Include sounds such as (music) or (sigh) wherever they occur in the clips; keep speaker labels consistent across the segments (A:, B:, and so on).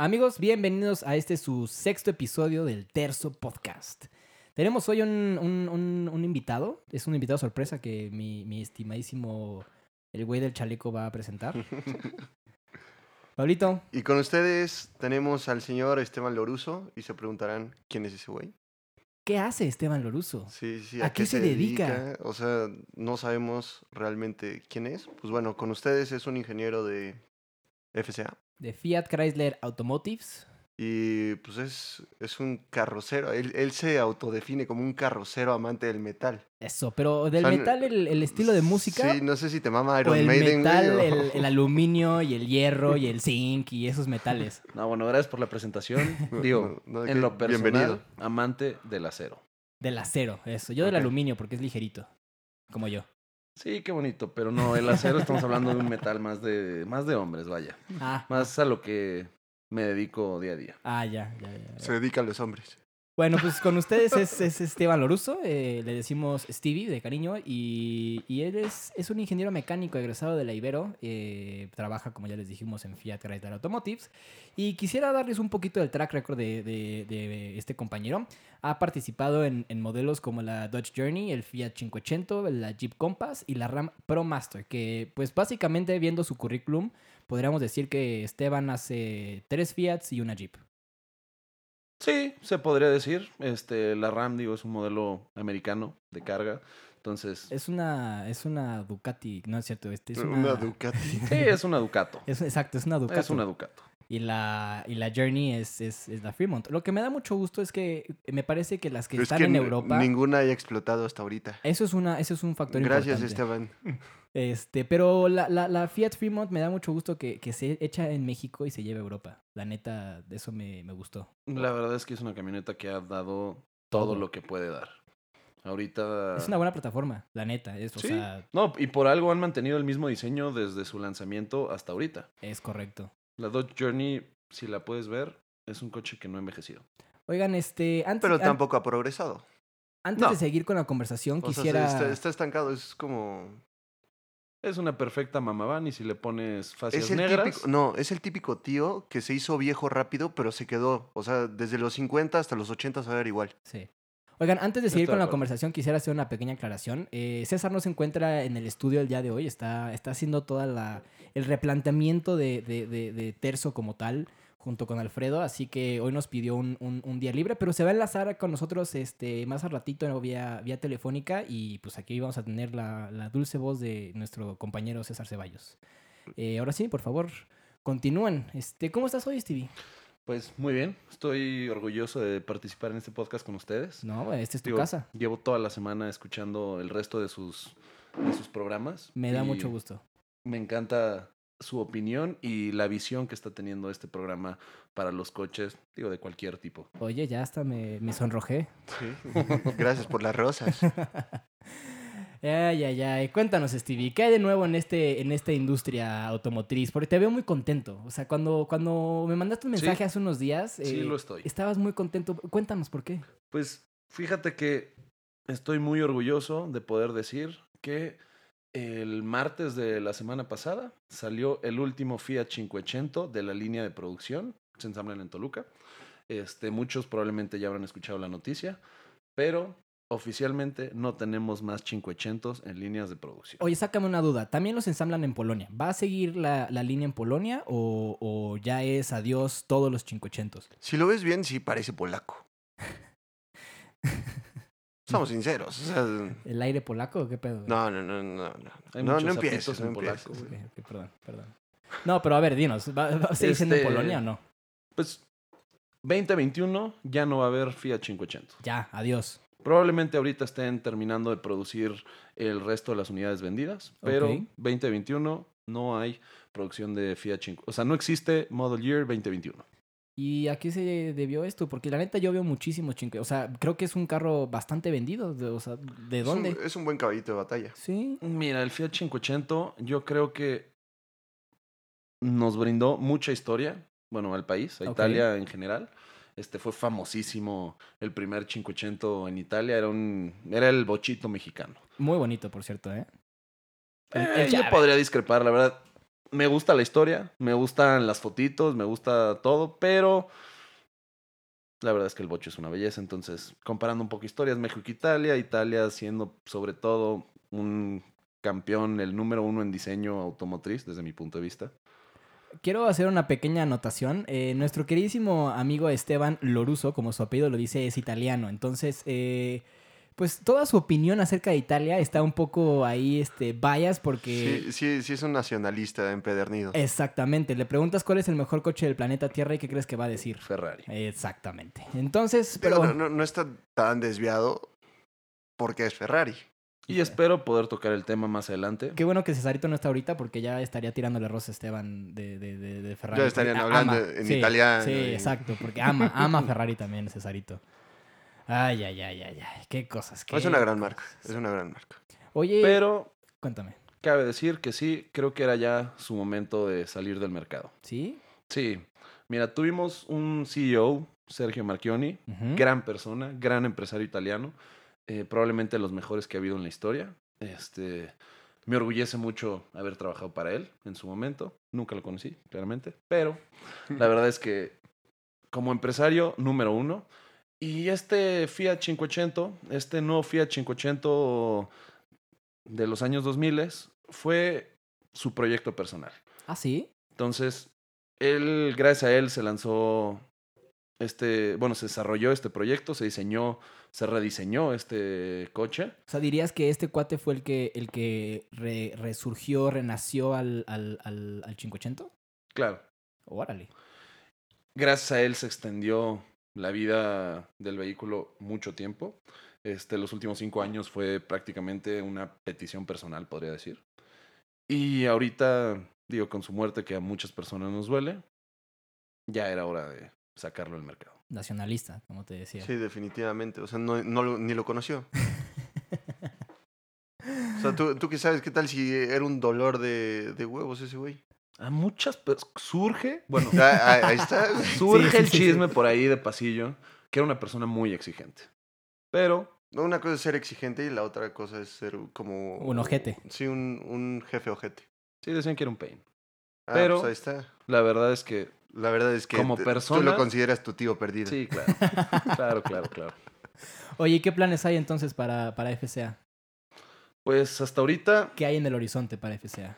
A: Amigos, bienvenidos a este su sexto episodio del Terzo Podcast. Tenemos hoy un, un- un- un invitado, es un invitado sorpresa que mi, mi estimadísimo, el güey del chaleco va a presentar.
B: Hmm.
A: Pablito,
B: (laughs) Y con ustedes tenemos al señor Esteban Loruso y se preguntarán quién es ese güey.
A: ¿qué hace Esteban Loruso?
B: Sí, sí,
A: ¿A qué se dedica?
B: O sea, no sabemos realmente quién es. Pues bueno, con ustedes es un ingeniero de FCA
A: De Fiat Chrysler Automotives.
B: y pues es, es un carrocero. Él, él se autodefine como un carrocero amante del metal.
A: Eso, pero del
B: O sea,
A: metal, el, el estilo de música.
B: Sí, no sé si te mama
A: o
B: Iron
A: el
B: Maiden. güey,
A: metal,
B: o-
A: el,
B: (laughs)
A: el aluminio y el hierro y el zinc y esos metales.
C: No, bueno, gracias por la presentación. (laughs) Digo,
B: (laughs) No, no,
C: en lo
B: que-
C: personal,
B: bienvenido.
C: amante del acero.
A: Del acero, eso. Yo del
B: Ok.
A: aluminio porque es ligerito, como yo.
C: Sí, qué bonito, pero no, el acero estamos hablando de un metal más de más de hombres, vaya.
A: Ah,
C: Más a lo que me dedico día a día.
A: ah ya, ya, ya, ya.
B: Se dedica a los hombres.
A: Bueno, pues con ustedes es, es Esteban Loruso, eh, le decimos Stevie de cariño, y, y él es, es un ingeniero mecánico egresado de la Ibero, eh, trabaja, como ya les dijimos, en Fiat Chrysler Automotives, y quisiera darles un poquito del track record de, de- de este compañero. Ha participado en, en modelos como la Dodge Journey, el Fiat 580, la Jeep Compass y la Ram ProMaster, que pues básicamente viendo su currículum, podríamos decir que Esteban hace tres Fiats y una Jeep.
C: Sí, se podría decir. Este, la Ram, digo, es un modelo americano de carga. Entonces,
A: Es una, es una Ducati, no es cierto, este es una,
B: Una Ducati.
C: sí, es una Ducato.
A: es- exacto, (laughs) es una Ducati.
C: Es una Ducato.
A: Y la, y la Journey es, es, es la Fremont. Lo que me da mucho gusto es que me parece que las que
B: Es
A: están
B: que
A: en
B: n-
A: Europa,
B: Ninguna haya explotado hasta ahorita.
A: eso es una, eso es un factor
B: Gracias,
A: importante.
B: Esteban.
A: Este, pero la, la, la Fiat Fremont me da mucho gusto que, que se echa en México y se lleve a Europa. La neta, de eso me, me gustó.
C: La verdad es que es una camioneta que ha dado todo lo que puede dar.
B: Ah.
C: Ahorita
A: Es una buena plataforma, la neta. Es, o
C: Sí.
A: sea,
C: No, y por algo han mantenido el mismo diseño desde su lanzamiento hasta ahorita.
A: es correcto.
C: La Dodge Journey, si la puedes ver, es un coche que no ha envejecido.
A: Oigan, este, antes,
B: Pero
A: an-
B: tampoco ha progresado.
A: antes
C: no.
A: de seguir con la conversación,
B: O sea, se-
A: quisiera.
B: está, está estancado, es como...
C: Es una perfecta mamaván y si le pones facias
B: Es el,
C: negras...
B: típico, no, es el típico tío que se hizo viejo rápido, pero se quedó. O sea, desde los 50 hasta los 80 se va a ver igual.
A: Sí. Oigan, antes de seguir
C: Estoy de
A: con la
C: acuerdo.
A: conversación, quisiera hacer una pequeña aclaración. Eh, César no se encuentra en el estudio el día de hoy, está, está haciendo toda la el replanteamiento de, de- de- de Terzo como tal, junto con Alfredo, así que hoy nos pidió un, un- un día libre, pero se va a enlazar con nosotros este, más a ratito ¿no? vía, vía telefónica y pues aquí vamos a tener la, la dulce voz de nuestro compañero César Ceballos. Eh, ahora sí, por favor, continúen. Este, ¿Cómo estás hoy, Stevie?
C: Pues muy bien, estoy orgulloso de participar en este podcast con ustedes.
A: No, esta es tu
C: Digo,
A: casa.
C: Llevo toda la semana escuchando el resto de sus, de sus programas.
A: Me da
C: y
A: mucho gusto.
C: Me encanta su opinión y la visión que está teniendo este programa para los coches, digo, de cualquier tipo.
A: Oye, ya hasta me, me sonrojé.
B: Gracias por
A: (laughs)
B: las rosas.
A: Ay, ay, ay. Cuéntanos, Stevie, ¿qué hay de nuevo en, este, en esta industria automotriz? Porque te veo muy contento. O sea, cuando, cuando me mandaste un
C: Sí.
A: mensaje hace unos días,
C: Sí,
A: eh,
C: lo estoy.
A: estabas muy contento. Cuéntanos por qué.
C: Pues fíjate que estoy muy orgulloso de poder decir que el martes de la semana pasada salió el último Fiat 580 de la línea de producción. Se ensamblan en Toluca. Este, muchos probablemente ya habrán escuchado la noticia, pero oficialmente no tenemos más 580 en líneas de producción.
A: Oye, sácame una duda. También los ensamblan en Polonia. ¿Va a seguir la, la línea en Polonia o, o ya es adiós todos los 500?
B: Si lo ves bien, sí parece polaco. Somos sinceros. o sea, no,
A: ¿El aire polaco o qué pedo? güey?
B: no, no, no. No,
C: Hay
B: no,
C: muchos
B: no
C: zapitos
B: empieces, no
C: en
B: empieces.
C: polaco,
A: Ok, ok, perdón, perdón. No, pero a ver, dinos. ¿Va, va a seguir siendo en
C: Este-
A: Polonia o no?
C: Pues 2021 ya no va a haber Fiat 580.
A: Ya, adiós.
C: Probablemente ahorita estén terminando de producir el resto de las unidades vendidas, pero
A: Ok.
C: 2021 no hay producción de Fiat 5. O sea, no existe Model Year 2021.
A: ¿Y a qué se debió esto? Porque la neta yo veo muchísimos chingue. O sea, creo que es un carro bastante vendido. de- o sea, ¿de
B: Es un-
A: dónde?
B: Es un, buen caballito de batalla.
A: Sí.
C: Mira, el Fiat 580 yo creo que nos brindó mucha historia, bueno, al país, a
A: Ok.
C: Italia en general. Este fue famosísimo el primer 580 en Italia, era un era el bochito mexicano.
A: Muy bonito, por cierto, ¿eh? El-
C: Eh,
A: el
C: yo
A: llave.
C: podría discrepar, la verdad. me gusta la historia, me gustan las fotitos, me gusta todo, pero la verdad es que el bocho es una belleza. Entonces, comparando un poco historias, México-Italia, Italia siendo sobre todo un campeón, el número uno en diseño automotriz, desde mi punto de vista.
A: Quiero hacer una pequeña anotación. Eh, nuestro queridísimo amigo Esteban Loruso, como su apellido lo dice, es italiano. Entonces, eh, pues toda su opinión acerca de Italia está un poco ahí, este, bias, porque...
B: Sí, sí, sí es un nacionalista empedernido.
A: Exactamente. Le preguntas cuál es el mejor coche del planeta Tierra y qué crees que va a decir.
C: Ferrari.
A: Exactamente. Entonces,
B: Pero
A: Este, pero... bueno,
B: no, no está tan desviado porque es Ferrari.
C: Y espero poder tocar el tema más adelante.
A: Qué bueno que Cesarito no está ahorita porque ya estaría tirándole arroz a Esteban de, de, de, de Ferrari.
B: Ya estarían
A: Porque
B: hablando en
A: Sí,
B: italiano
A: Sí,
B: y-
A: exacto, porque ama, ama a Ferrari también Cesarito. Ay, ay, ay, ay, ay, qué cosas. Qué...
B: Pues Es una gran marca, es una gran marca.
A: Oye,
C: Pero
A: cuéntame,
C: cabe decir que sí, creo que era ya su momento de salir del mercado.
A: ¿sí?
C: Sí, mira, tuvimos un CEO, Sergio Marchioni,
A: Ujú.
C: gran persona, gran empresario italiano, eh, probablemente de los mejores que ha habido en la historia. Este, me orgullece mucho haber trabajado para él en su momento. Nunca lo conocí, claramente, pero la verdad es que como empresario número uno. Y este Fiat 580, este nuevo Fiat 580 de los años 2000 fue su proyecto personal.
A: Ah, sí.
C: Entonces, él, gracias a él, se lanzó este, bueno, se desarrolló este proyecto, se diseñó, se rediseñó este coche.
A: O sea, dirías que este cuate fue el que, el que re- resurgió, renació al, al, al, al 580.
C: Claro,
A: Órale.
C: gracias a él se extendió la vida del vehículo mucho tiempo. Este, los últimos cinco años fue prácticamente una petición personal, podría decir. Y ahorita, digo, con su muerte, que a muchas personas nos duele, ya era hora de sacarlo al mercado.
A: Nacionalista, como te decía. (laughs)
B: Sí, definitivamente. O sea, no, no lo- ni lo conoció. O sea, tú, tú que sabes, ¿qué tal si era un dolor de, de huevos ese güey?
C: A muchas personas surge, bueno,
B: O sea, ahí- ahí está. güey.
C: Surge
A: sí,
C: el
A: sí, sí.
C: chisme por ahí de pasillo que era una persona muy exigente. Pero
B: No, Una cosa es ser exigente y la otra cosa es ser como...
A: Un ojete.
B: Sí, un, un jefe ojete.
C: sí decían que era un pain.
B: Ah,
C: Pero-
B: pues ahí está.
C: La verdad es que.
B: La verdad es que
C: Como
B: te- tú
C: persona-
B: lo consideras tu tío perdido.
C: Sí, claro. claro, claro, claro.
A: Oye, ¿qué planes hay entonces para, para FCA?
C: Pues hasta ahorita,
A: ¿Qué hay en el horizonte para FCA?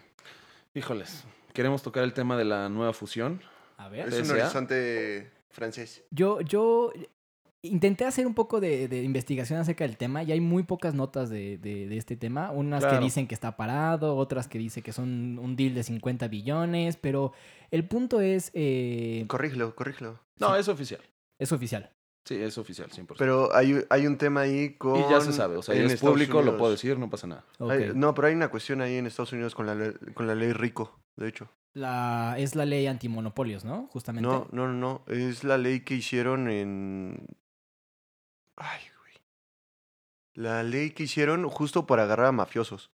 C: híjoles, queremos tocar el tema de la nueva fusión.
A: A ver.
B: Es un
C: ¿Desea?
B: horizonte francés.
A: Yo, yo intenté hacer un poco de, de investigación acerca del tema y hay muy pocas notas de, de- de este tema. Unas que
C: Claro.
A: dicen que está parado, otras que dicen que son un deal de 50 billones, pero el punto es, eh,
B: Corrígelo, corrígelo.
C: No,
A: Sí.
C: es oficial.
A: es oficial.
C: Sí, es oficial, 100%.
B: Pero hay, hay un tema ahí con...
C: y ya se sabe, o sea, ya
B: en
C: es
B: Estados
C: público, lo
B: Unidos.
C: puedo decir, no pasa nada.
A: Ok.
B: Hay- no, pero hay una cuestión ahí en Estados Unidos con la, le- con la ley Rico, de hecho.
A: La, es la ley antimonopolios, ¿no? Justamente.
B: No, no, no, no. Es la ley que hicieron en. Ay, güey. La ley que hicieron justo para agarrar a mafiosos.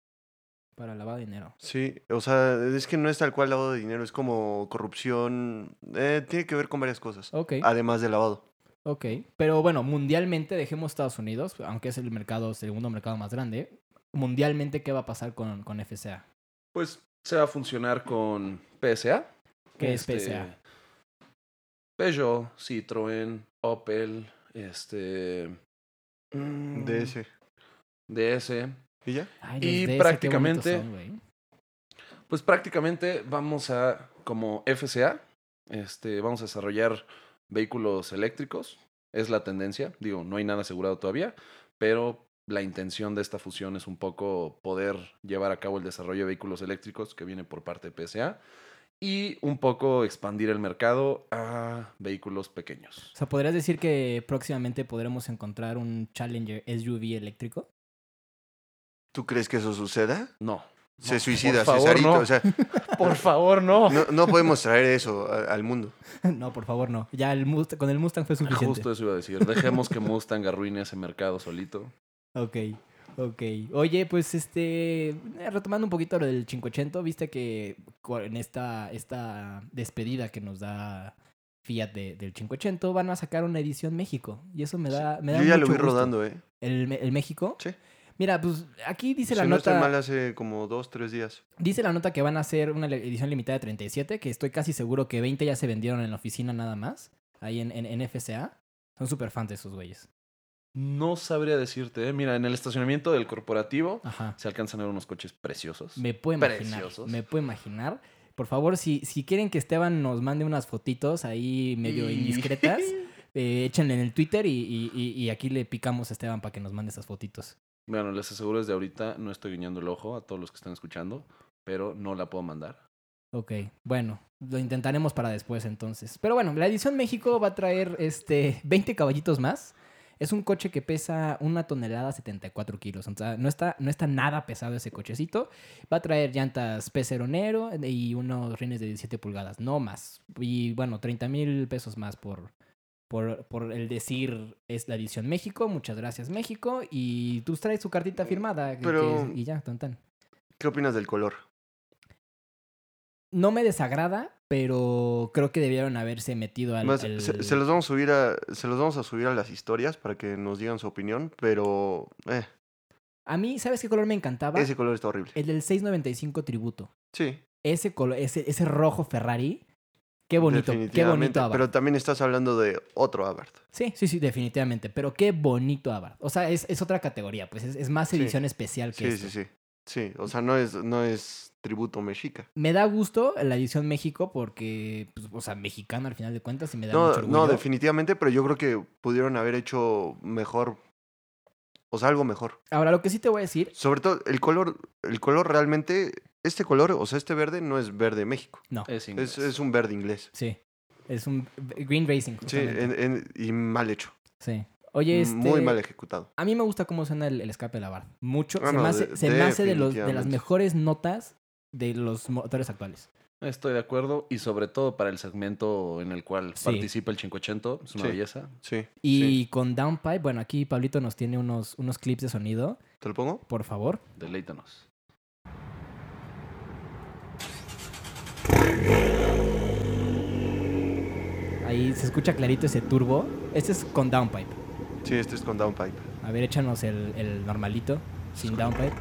A: Para lavar dinero.
B: Sí, o sea, es que no es tal cual lavado de dinero, es como corrupción. eh, tiene que ver con varias cosas.
A: Ok,
B: Además de lavado.
A: ok. Pero bueno, mundialmente, dejemos Estados Unidos, aunque es el mercado, segundo mercado más grande. Mundialmente, ¿qué va a pasar con, con FCA?
C: Pues se va a funcionar con PSA.
A: ¿Qué es PSA?
C: Este, Peugeot, Citroën, Opel, este. mm,
B: De ese.
C: DS.
B: ¿Y ya?
A: Ay, los DS, qué
C: Y
A: bonitos
C: prácticamente-
A: son, güey.
C: Pues prácticamente vamos a, como FCA, este, vamos a desarrollar vehículos eléctricos. Es la tendencia. Digo, no hay nada asegurado todavía, pero la intención de esta fusión es un poco poder llevar a cabo el desarrollo de vehículos eléctricos que viene por parte de PSA y un poco expandir el mercado a vehículos pequeños.
A: O sea, ¿podrías decir que próximamente podremos encontrar un Challenger SUV eléctrico? (laughs)
B: ¿Tú crees que eso suceda?
C: No.
B: Se
C: No,
B: suicida,
C: por favor,
B: Cesarito.
C: no.
B: O sea,
C: (laughs) Por favor, no.
B: no, no podemos traer eso a- al mundo.
A: no, por favor, no. Ya el Must- con el Mustang fue suficiente.
C: Justo eso iba a decir. Dejemos que Mustang arruine ese mercado solito.
A: Ok, ok. Oye, pues este, eh, retomando un poquito lo del 580, viste que cu- en esta, esta despedida que nos da Fiat de- del 580 van a sacar una edición México. Y eso (laughs) me da... Me da
B: Yo ya lo
A: mucho
B: vi
A: gusto.
B: rodando, ¿eh?
A: ¿El, Me- el México?
B: Sí.
A: Mira, pues aquí dice
B: Si
A: la
B: no
A: nota.
B: estoy mal, hace como dos, tres días.
A: Dice la nota que van a hacer una le- edición limitada de 37, que estoy casi seguro que 20 ya se vendieron en la oficina nada más, ahí en, en, en FCA. Son súper fans de esos güeyes.
C: No sabría decirte, ¿eh? mira, en el estacionamiento del corporativo
A: Ajá.
C: se alcanzan a ver unos coches preciosos.
A: Me puedo imaginar.
C: Preciosos.
A: Me puedo imaginar. Por favor, si, si quieren que Esteban nos mande unas fotitos ahí medio
C: Y- (laughs)
B: (laughs)
A: indiscretas, eh, échenle en el Twitter y, y- y- y aquí le picamos a Esteban para que nos mande esas fotitos.
C: Bueno, les aseguro desde ahorita, no estoy guiñando el ojo a todos los que están escuchando, pero no la puedo mandar.
A: Ok, bueno, lo intentaremos para después entonces. Pero bueno, la edición México va a traer este 20 caballitos más. Es un coche que pesa una tonelada 74 kilos. O sea, no está, no está nada pesado ese cochecito. Va a traer llantas P0 Nero y unos rines de 17 pulgadas, no más. Y bueno, 30 mil pesos más por, por, por el decir es la edición México. Muchas gracias, México. Y tú traes su cartita firmada. que-
B: Pero-
A: que- y ya, tan tan.
B: ¿Qué opinas del color?
A: No me desagrada, pero creo que debieron haberse metido al.
B: Más,
A: al-
B: se, se los vamos a subir a, se los vamos a subir a las historias para que nos digan su opinión, pero eh,
A: A mí, ¿sabes qué color me encantaba?
B: ese color está horrible.
A: El del 695 tributo.
B: Sí,
A: Ese color, ese, ese rojo Ferrari. Qué bonito, qué bonito Abarth.
B: Pero también estás hablando de otro Abarth.
A: Sí, sí, sí, definitivamente. Pero qué bonito Abarth. O sea, es, es otra categoría, pues es, es más
B: Sí.
A: edición especial que
B: Sí,
A: esto.
B: sí, sí. Sí, o sea, no es, no es tributo mexica.
A: Me da gusto la edición México porque, pues, o sea, mexicano al final de cuentas y me da
B: No,
A: mucho orgullo.
B: no, definitivamente, pero yo creo que pudieron haber hecho mejor, o sea, algo mejor.
A: Ahora, lo que sí te voy a decir,
B: Sobre todo, el color, el color realmente, este color, o sea, este verde no es verde México.
C: Es inglés.
B: Es, es un verde inglés.
A: sí, es un Green Racing.
B: Sí,
A: justamente.
B: en- en- y mal hecho.
A: sí. Oye, este...
B: Muy mal ejecutado.
A: A mí me gusta cómo suena el, el escape de la barra. Mucho.
B: Ah,
A: se
B: no,
A: me hace,
B: de-
A: se me hace de, los, de las
B: definitivamente.
A: mejores notas de los motores actuales.
C: Estoy de acuerdo y sobre todo para el segmento en el cual
A: Sí.
C: participa el 580, es una
B: Sí.
C: belleza.
B: Sí.
A: Y
B: sí.
A: con Downpipe, bueno, aquí Pablito nos tiene unos, unos clips de sonido,
B: ¿Te lo pongo?
A: por favor.
C: Deleítanos.
A: Ahí se escucha clarito ese turbo. Este es con Downpipe.
B: Sí, este es con downpipe.
A: A ver, échanos el, el normalito, sin Downpipe.
B: Ahí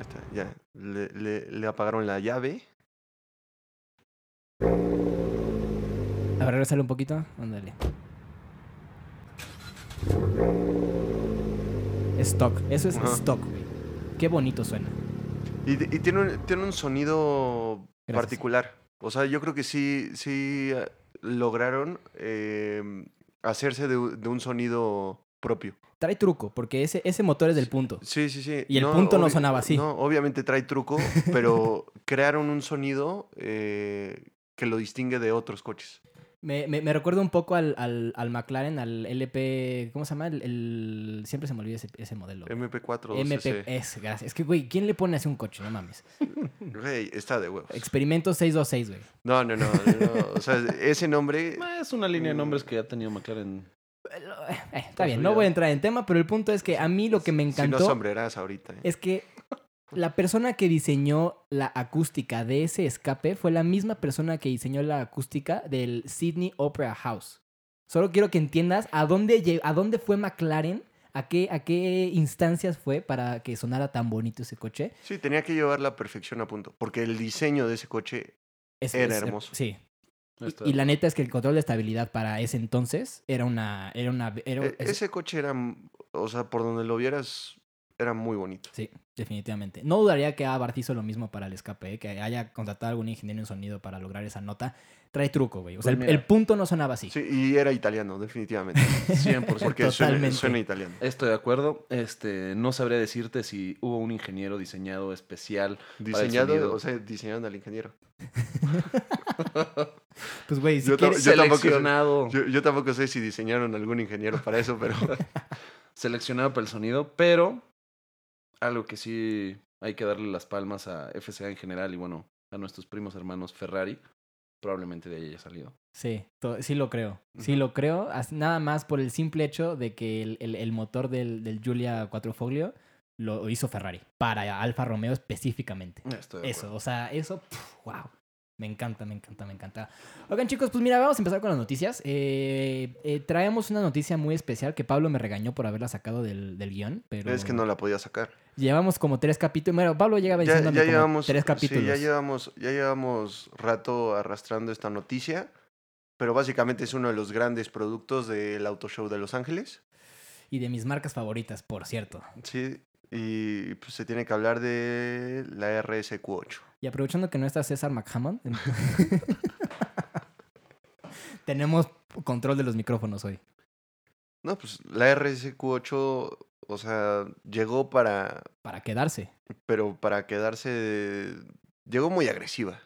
B: está, ya. Le, le- le apagaron la llave.
A: A ver, regresale un poquito. Ándale. Stock. Eso es
B: Ajá.
A: stock, güey. Qué bonito suena.
B: Y, de- y tiene, un, tiene un sonido
A: Gracias.
B: particular. O sea, yo creo que sí, sí eh, lograron eh, hacerse de, u- de un sonido propio.
A: Trae truco, porque ese, ese motor es del punto.
B: Sí, sí, sí.
A: Y el punto no
B: obvi-
A: sonaba así.
B: No, obviamente trae truco,
A: (laughs)
B: pero crearon un sonido eh, que lo distingue de otros coches.
A: Me, me, me recuerda un poco al, al, al McLaren, al LP. ¿Cómo se llama? El, el- siempre se me olvida ese, ese modelo. güey.
B: MP4,
A: MP.
B: 12C.
A: Es, gracias. Es que, güey, ¿quién le pone así un coche? No mames. eh.
B: Güey, está de huevos.
A: Experimento 626, güey.
B: No, no, no, no. O sea, ese nombre
A: (laughs)
C: Ah, Es una
B: mm.
C: línea de nombres que ha tenido McLaren.
A: Eh, está bien, no voy a entrar en tema, pero el punto es que a mí lo que me
B: Pues si no
A: encantó
B: sombreras ahorita. ¿eh?
A: es que la persona que diseñó la acústica de ese escape fue la misma persona que diseñó la acústica del Sydney Opera House. Solo quiero que entiendas a dónde, lle- a dónde fue McLaren, a qué, a qué instancias fue para que sonara tan bonito ese coche.
B: Sí, tenía que llevar la perfección a punto, porque el diseño de ese coche
A: Es-
B: Era
A: es-
B: hermoso.
A: Sí.
C: Estoy
A: Y
C: de
A: la
C: acuerdo.
A: neta es que el control de estabilidad para ese entonces era una... Era una era-
B: E-
A: es-
B: Ese coche era, m- o sea, por donde lo vieras, era muy bonito.
A: Sí, definitivamente. No dudaría que Abarth hizo lo mismo para el escape, ¿eh? que haya contratado a algún ingeniero en sonido para lograr esa nota. Trae truco, güey. O sea,
C: Pues
A: el,
C: mira.
A: el punto no sonaba así.
B: Sí, y era italiano,
A: (laughs)
B: definitivamente.
C: 100%.
B: Porque suena,
A: Totalmente.
B: suena italiano.
C: Estoy de acuerdo. Este, no sabría decirte si hubo un ingeniero diseñado especial.
B: Diseñado,
C: sonido.
B: o sea, diseñado al ingeniero.
A: Pues, güey, si
B: Yo tam-
A: quieres...
B: yo tampoco sé.
C: seleccionado.
B: Yo, yo tampoco sé si diseñaron algún ingeniero para eso,
A: (laughs)
B: pero (laughs)
C: Seleccionado para el sonido, pero algo que sí hay que darle las palmas a FCA en general y bueno, a nuestros primos hermanos Ferrari. Probablemente de ahí haya salido.
A: Sí, to- sí lo creo. Sí lo creo. as- Nada más por el simple hecho de que el, el- el motor del, del Giulia 4 Foglio lo hizo Ferrari. Para Alfa Romeo específicamente.
C: Estoy de acuerdo.
A: Eso, o sea, eso... pf, wow. Me encanta, me encanta, me encanta. Oigan, chicos, pues mira, vamos a empezar con las noticias. Eh, eh, traemos una noticia muy especial que Pablo me regañó por haberla sacado del, del guión, pero
B: Es que no la podía sacar.
A: llevamos como tres capítulos. Bueno, Pablo llegaba
B: Ya,
A: diciéndome
B: ya
A: como
B: llevamos,
A: tres
B: sí,
A: capítulos.
B: ya llevamos, ya llevamos rato arrastrando esta noticia, pero básicamente es uno de los grandes productos del Auto Show de Los Ángeles.
A: Y de mis marcas favoritas, por cierto.
B: Sí, y pues, se tiene que hablar de la RSQ8.
A: Y aprovechando que no está César McHammond, em-
B: (laughs)
A: (laughs) tenemos control de los micrófonos hoy.
B: No, pues la RSQ8, o sea, llegó para,
A: Para quedarse.
B: pero para quedarse, llegó muy agresiva.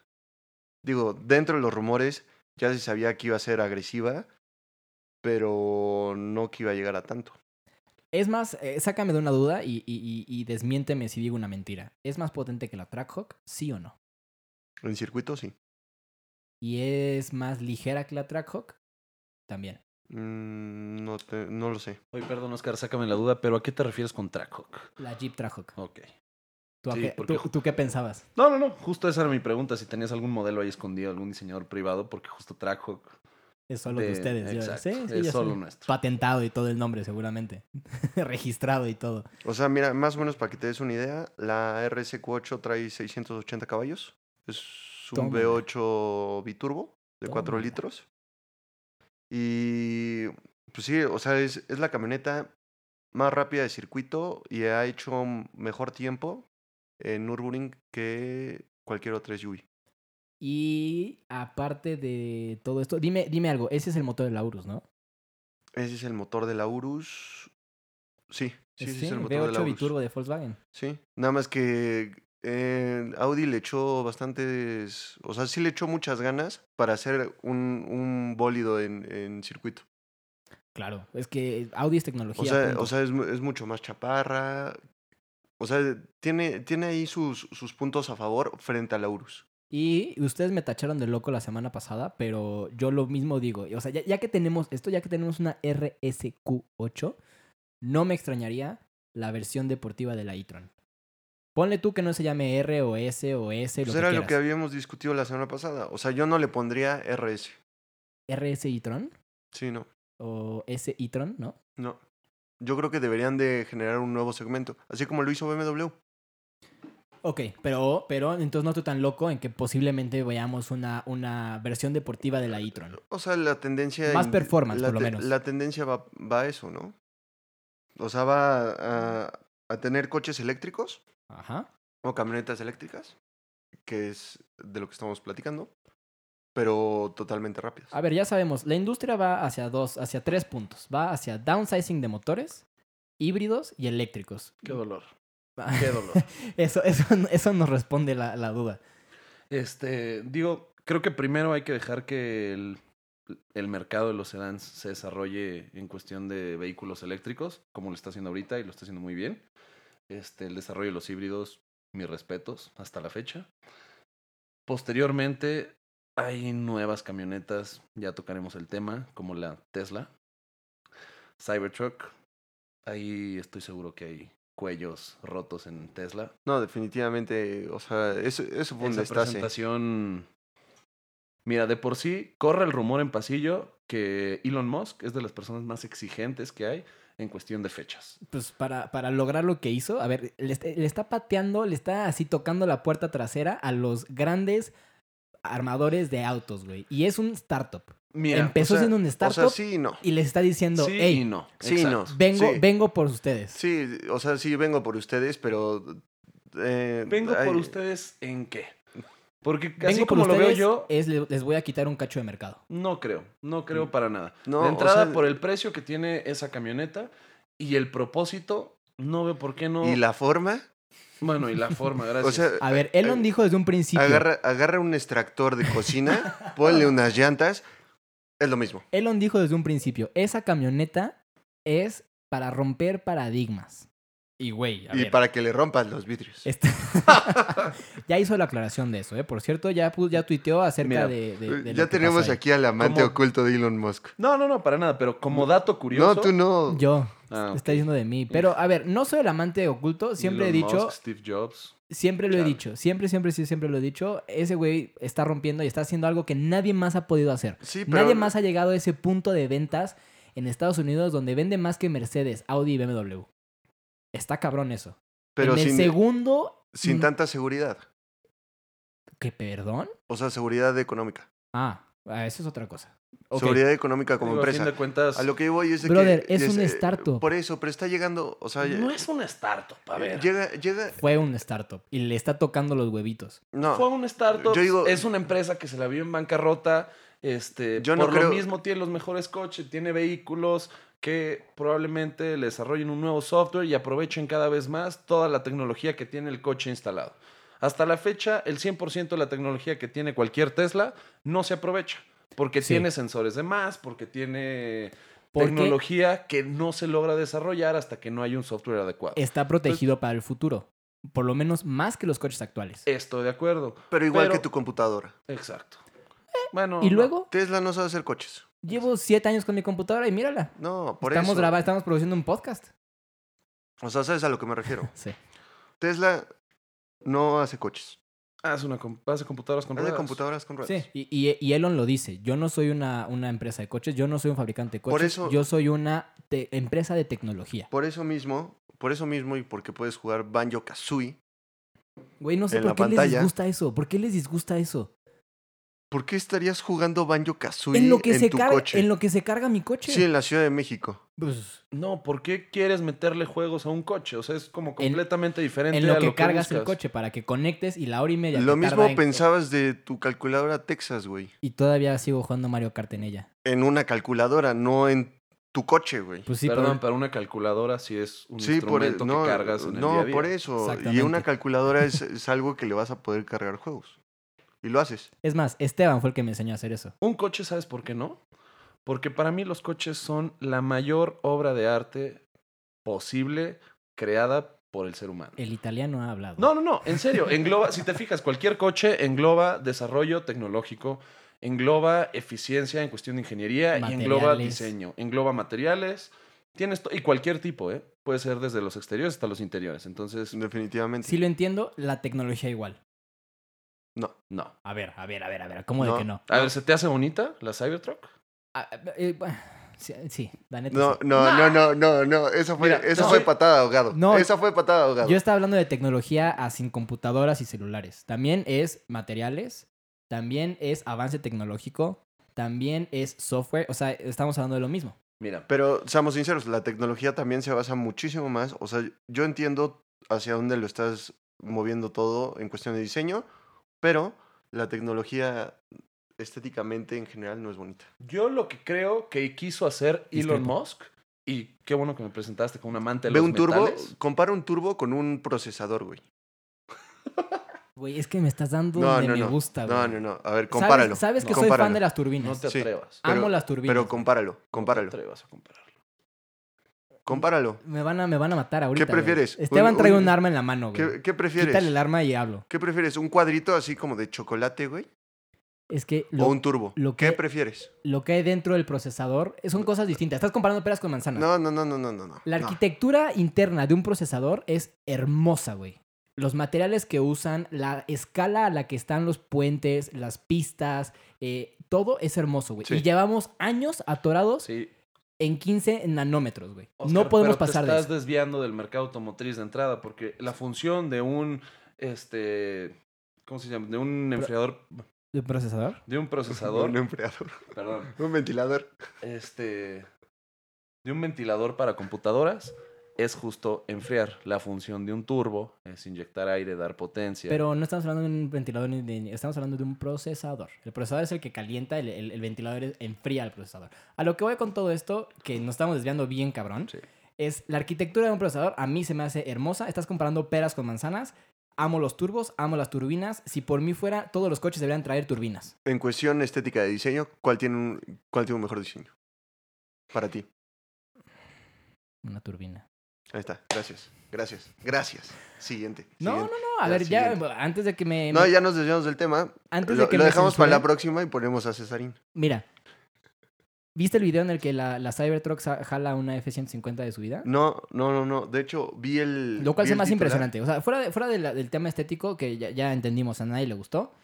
B: Digo, dentro de los rumores ya se sabía que iba a ser agresiva, pero no que iba a llegar a tanto.
A: Es más, eh, sácame de una duda y, y- y- y desmiénteme si digo una mentira. ¿Es más potente que la Trackhawk? ¿Sí o no?
B: En circuito sí.
A: ¿Y es más ligera que la Trackhawk? También.
B: Mm, No, te- no lo sé.
C: Oye, perdón, Oscar, sácame la duda, pero ¿a qué te refieres con Trackhawk?
A: La Jeep Trackhawk.
C: Ok.
A: ¿Tú, a
C: Sí,
A: qué,
C: porque-
A: tú- tú qué pensabas?
C: No, no, no. Justo esa era mi pregunta, si tenías algún modelo ahí escondido, algún diseñador privado, porque justo Trackhawk...
A: Es solo de,
C: de-
A: ustedes. yo-
C: exacto,
A: sí, sí,
C: es
A: yo sé.
C: solo nuestro.
A: Patentado y todo el nombre, seguramente. (laughs) Registrado y todo.
B: O sea, mira, más o menos para que te des una idea, la RSQ8 trae 680 caballos. Es un
A: Tómala.
B: V8 biturbo de 4
A: Tómala.
B: litros. Y pues sí, o sea, es, es la camioneta más rápida de circuito y ha hecho mejor tiempo en Nürburgring que cualquier otra SUV.
A: Y aparte de todo esto, dime, dime algo. Ese es el motor del Laurus, ¿no?
B: Ese es el motor de la Urus. Sí, sí, ese es el motor de la
A: V8
B: Urus.
A: biturbo de Volkswagen.
B: Sí, nada más que eh, Audi le echó bastantes, o sea, sí le echó muchas ganas para hacer un, un bólido en, en circuito.
A: Claro, es que Audi es tecnología.
B: O sea,
A: punto.
B: o sea es, mu- es mucho más chaparra. O sea, tiene, tiene ahí sus, sus puntos a favor frente a la Urus.
A: Y ustedes me tacharon de loco la semana pasada, pero yo lo mismo digo. O sea, ya, ya que tenemos esto, ya que tenemos una RSQ8, no me extrañaría la versión deportiva de la e-tron. Ponle tú que no se llame R o S o S, lo
B: Pues
A: que
B: era lo
A: quieras.
B: que habíamos discutido la semana pasada. O sea, yo no le pondría RS.
A: RS e-tron
B: Sí, no,
A: o S e-tron, ¿no?
B: no. Yo creo que deberían de generar un nuevo segmento, así como lo hizo BMW.
A: Ok, pero, pero entonces no estoy tan loco en que posiblemente veamos una, una versión deportiva de la e-tron.
B: O sea, la tendencia...
A: Más
B: in-
A: performance,
B: la
A: por lo
B: te-
A: menos.
B: La tendencia va, va a eso, ¿no? O sea, va a, a tener coches eléctricos
A: Ajá.
B: o camionetas eléctricas, que es de lo que estamos platicando, pero totalmente rápidas.
A: A ver, ya sabemos, la industria va hacia dos, hacia tres puntos. Va hacia downsizing de motores, híbridos y eléctricos.
C: Qué dolor, qué (laughs) dolor.
A: (laughs) Eso, eso, eso nos responde la, la duda.
C: Este, digo, creo que primero hay que dejar que el, el mercado de los sedans se desarrolle en cuestión de vehículos eléctricos, como lo está haciendo ahorita y lo está haciendo muy bien. Este, el desarrollo de los híbridos, mis respetos, hasta la fecha. Posteriormente, hay nuevas camionetas, ya tocaremos el tema, como la Tesla, Cybertruck. Ahí estoy seguro que hay cuellos rotos en Tesla.
B: No, definitivamente, o sea, eso, eso fue un
C: Esa
B: destace.
C: presentación. Mira, de por sí corre el rumor en pasillo que Elon Musk es de las personas más exigentes que hay en cuestión de fechas.
A: Pues para, para lograr lo que hizo, a ver, le, est- le está pateando, le está así tocando la puerta trasera a los grandes armadores de autos, güey. Y es un startup.
C: Mira,
A: Empezó
B: o sea,
A: siendo un
B: O
A: startup
B: sea, sí y no.
A: y les está diciendo,
C: sí y
A: hey,
C: no.
B: Sí y no.
C: exacto.
A: vengo,
B: sí.
A: vengo por ustedes.
B: Sí, o sea, sí vengo por ustedes, pero... eh,
C: Vengo
B: hay-
C: por ustedes en qué? Porque
A: vengo
C: así
A: por
C: como lo veo
A: ustedes,
C: yo,
A: es, le- les voy a quitar un cacho de mercado.
C: no creo, no creo para nada.
B: Mm. No,
C: de entrada
B: o sea,
C: por el precio que tiene esa camioneta y el propósito, no veo por qué no.
B: ¿Y la forma?
C: Bueno, y la forma,
B: (laughs)
C: gracias.
B: O sea,
A: A ver,
B: eh,
A: Elon dijo desde un principio.
B: Agarra, agarra un extractor de
A: (laughs)
B: cocina, ponle unas llantas, es lo mismo.
A: Elon dijo desde un principio, esa camioneta es para romper paradigmas. Y güey, a
B: y
A: ver,
B: para que le rompas los vidrios. (laughs)
A: está- (laughs) ya hizo la aclaración de eso, ¿eh? Por cierto, ya, pu- ya tuiteó acerca
C: Mira,
A: de, de-
B: Eh,
A: de lo
B: ya
A: que
B: tenemos
A: pasó ahí.
B: aquí al amante
C: Como-
B: oculto de Elon Musk.
C: no, no, no, para nada, pero como dato curioso.
B: No, tú no.
A: Yo,
C: Ah,
A: está diciendo de mí. Pero, a ver, no soy el amante oculto, siempre he
C: Elon
A: dicho,
C: Musk, Steve Jobs.
A: Siempre lo he
B: Chale.
A: dicho, siempre, siempre, sí, siempre lo he dicho. Ese güey está rompiendo y está haciendo algo que nadie más ha podido hacer.
B: Sí, pero-
A: Nadie más ha llegado a ese punto de ventas en Estados Unidos donde vende más que Mercedes, Audi y BMW. Está cabrón eso.
B: Pero
A: en el
B: sin, e-
A: segundo.
B: sin
A: mm,
B: tanta seguridad.
A: ¿Qué perdón?
B: O sea, seguridad económica.
A: Ah, ah, eso es otra cosa. Ok.
B: Seguridad económica como
C: Digo, A fin
B: empresa.
C: de cuentas,
B: A lo que yo voy es de
A: Brother,
B: que...
A: es un
B: eh,
A: startup.
B: Por eso, pero está llegando... O sea,
C: no es un startup,
B: Eh,
C: a ver.
B: llega... llega
A: Fue un startup y le está tocando los huevitos.
B: no.
C: Fue un startup,
B: Yo digo-
C: es una empresa que se la vio en bancarrota, este,
B: Yo no
C: por
B: creo-
C: lo mismo tiene los mejores coches, tiene vehículos que probablemente le desarrollen un nuevo software y aprovechen cada vez más toda la tecnología que tiene el coche instalado. Hasta la fecha, el 100% de la tecnología que tiene cualquier Tesla no se aprovecha, porque
A: Sí.
C: tiene sensores de más, porque tiene
A: Porque-
C: tecnología que no se logra desarrollar hasta que no hay un software adecuado.
A: Está protegido para el futuro. Por lo menos más que los coches actuales.
B: Eh,
C: Estoy de acuerdo.
B: Pero igual
C: pero-
B: que tu computadora.
C: Exacto. Bueno,
A: y
C: no.
A: luego,
B: Tesla no sabe hacer coches.
A: llevo siete años con mi computadora y mírala.
B: No, por
A: estamos
B: eso.
A: grabando, estamos produciendo un podcast.
B: O sea, ¿sabes a lo que me refiero?
A: Sí.
B: Tesla no hace coches.
C: Haz una com- hace computadoras con
B: Hace
C: ruedas.
B: computadoras con ruedas.
A: Sí, y, y- y Elon lo dice. Yo no soy una, una empresa de coches, yo no soy un fabricante de
B: Por
A: coches.
B: eso-
A: Yo soy una te- empresa de tecnología.
B: Por eso mismo, por eso mismo y porque puedes jugar Banjo Kazooie.
A: Güey, no sé
B: En
A: por
B: la
A: qué les
B: pantalla.
A: disgusta eso. ¿Por qué les disgusta eso?
B: ¿Por qué estarías jugando Banjo Kazooie
A: En
B: en,
A: lo, que se
B: tu
A: carga,
B: coche?
A: en lo que se carga mi coche.
B: Sí, en la Ciudad de México.
A: Pues,
C: No, ¿por qué quieres meterle juegos a un coche? O sea, es como completamente diferente
A: en lo
C: a
A: que
C: lo que
A: cargas el
C: buscas.
A: coche para que conectes y la hora y media.
B: Lo
A: que
B: mismo
A: tarda en-
B: pensabas de tu calculadora Texas, güey.
A: Y todavía sigo jugando Mario Kart en ella.
B: En una calculadora, no en tu coche, güey.
A: Pues sí,
C: Perdón,
A: pero-
C: pero una calculadora sí es un
B: sí, por
C: instrumento
B: eso. No,
C: que cargas en el
B: no
C: día a día.
B: por eso. Y
A: Exactamente.
B: una calculadora es, es algo que le vas a poder cargar juegos. Y lo haces.
A: Es más, Esteban fue el que me enseñó a hacer eso.
C: Un coche, ¿sabes por qué no? Porque para mí los coches son la mayor obra de arte posible creada por el ser humano.
A: El italiano ha hablado.
C: No, no, no, en serio, engloba, si te fijas, cualquier coche engloba desarrollo tecnológico, engloba eficiencia en cuestión de ingeniería y engloba
A: Materiales.
C: diseño, engloba materiales, tienes to- y cualquier tipo, ¿eh? Puede ser desde los exteriores hasta los interiores, entonces
B: Definitivamente.
A: Si lo entiendo, la tecnología igual.
B: No.
C: no.
A: A ver, a ver, a ver, a ver. ¿Cómo
B: No.
A: de que no?
C: A ver, ¿se te hace bonita la Cybertruck?
A: Ah, eh, bueno, sí, sí, la neta. sí.
B: No, no, no, no, no, no. Esa fue,
C: ¡Ah! Mira,
B: esa
C: no.
B: fue patada ahogado.
A: No.
B: esa fue patada ahogado.
A: Yo estaba hablando de tecnología ah, sin computadoras y celulares. También es materiales, también es avance tecnológico, también es software. O sea, estamos hablando de lo mismo.
C: Mira,
B: Pero seamos sinceros, la tecnología también se basa muchísimo más. O sea, yo entiendo hacia dónde lo estás moviendo todo en cuestión de diseño, pero la tecnología estéticamente en general no es bonita.
C: yo lo que creo que quiso hacer Elon
A: Discrepo.
C: Musk, y qué bueno que me presentaste con un amante de
B: Ve
C: los
B: un turbo,
C: metales.
B: compara un turbo con un procesador, güey.
A: Güey, es que me estás dando
B: No,
A: donde
B: no,
A: me
B: no.
A: gusta, güey.
B: No, no, no. A ver,
A: ¿Sabes-
B: compáralo.
A: Sabes, que
B: No.
A: soy fan
B: Compáralo.
A: de las
C: No
A: turbinas.
C: te
B: Sí.
C: atrevas.
B: pero-
A: Amo las turbinas.
B: Pero compáralo,
C: No te
B: compáralo,
C: atrevas a compararlo.
B: compáralo.
A: me, van a, me van a matar ahorita. güey.
B: prefieres?
A: Esteban
B: Un-
A: trae un
B: un-
A: arma en la mano, güey.
B: ¿Qué, qué prefieres?
A: Quítale el arma y hablo.
B: ¿Qué prefieres? ¿Un cuadrito así como de chocolate, güey?
A: Es que
B: ¿O
A: lo,
B: un turbo?
A: lo
B: ¿Qué
A: que-
B: prefieres?
A: lo que hay dentro del procesador eh, son cosas distintas. Estás comparando peras con manzanas.
B: No, no, no, no, no, no. no.
A: La arquitectura interna de un procesador es hermosa, güey. Los materiales que usan, la escala a la que están los puentes, las pistas, eh, todo es hermoso, güey.
B: Sí.
A: Y llevamos años atorados
C: Sí,
A: en 15 nanómetros, güey.
C: Oscar,
A: no podemos
C: pero
A: pasar
C: te
A: de
C: estás
A: eso.
C: desviando del mercado automotriz de entrada porque la función de un este ¿cómo se llama? de un enfriador
A: ¿De un procesador?
C: de un procesador,
B: (laughs) Un enfriador.
C: perdón,
B: Un ventilador.
C: este de un ventilador para computadoras es justo enfriar. La función de un turbo es inyectar aire, dar potencia.
A: Pero no estamos hablando de un ventilador, ni de- ni- estamos hablando de un procesador. El procesador es el que calienta, el, el- el ventilador es- enfría el procesador. A lo que voy con todo esto, que nos estamos desviando bien cabrón,
C: Sí.
A: es la arquitectura de un procesador a mí se me hace hermosa. Estás comparando peras con manzanas. Amo los turbos, amo las turbinas. Si por mí fuera, todos los coches deberían traer turbinas.
B: En cuestión estética de diseño, ¿cuál tiene un, cuál tiene un mejor diseño? Para ti.
A: Una turbina.
B: Ahí está. Gracias. Gracias. Gracias. Siguiente.
A: No, no,
B: siguiente.
A: no. A
B: Ya,
A: ver, ya,
B: siguiente.
A: antes de que me...
B: No,
A: me-
B: ya nos desviamos del tema.
A: Antes
B: lo
A: de que
B: lo
A: me
B: dejamos para la
A: censuren-
B: próxima y ponemos a Cesarín.
A: Mira, ¿Viste el video en el que la, la Cybertruck sa- jala una F-150 de su vida?
B: No, no, no, no. De hecho, vi el.
A: Lo cual
B: vi
A: es
B: el
A: más
B: titular.
A: impresionante. O sea, fuera, de- fuera de la- del tema estético, que ya, ya entendimos, a nadie le gustó,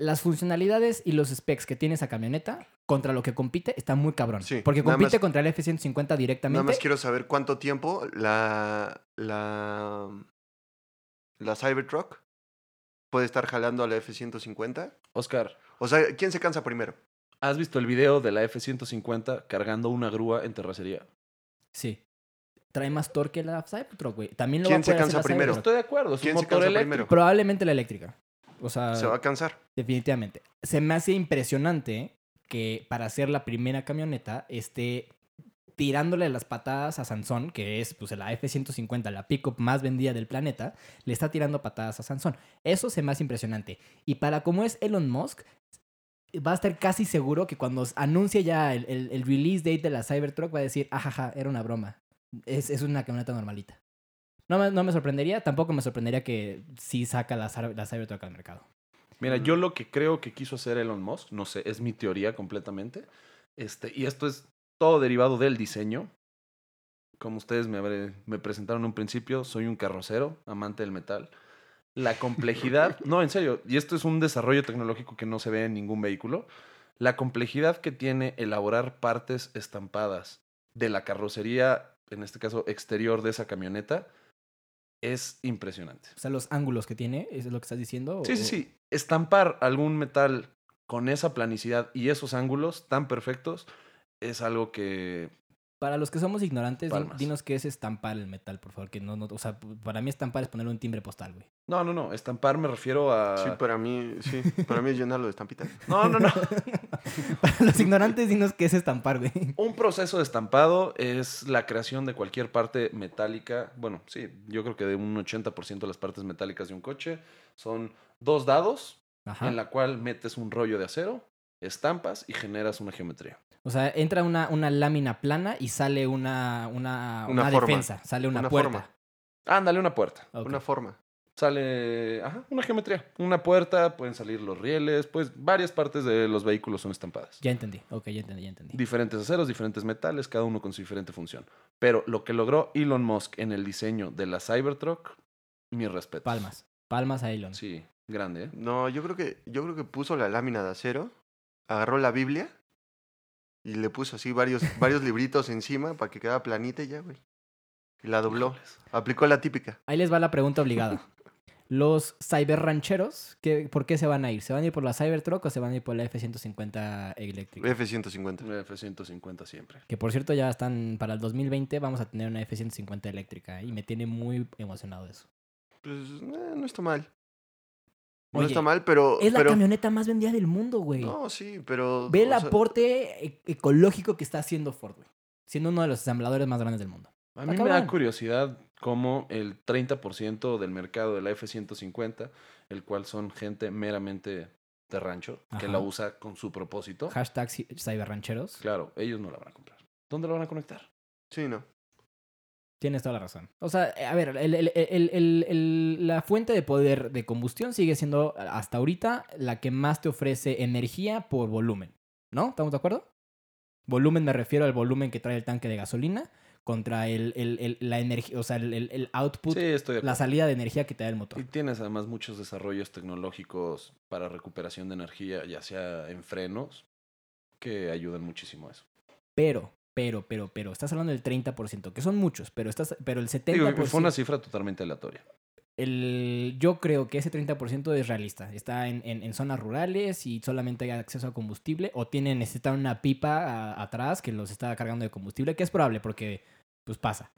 A: las funcionalidades y los specs que tiene esa camioneta contra lo que compite está muy cabrón.
B: Sí,
A: porque
B: nada
A: compite
B: más-
A: contra el F-150
B: Nada
A: directamente.
B: más quiero saber cuánto tiempo la. La. mm, La Cybertruck puede estar jalando a la F-150.
C: Oscar,
B: O sea, ¿quién se cansa primero?
C: ¿has visto el video de la F-150 cargando una grúa en terracería?
A: Sí. Trae más torque la Cybertruck, güey. También lo
B: ¿Quién
A: va a
B: se
A: poder hacer
B: cansa
A: la
B: primero?
A: Cybertruck.
C: Estoy de acuerdo, es un
B: ¿Quién se
C: motor
B: cansa
C: eléctrico.
B: primero?
A: Probablemente la eléctrica. O sea,
B: Se va a cansar.
A: definitivamente. Se me hace impresionante que para ser la primera camioneta esté tirándole las patadas a Sansón, que es pues la F-150, la pickup más vendida del planeta, le está tirando patadas a Sansón. Eso se me hace impresionante. Y para como es Elon Musk, va a estar casi seguro que cuando anuncie ya el, el- el release date de la Cybertruck va a decir, ajaja, era una broma. Es, es una camioneta normalita. No me, no me sorprendería, tampoco me sorprendería que sí saca la, Cyber- la Cybertruck al mercado.
C: Mira, yo lo que creo que quiso hacer Elon Musk, no sé, es mi teoría completamente. Este, y esto es todo derivado del diseño. Como ustedes me, habré- me presentaron en un principio, soy un carrocero, amante del metal. La complejidad, no, en serio, y esto es un desarrollo tecnológico que no se ve en ningún vehículo. La complejidad que tiene elaborar partes estampadas de la carrocería, en este caso exterior de esa camioneta, es impresionante.
A: O sea, los ángulos que tiene, ¿eso es lo que estás diciendo?
C: Sí,
A: ¿O-
C: sí, sí. Estampar algún metal con esa planicidad y esos ángulos tan perfectos es algo que
A: Para los que somos ignorantes, din-
C: Palmas.
A: dinos qué es estampar el metal, por favor. Que no, no, o sea, para mí estampar es ponerle un timbre postal, güey.
C: no, no, no. Estampar me refiero a
B: Sí,
A: pues.
B: para mí, sí. Para mí es llenarlo de (laughs) estampitas.
C: no, no, no.
A: (laughs) para los ignorantes, dinos qué es estampar, güey.
C: Un proceso de estampado es la creación de cualquier parte metálica. Bueno, sí, yo creo que de un 80% de las partes metálicas de un coche son dos dados
A: Ajá.
C: en la cual metes un rollo de acero, estampas y generas una geometría.
A: O sea, entra una, una lámina plana y sale una, una,
B: Una
A: una
B: forma.
A: defensa, sale una,
B: Una
A: puerta.
C: Ándale una puerta.
A: Ok.
B: Una forma.
C: sale ajá, una geometría, una puerta, pueden salir los rieles, pues varias partes de los vehículos son estampadas.
A: Ya entendí, ok, ya entendí, ya entendí.
C: Diferentes aceros, diferentes metales, cada uno con su diferente función. Pero lo que logró Elon Musk en el diseño de la Cybertruck, mi respeto.
A: Palmas, palmas a Elon.
C: Sí, grande, ¿eh?
B: No, yo creo que, yo creo que puso la lámina de acero, agarró la Biblia y le puso así varios, varios libritos encima para que quedara planita y ya, güey. Y la dobló.
C: Híjoles.
B: Aplicó la típica.
A: Ahí les va la pregunta obligada. (laughs) Los cyberrancheros, ¿qué, ¿por qué se van a ir? ¿Se van a ir por la Cybertruck o se van a ir por la F-150 eléctrica?
B: F-150.
C: F-150 siempre.
A: Que por cierto, ya están para el 2020, vamos a tener una F-150 eléctrica y me tiene muy emocionado eso.
B: Pues eh, no está mal. No
A: Oye,
B: está mal, pero.
A: Es la
B: Oh, pero-
A: camioneta más vendida del mundo, güey.
B: No, sí, pero.
A: Ve el
B: o sea,
A: aporte e- ecológico que está haciendo Ford, güey. Siendo uno de los ensambladores más grandes del mundo.
C: A
A: Está
C: mí me da
A: cabrón.
C: curiosidad cómo el 30% del mercado de la F-150, el cual son gente meramente de rancho, que
A: Ajá.
C: la usa con su propósito.
A: Hashtag ci- cyberrancheros.
C: Claro, ellos no la van a comprar. ¿Dónde la van a conectar?
B: Sí, no.
A: Tienes toda la razón. O sea, eh, a ver, el- el- el- el- el- la fuente de poder de combustión sigue siendo hasta ahorita la que más te ofrece energía por volumen. ¿No? ¿Estamos de acuerdo? Volumen me refiero al volumen que trae el tanque de gasolina contra el, el- el- la energía, o sea, el, el- el output,
C: Sí, estoy de
A: la
C: acuerdo.
A: salida de energía que te da el
C: Y
A: motor.
C: tienes además muchos desarrollos tecnológicos para recuperación de energía, ya sea en frenos, que ayudan muchísimo a eso.
A: Pero, pero, pero, pero, estás hablando del 30%, que son muchos, pero estás, pero el 70%.
C: Digo, fue una cifra totalmente aleatoria.
A: el, yo creo que ese 30% es realista. Está en, en- en zonas rurales y solamente hay acceso a combustible. O tienen, necesitan una pipa a- atrás que los está cargando de combustible, que es probable porque pues pasa.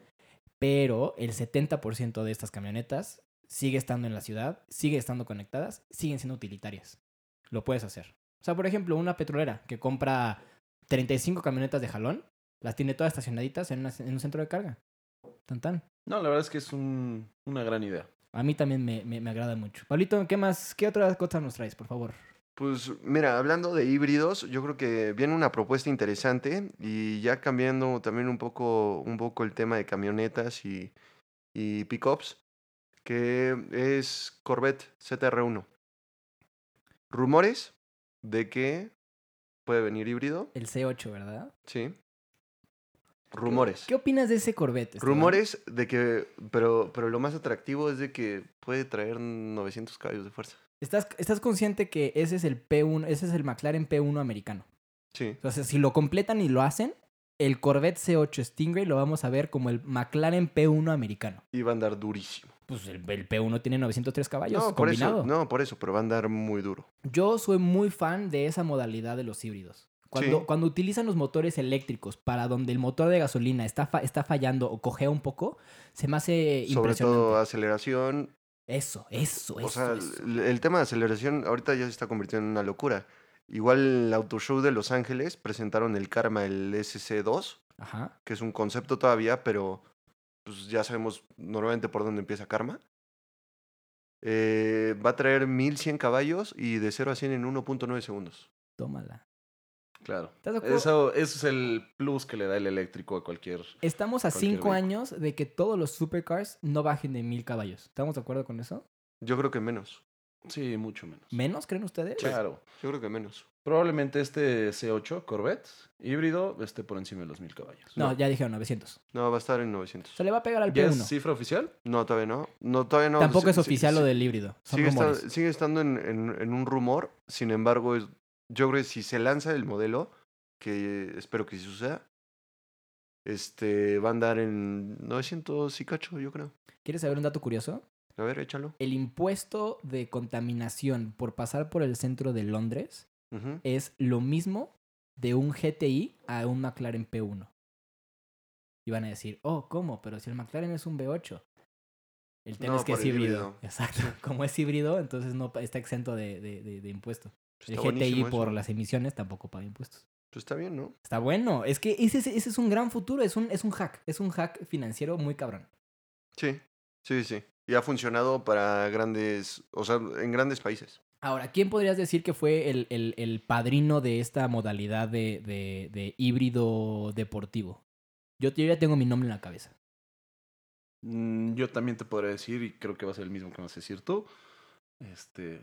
A: Pero el 70% de estas camionetas sigue estando en la ciudad, sigue estando conectadas, siguen siendo utilitarias. Lo puedes hacer. O sea, por ejemplo, una petrolera que compra 35 camionetas de jalón, las tiene todas estacionaditas en, una- en un centro de carga. Tan tan.
C: No, la verdad es que es un- una gran idea.
A: A mí también me, me- me agrada mucho. Pablito, ¿qué más? ¿Qué otras cosas nos traes, por favor?
B: Pues mira, hablando de híbridos, yo creo que viene una propuesta interesante y ya cambiando también un poco, un poco el tema de camionetas y, y pickups, que es Corvette ZR1. Rumores de que puede venir híbrido.
A: El C8, ¿verdad?
B: Sí. Rumores.
A: ¿Qué opinas de ese Corvette? Esteban?
B: Rumores de que, pero, pero lo más atractivo es de que puede traer 900 caballos de fuerza.
A: ¿Estás, estás consciente que ese es el P1, ese es el McLaren P1 americano.
B: Sí.
A: Entonces, si lo completan y lo hacen, el Corvette C8 Stingray lo vamos a ver como el McLaren P1 americano.
B: Y va a andar durísimo.
A: Pues el, el P1 tiene 903 caballos
B: No, por
A: combinado.
B: eso, no, por eso, pero va a andar muy duro.
A: Yo soy muy fan de esa modalidad de los híbridos. Cuando,
B: Sí.
A: cuando utilizan los motores eléctricos para donde el motor de gasolina está, fa- está fallando o cogea un poco, se me hace
B: Sobre
A: Eh, impresionante. Pues,
B: todo aceleración.
A: Eso, eso, eso.
B: o sea,
A: eso.
B: el, el tema de aceleración ahorita ya se está convirtiendo en una locura. Igual en el Auto Show de Los Ángeles presentaron el Karma, el SC2,
A: Ajá.
B: que es un concepto todavía, pero pues ya sabemos normalmente por dónde empieza Karma. Eh, va a traer 1100 caballos y de 0 a 100 en 1.9 segundos.
A: Tómala.
C: Claro.
A: ¿Estás de acuerdo?
C: Eso, eso es el plus que le da el eléctrico a cualquier.
A: Estamos a
C: Cualquier
A: cinco
C: vehículo.
A: años de que todos los supercars no bajen de mil caballos. ¿Estamos de acuerdo con eso?
B: Yo creo que menos.
C: Sí, mucho menos.
A: ¿Menos, creen ustedes?
C: Claro.
B: Yo creo que menos.
C: Probablemente este C8 Corvette híbrido esté por encima de los mil caballos.
A: No, ya dijeron 900.
B: No, va a estar en 900.
A: Se le va a pegar al
C: ¿Ya
A: P1.
C: es cifra oficial?
B: No, todavía no. No, todavía no.
A: Tampoco
B: Sí-
A: es
B: sí-
A: oficial
B: sí-
A: lo del híbrido. Son
B: sigue, esta-
A: rumores.
B: sigue estando en, en- en un rumor. Sin embargo, es- yo creo que si se lanza el modelo, que espero que sí suceda, este, va a andar en 900 y cacho, yo creo.
A: ¿Quieres saber un dato curioso?
B: A ver, échalo.
A: El impuesto de contaminación por pasar por el centro de Londres
B: Ujú.
A: es lo mismo de un GTI a un McLaren P1. Y van a decir, oh, ¿cómo? Pero si el McLaren es un V8. El tema
B: No,
A: es que
B: por
A: es
B: el
A: híbrido.
B: híbrido.
A: (laughs) Exacto. Como es híbrido, entonces no pa- está exento de, de- de- de impuesto.
B: Pues
A: El
B: está
A: GTI
B: buenísimo eso.
A: por las emisiones tampoco paga impuestos.
B: Pues está bien, ¿no?
A: Está bueno. Es que ese, es- ese es un gran futuro. Es un, es un hack. Es un hack financiero muy cabrón.
B: Sí, sí, sí. Y ha funcionado para grandes, o sea, en grandes países.
A: Ahora, ¿quién podrías decir que fue el, el- el padrino de esta modalidad de, de- de híbrido deportivo? Yo, yo ya tengo mi nombre en la cabeza.
C: Mm, yo también te podré decir, y creo que va a ser el mismo que vas a decir tú. Este.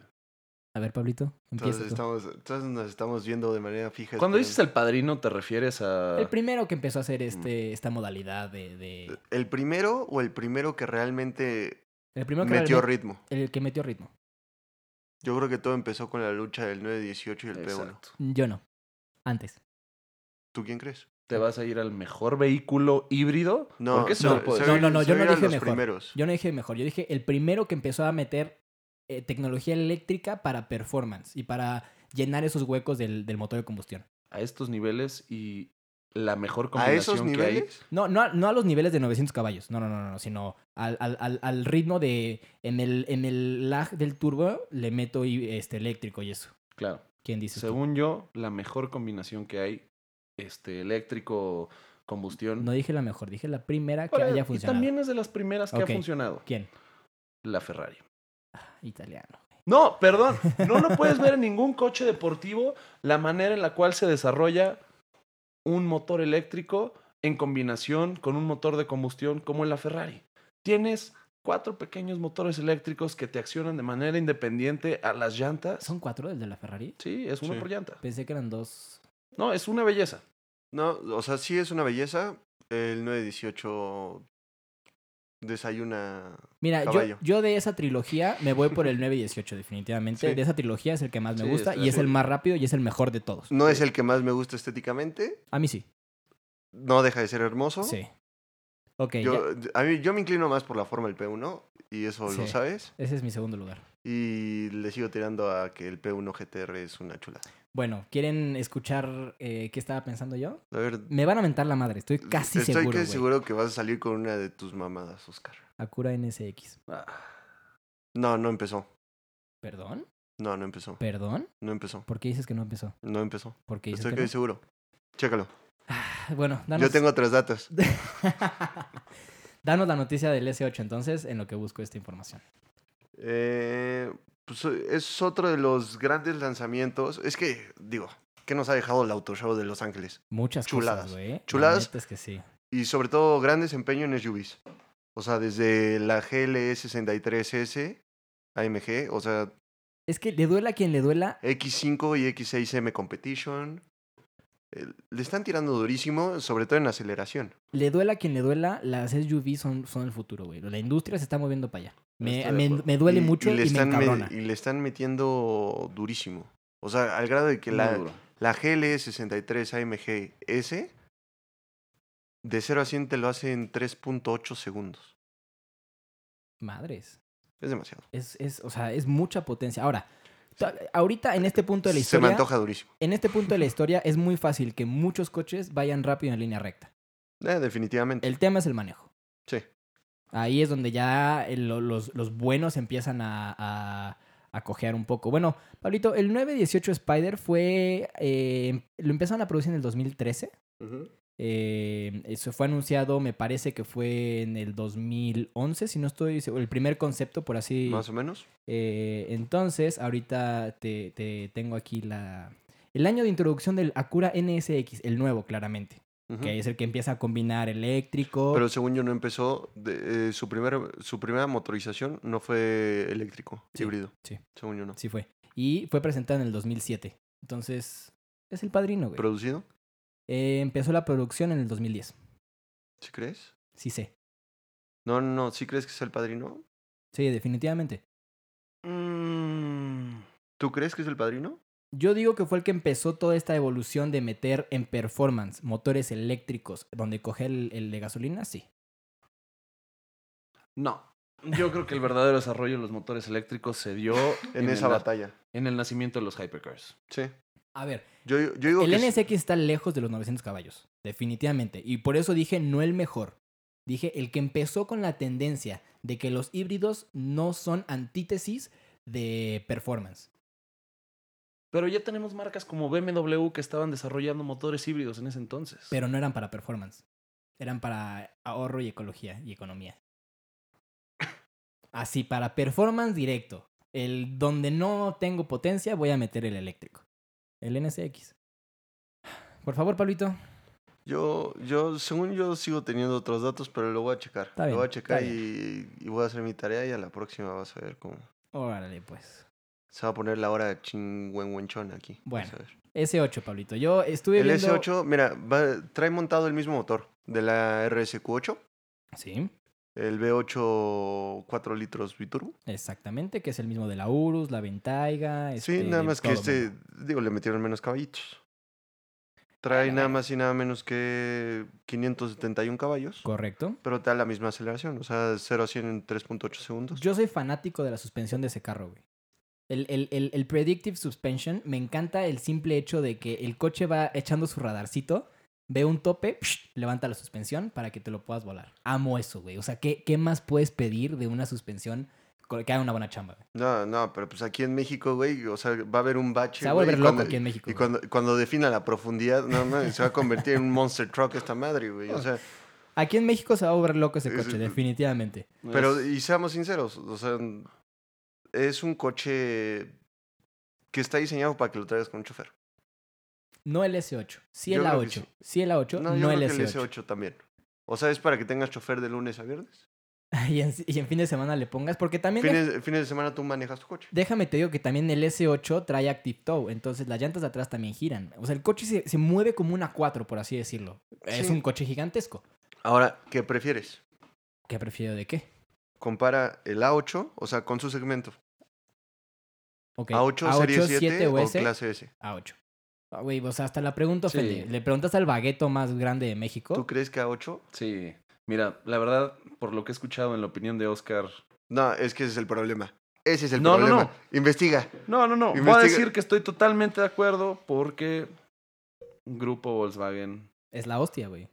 A: A ver, Pablito, empieza tú.
B: Entonces, estamos, entonces nos estamos viendo de manera fija.
C: Cuando dices
B: esperando.
C: el padrino, ¿te refieres a.
A: El primero que empezó a hacer este, esta modalidad de... de-
B: ¿El primero o el primero que realmente
A: el primero que
B: metió
A: realmente-
B: ritmo?
A: El que metió ritmo.
B: Yo creo que todo empezó con la lucha del 9-18 y el P1.
C: Exacto.
A: Yo no. Antes.
B: ¿Tú quién crees?
C: ¿Te vas a ir al mejor vehículo híbrido?
B: No, pues,
C: Porque eso
A: no,
C: no lo puedo
A: no,
C: decir.
A: no, yo
B: se
A: no
B: eran
A: dije
B: los
A: mejor.
B: primeros.
A: Yo no dije mejor. Yo dije el primero que empezó a meter eh, tecnología eléctrica para performance y para llenar esos huecos del, del motor de combustión.
C: A estos niveles y la mejor
B: ¿A
C: combinación
B: esos
C: que hay.
B: niveles?
A: No, no, a- no a los niveles de 900 caballos, no, no, no, no, sino al, al- al- al ritmo de... En el, en el lag del turbo le meto y- este, eléctrico y eso.
C: Claro.
A: ¿Quién dice?
C: Según yo, la mejor combinación que hay, este, eléctrico, combustión.
A: No dije la mejor, dije la primera que
C: Ahora,
A: haya
C: y
A: funcionado.
C: también es de las primeras que
A: Ok.
C: ha funcionado.
A: ¿Quién?
C: La Ferrari.
A: Italiano.
C: No, perdón. No lo puedes ver en ningún coche deportivo la manera en la cual se desarrolla un motor eléctrico en combinación con un motor de combustión como en la Ferrari. Tienes cuatro pequeños motores eléctricos que te accionan de manera independiente a las llantas.
A: ¿Son cuatro desde la Ferrari?
C: Sí, es uno
B: Sí.
C: por llanta.
A: Pensé que eran dos.
C: No, es una belleza.
B: No, o sea, sí es una belleza. El 9-18 desayuna...
A: Mira, yo,
B: Caballo.
A: yo de esa trilogía me voy por el 9 y 18, definitivamente.
B: Sí.
A: De esa trilogía es el que más me
C: Sí,
A: gusta
C: estoy
A: y
C: de
A: es el
C: acuerdo.
A: más rápido y es el mejor de todos.
B: No es el que más me gusta estéticamente.
A: A mí sí.
B: No deja de ser hermoso.
A: Sí. Ok, Eh, ya.
B: Yo, a mí, yo me inclino más por la forma del P1 y eso
A: Sí.
B: lo sabes.
A: ese es mi segundo lugar.
B: Y le sigo tirando a que el P1 GTR es una chulada.
A: Bueno, ¿quieren escuchar eh, qué estaba pensando yo?
B: A ver,
A: Me van a mentar la madre, estoy casi
B: estoy
A: seguro.
B: que
A: güey.
B: seguro que vas a salir con una de tus mamadas, Oscar.
A: Acura NSX.
C: Ah,
B: No, no empezó.
A: ¿Perdón?
B: No, no empezó.
A: ¿Perdón?
B: No empezó.
A: ¿Por qué dices que no empezó?
B: No empezó.
A: ¿Por qué dices
B: Estoy
A: que
B: casi
A: no? Ah,
B: seguro. Chécalo.
A: Bueno, danos,
B: Yo tengo otras datas.
A: (laughs) danos la noticia del S8 entonces en lo que busco esta información.
B: Eh, pues, es otro de los grandes lanzamientos. Es que, digo, ¿qué nos ha dejado el Auto Show de Los Ángeles?
A: Muchas
B: Chuladas.
A: cosas, güey. La
B: Chuladas.
A: neta es que sí.
B: Y sobre todo, gran desempeño en SUVs. O sea, desde la GLE63S, AMG, o sea,
A: Es que le duela a quien le duela,
B: X5 y X6M Competition. eh, le están tirando durísimo, sobre todo en aceleración.
A: Le duela a quien le duela, las SUV son, son el futuro, güey. La industria se está moviendo para allá. Me,
C: Estoy de
A: me-
C: acuerdo.
A: me duele
B: Y-
A: mucho y,
B: le están
A: me
B: me-
A: encabrona.
B: y le están metiendo durísimo. O sea, al grado de que
C: Muy
B: la,
C: duro.
B: La GL63 AMG S de 0 a 100 te lo hace en 3.8 segundos.
A: Madres.
B: Es demasiado.
A: Es, es, o sea, es mucha potencia. Ahora, ta- ahorita en este punto de la
B: Se
A: historia...
B: me antoja durísimo.
A: En este punto de la historia es muy fácil que muchos coches vayan rápido en línea recta.
B: Eh, definitivamente.
A: El tema es el manejo.
B: Sí.
A: Ahí es donde ya el- lo- los, los buenos empiezan a, a, a cojear un poco. Bueno, Pablito, el 918 Spider fue. eh, lo empezaron a producir en el 2013. Eh, eso fue anunciado, me parece que fue en el 2011, si no estoy. seguro, El primer concepto, por así.
B: Más o menos.
A: Eh, entonces, ahorita te, te tengo aquí la. El año de introducción del Acura NSX, el nuevo, claramente.
B: Ujú.
A: Que es el que empieza a combinar eléctrico.
B: Pero según yo no empezó, de- eh, su, primer, su primera motorización no fue eléctrico,
A: Sí,
B: híbrido.
A: sí.
B: Según yo no.
A: Sí fue. Y fue presentado en el 2007. Entonces, es el padrino, güey.
B: ¿Producido?
A: Eh, empezó la producción en el 2010.
B: ¿Sí crees?
A: Sí sé.
B: No, no, no. ¿Sí crees que es el padrino?
A: Sí, definitivamente.
C: Mm.
B: ¿Tú crees que es el padrino?
A: Yo digo que fue el que empezó toda esta evolución de meter en performance motores eléctricos, donde coge el, el de gasolina, sí.
C: No. Yo creo que el verdadero desarrollo de los motores eléctricos se dio
B: (laughs) En, esa
C: el na-
B: batalla.
C: En el nacimiento de los hypercars.
B: Sí.
A: A ver,
B: Yo, yo digo
A: el
B: que...
A: NSX está lejos de los 900 caballos, definitivamente. Y por eso dije no el mejor. Dije el que empezó con la tendencia de que los híbridos no son antítesis de performance.
C: Pero ya tenemos marcas como BMW que estaban desarrollando motores híbridos en ese entonces.
A: Pero no eran para performance. Eran para ahorro y ecología y economía. Así, para performance directo. El donde no tengo potencia, voy a meter el eléctrico. El NSX. Por favor, Pablito.
B: Yo, yo, según yo sigo teniendo otros datos, pero lo voy a checar.
A: Está bien,
B: lo voy a
A: está
B: checar y, y voy a hacer mi tarea y a la próxima vas a ver cómo.
A: Órale, pues.
B: Se va a poner la hora chingüengüenchón aquí.
A: Bueno,
B: vas a ver.
A: S8, Pablito. Yo estuve
B: El
A: viendo...
B: S8, mira, va- trae montado el mismo motor de la RSQ8,
A: Sí,
B: el V8 4 litros biturbo.
A: exactamente, que es el mismo de la Urus, la Ventaiga.
B: sí,
A: este,
B: nada
A: de
B: más que
A: todo,
B: este,
A: mano.
B: digo, le metieron menos caballitos.
A: Ay,
B: Trae
A: Ah, la
B: nada
A: verga.
B: más y nada menos que 571 caballos,
A: Correcto.
B: pero te da la misma aceleración, o sea, 0 a 100 en 3.8 segundos.
A: Yo soy fanático de la suspensión de ese carro, güey. El, el- el- el Predictive Suspension, me encanta el simple hecho de que el coche va echando su radarcito, ve un tope, psh, levanta la suspensión para que te lo puedas volar. Amo eso, güey. O sea, ¿qué, qué más puedes pedir de una suspensión co- que haga una buena chamba? güey?
B: No, no, pero pues aquí en México, güey, o sea, va a haber un bache.
A: Se va a
B: güey,
A: volver
B: y
A: loco
B: cuando-
A: aquí en México.
B: Y
A: güey.
B: cuando, cuando defina la profundidad, no, no, se va a convertir en un monster truck esta madre, güey. O sea,
A: Aquí en México se va a volver loco ese
B: Es-
A: coche, definitivamente.
B: pero,
C: Es-
B: y seamos sinceros, o sea, es un coche que está diseñado para que lo traigas con un chofer.
A: No el S8, sí
B: Yo
A: el
B: creo que
A: A8. Sí.
B: sí.
A: el A8, no,
B: No, yo
A: el
B: creo que el
A: S8.
B: S8 también. O sea, es para que tengas chofer de lunes a viernes.
A: (laughs) Y en, y en fin de semana le pongas, porque también... dej-
B: Fines, fines de semana tú manejas tu coche.
A: Déjame te digo que también el S8 trae Active Tow, entonces las llantas de atrás también giran. O sea, el coche se, se mueve como una 4, por así decirlo. Es
B: Sí.
A: un coche gigantesco.
B: Ahora, ¿qué prefieres?
A: ¿Qué prefiero de qué?
B: Compara el A8, o sea, con su segmento.
A: Ok,
B: A8, serie 7,
A: 7
B: o
A: S,
B: clase S.
A: A8. Ah, Güey, o sea, hasta la pregunta
C: Sí.
A: ofende. Le preguntas al bagueto más grande de
B: ¿Tú
A: México.
B: crees que A8
C: Sí. Mira, la verdad, por lo que he escuchado en la opinión de Oscar.
B: No, es que ese es el problema. Ese es el
C: No, no,
B: problema.
C: no.
B: Investiga.
C: No, no, no. Voy a
B: Investiga-
C: decir que estoy totalmente de acuerdo porque Grupo Volkswagen
A: Es la hostia,
B: (laughs)
A: güey.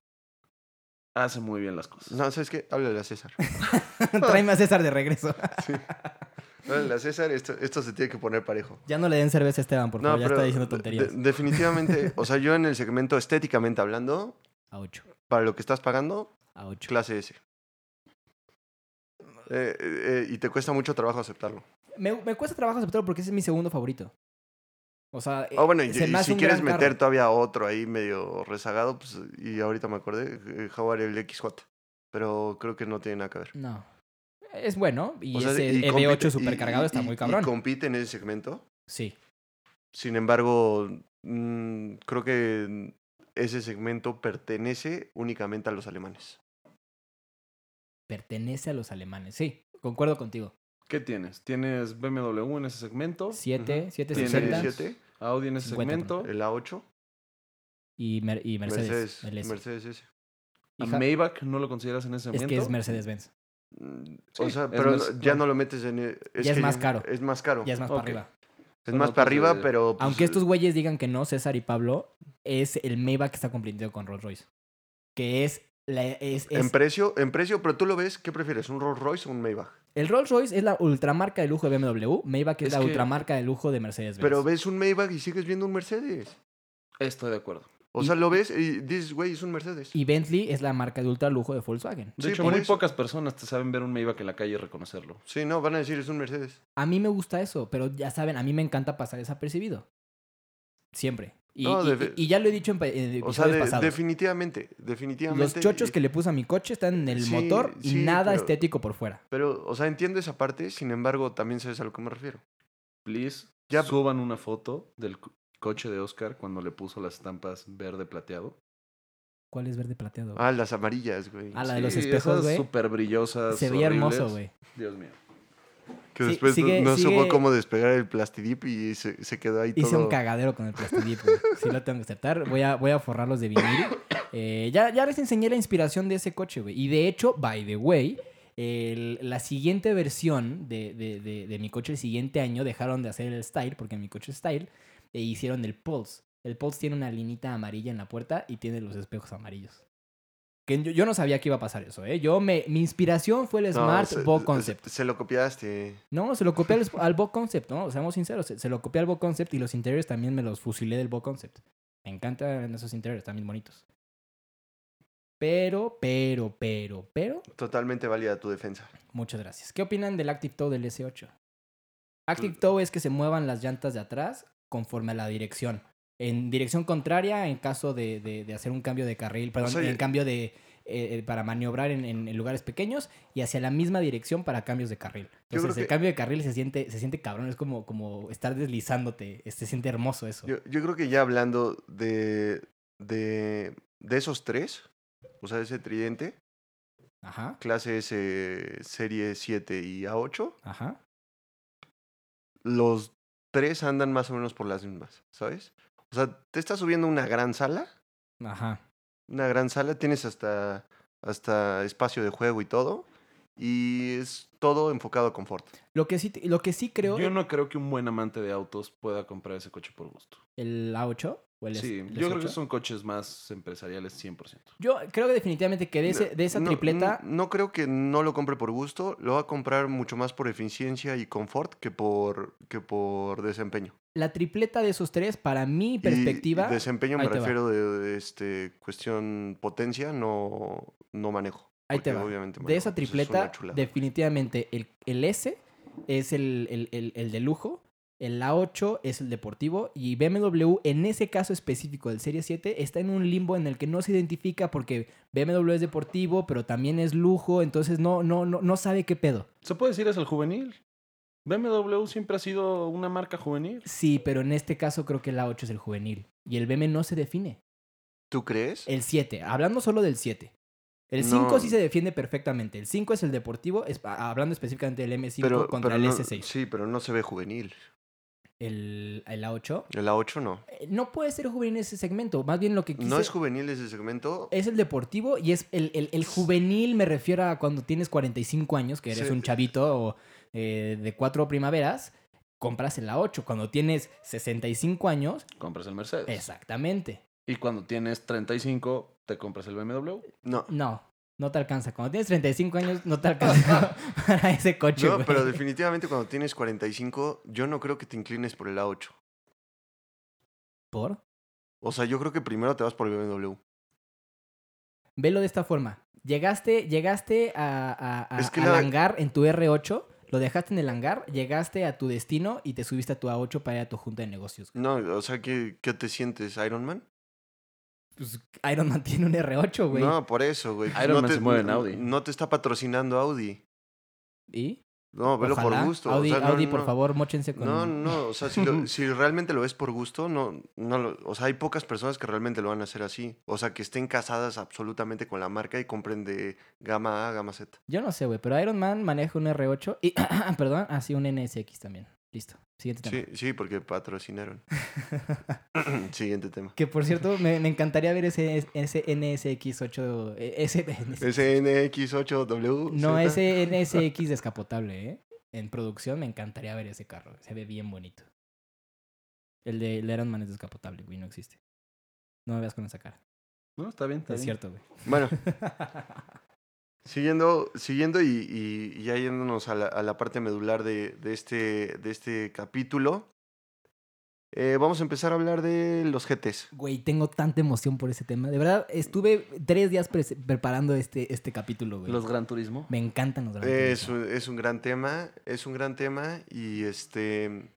C: hace muy bien las cosas.
B: No, ¿sabes qué? Háblale a César.
A: Tráeme a César de regreso. (laughs)
B: Háblale a César, esto, esto se tiene que poner parejo.
A: ya no le den cerveza a Esteban, por
B: No,
A: favor. ya está
B: pero
A: diciendo
B: de-
A: tonterías. (laughs)
B: de- definitivamente, o sea, yo en el segmento estéticamente hablando,
A: A8,
B: para lo que estás pagando,
A: A8.
B: clase S. Eh, eh, eh, y te cuesta mucho trabajo aceptarlo.
A: Me, me cuesta trabajo aceptarlo porque ese es mi segundo favorito. O sea,
B: Ah, bueno, y,
A: Eh, se me
B: y
A: hace
B: si
A: un
B: quieres
A: gran carro.
B: meter todavía otro ahí medio rezagado, pues, y ahorita me acordé, eh, Jaguar el XJ. Pero creo que no tiene nada que ver.
A: No. Es bueno. Y
B: O sea,
A: ese
B: y compite-
A: EV8
B: y-
A: supercargado
B: y-
A: está
B: y-
A: muy
B: y
A: cabrón.
B: compite en ese segmento.
A: Sí.
B: Sin embargo, mm, creo que ese segmento pertenece únicamente a los alemanes.
A: Pertenece a los alemanes. Sí, concuerdo contigo.
C: ¿Qué tienes? ¿Tienes BMW en ese segmento?
A: 7,
B: Ujú.
A: siete
C: Tiene
A: 760
C: siete.
B: siete,
C: Audi en ese
A: 50,
C: segmento.
B: el A8,
A: y, Mer- y Mercedes.
B: Mercedes,
A: el
B: Mercedes,
A: S.
B: ese.
A: Y
C: ¿A
A: Ja-
C: Maybach no lo consideras en ese
A: es
C: segmento.
A: que es Mercedes-Benz.
B: Mm,
C: Sí,
B: o sea,
C: es
B: pero
C: Merce-
B: ya
C: no.
B: no lo metes en... e- Es
A: Ya es
B: que
A: más caro.
B: Es más caro.
A: Ya es más
C: Ok.
A: para arriba.
B: Es
C: No
B: más
C: lo
B: para arriba,
C: considero.
B: pero... pues,
A: Aunque estos güeyes digan que no, César y Pablo, es el Maybach que está compitiendo con Rolls Royce. Que es... la- es- es-
B: En precio, en precio, pero tú lo ves, ¿qué prefieres? ¿Un Rolls Royce o un Maybach?
A: el Rolls Royce es la ultramarca de lujo de BMW. Maybach es,
C: Es
A: la
C: que-
A: ultramarca de lujo de Mercedes-Benz.
B: Pero ves un Maybach y sigues viendo un Mercedes.
C: Estoy de acuerdo.
B: O
A: Y-
B: sea, lo ves y dices, güey, es un Mercedes.
A: Y Bentley es la marca de ultralujo de Volkswagen.
C: De
B: Sí,
C: hecho,
B: por
C: muy
B: eso.
C: pocas personas te saben ver un Maybach en la calle y reconocerlo.
B: Sí, no, van a decir, es un Mercedes.
A: A mí me gusta eso, pero ya saben, a mí me encanta pasar desapercibido. Siempre. Y,
B: No,
A: y-
B: defi-
A: y- y ya lo he dicho en, pa- en
B: O sea,
A: episodios
B: de-
A: pasados.
B: definitivamente,
A: Los
B: definitivamente.
A: chochos
B: y-
A: que le puse a mi coche están en el
B: Sí,
A: motor y
B: sí,
A: nada
B: pero-
A: estético por fuera.
B: Pero, o sea, entiendo esa parte, sin embargo, también sabes a lo que me refiero.
C: Please,
B: Ya-
C: suban una foto del co- coche de Oscar cuando le puso las estampas verde plateado.
A: ¿Cuál es verde plateado?
B: Ah, las amarillas, güey.
A: Ah, la de los
C: Sí,
A: espejos,
C: esas
A: güey.
C: Súper brillosas.
A: Se veía hermoso, güey.
C: horribles. Dios mío.
B: Que
A: Sí,
B: después
A: sigue-
B: no supo
A: sigue-
B: cómo despegar el plastidip y se, se quedó ahí
A: Hice
B: todo.
A: un cagadero con el plastidip, güey. Sí lo tengo que aceptar. Voy a, voy a forrarlos de vinil. Eh, ya, ya les enseñé la inspiración de ese coche, güey. Y de hecho, by the way, el- la siguiente versión de, de- de- de mi coche el siguiente año dejaron de hacer el style, porque mi coche es style, e hicieron el Pulse. El Pulse tiene una linita amarilla en la puerta y tiene los espejos amarillos. Que yo, yo no sabía que iba a pasar eso, ¿eh? Yo me, mi inspiración fue el
B: No,
A: Smart
B: se-
A: Bow
B: se-
A: Concept.
B: Se, lo copiaste.
A: No, se lo copié al, al Bo Concept, ¿no? Seamos sinceros, se, se lo copié al Bo Concept y los interiores también me los fusilé del Bo Concept. Me encantan esos interiores, también bonitos. Pero, pero, pero, pero,
B: Totalmente válida tu defensa.
A: muchas gracias. ¿Qué opinan del Active Toe del S8? Active Toe es que se muevan las llantas de atrás conforme a la dirección. En dirección contraria, en caso de, de- de hacer un cambio de carril, perdón,
B: sea,
A: en
B: y-
A: cambio de. eh, eh, para maniobrar en, en- en lugares pequeños y hacia la misma dirección para cambios de carril.
B: Yo creo
A: Entonces, el
B: que-
A: cambio de carril se siente, se siente cabrón, es como, como estar deslizándote, es- se siente hermoso eso.
B: Yo, yo creo que ya hablando de, de, de esos tres, o sea, ese tridente,
A: Ajá,
B: clase S, serie 7 y A8,
A: ajá.
B: los tres andan más o menos por las mismas, ¿sabes? O sea, te estás subiendo a una gran sala,
A: Ajá.
B: una gran sala, tienes hasta, hasta espacio de juego y todo, y es todo enfocado a confort.
A: Lo que sí, lo que sí creo,
C: Yo no creo que un buen amante de autos pueda comprar ese coche por gusto.
A: el A8 o el S-
C: Sí,
A: el
C: yo creo que
A: S8,
C: son coches más empresariales 100%.
A: Yo creo que definitivamente que de, ese- de esa
B: No,
A: tripleta,
B: No, no creo que no lo compre por gusto, lo va a comprar mucho más por eficiencia y confort que por, que por desempeño.
A: la tripleta de esos tres, para mi
B: Y
A: perspectiva,
B: desempeño me
A: ahí te va.
B: refiero de, de, este, cuestión potencia, no, no manejo.
A: Ahí te
B: porque
A: va.
B: obviamente
A: de
B: manejo,
A: esa
B: pues, es una
A: tripleta,
B: chulada.
A: definitivamente el, el S es el, el- el- el de lujo, el A8 es el deportivo y BMW en ese caso específico del Serie 7 está en un limbo en el que no se identifica porque BMW es deportivo pero también es lujo, entonces no, no, no, no sabe qué pedo.
C: ¿Se puede decir es el juvenil? BMW siempre ha sido una marca juvenil.
A: Sí, pero en este caso creo que el A8 es el juvenil y el BM no se define.
B: ¿Tú crees?
A: El 7, hablando solo del 7. El
B: No.
A: 5 sí se defiende perfectamente. El 5 es el deportivo, es- ah, hablando específicamente del M5 contra el
B: no-
A: S6.
B: Sí, pero no se ve juvenil.
A: el, el A8.
B: El A8 no.
A: Eh, No puede ser juvenil ese segmento. Más bien lo que quise
B: No es juvenil ese segmento.
A: es el deportivo y es el, el- el juvenil me refiero a cuando tienes 45 años, que eres
B: Sí.
A: un chavito o, eh, de cuatro primaveras, compras el A8. Cuando tienes 65 años,
C: Compras el Mercedes.
A: exactamente.
C: Y cuando tienes 35, te compras el BMW.
B: No.
A: No, no te alcanza. Cuando tienes 35 años, no te
B: (laughs)
A: alcanza (laughs) para ese coche.
B: No,
A: güey.
B: pero definitivamente cuando tienes 45, yo no creo que te inclines por el A8.
A: ¿Por?
B: O sea, yo creo que primero te vas por el BMW.
A: Velo de esta forma. Llegaste, llegaste a, a- a-
B: Es que
A: al
B: la-
A: hangar en tu R8, lo dejaste en el hangar, llegaste a tu destino y te subiste a tu A8 para ir a tu junta de negocios.
B: No, o sea, ¿qué, qué te sientes, Iron Man?
A: Pues Iron Man (laughs) tiene un R8, Oh, güey.
B: No, por eso, güey.
C: Iron
B: no
C: Man
B: te,
C: se mueve en
B: no-
C: Audi.
B: No te está patrocinando Audi.
A: ¿Y?
B: No, velo
A: Ojalá.
B: por gusto. o
A: Audi,
B: sea, no,
A: Audi, por
B: no.
A: favor, mochense con.
B: No, no, o sea,
A: (laughs)
B: si, lo- si realmente lo es por gusto, no, no lo- o sea, hay pocas personas que realmente lo van a hacer así. O sea, que estén casadas absolutamente con la marca y compren de gama A, gama Z.
A: Yo no sé, güey, pero Iron Man maneja un R8 y, (clears throat) perdón, así un NSX también. Listo. Siguiente tema.
B: Sí, sí,
A: (laughs)
B: porque patrocinaron. (clears throat) Siguiente tema.
A: Que por cierto, me, me encantaría ver ese, ese NSX8. eh, Ese,
B: SNX8W.
A: no,
B: Z.
A: ese NSX descapotable, ¿eh? En producción me encantaría ver ese carro. Se ve bien bonito. El de el Iron Man es descapotable, güey, no existe. No me veas con esa cara.
C: No, está bien, está
A: es
C: bien.
A: cierto, güey.
B: Bueno, (laughs) siguiendo, siguiendo y, y- y ya yéndonos a la, a la parte medular de, de este, de este capítulo, eh, vamos a empezar a hablar de los GTs.
A: Güey, tengo tanta emoción por ese tema. De verdad, estuve tres días pre- preparando este, este capítulo, güey.
C: Los Gran Turismo.
A: Me encantan los dramas.
B: Es un, es un gran tema, es un gran tema y este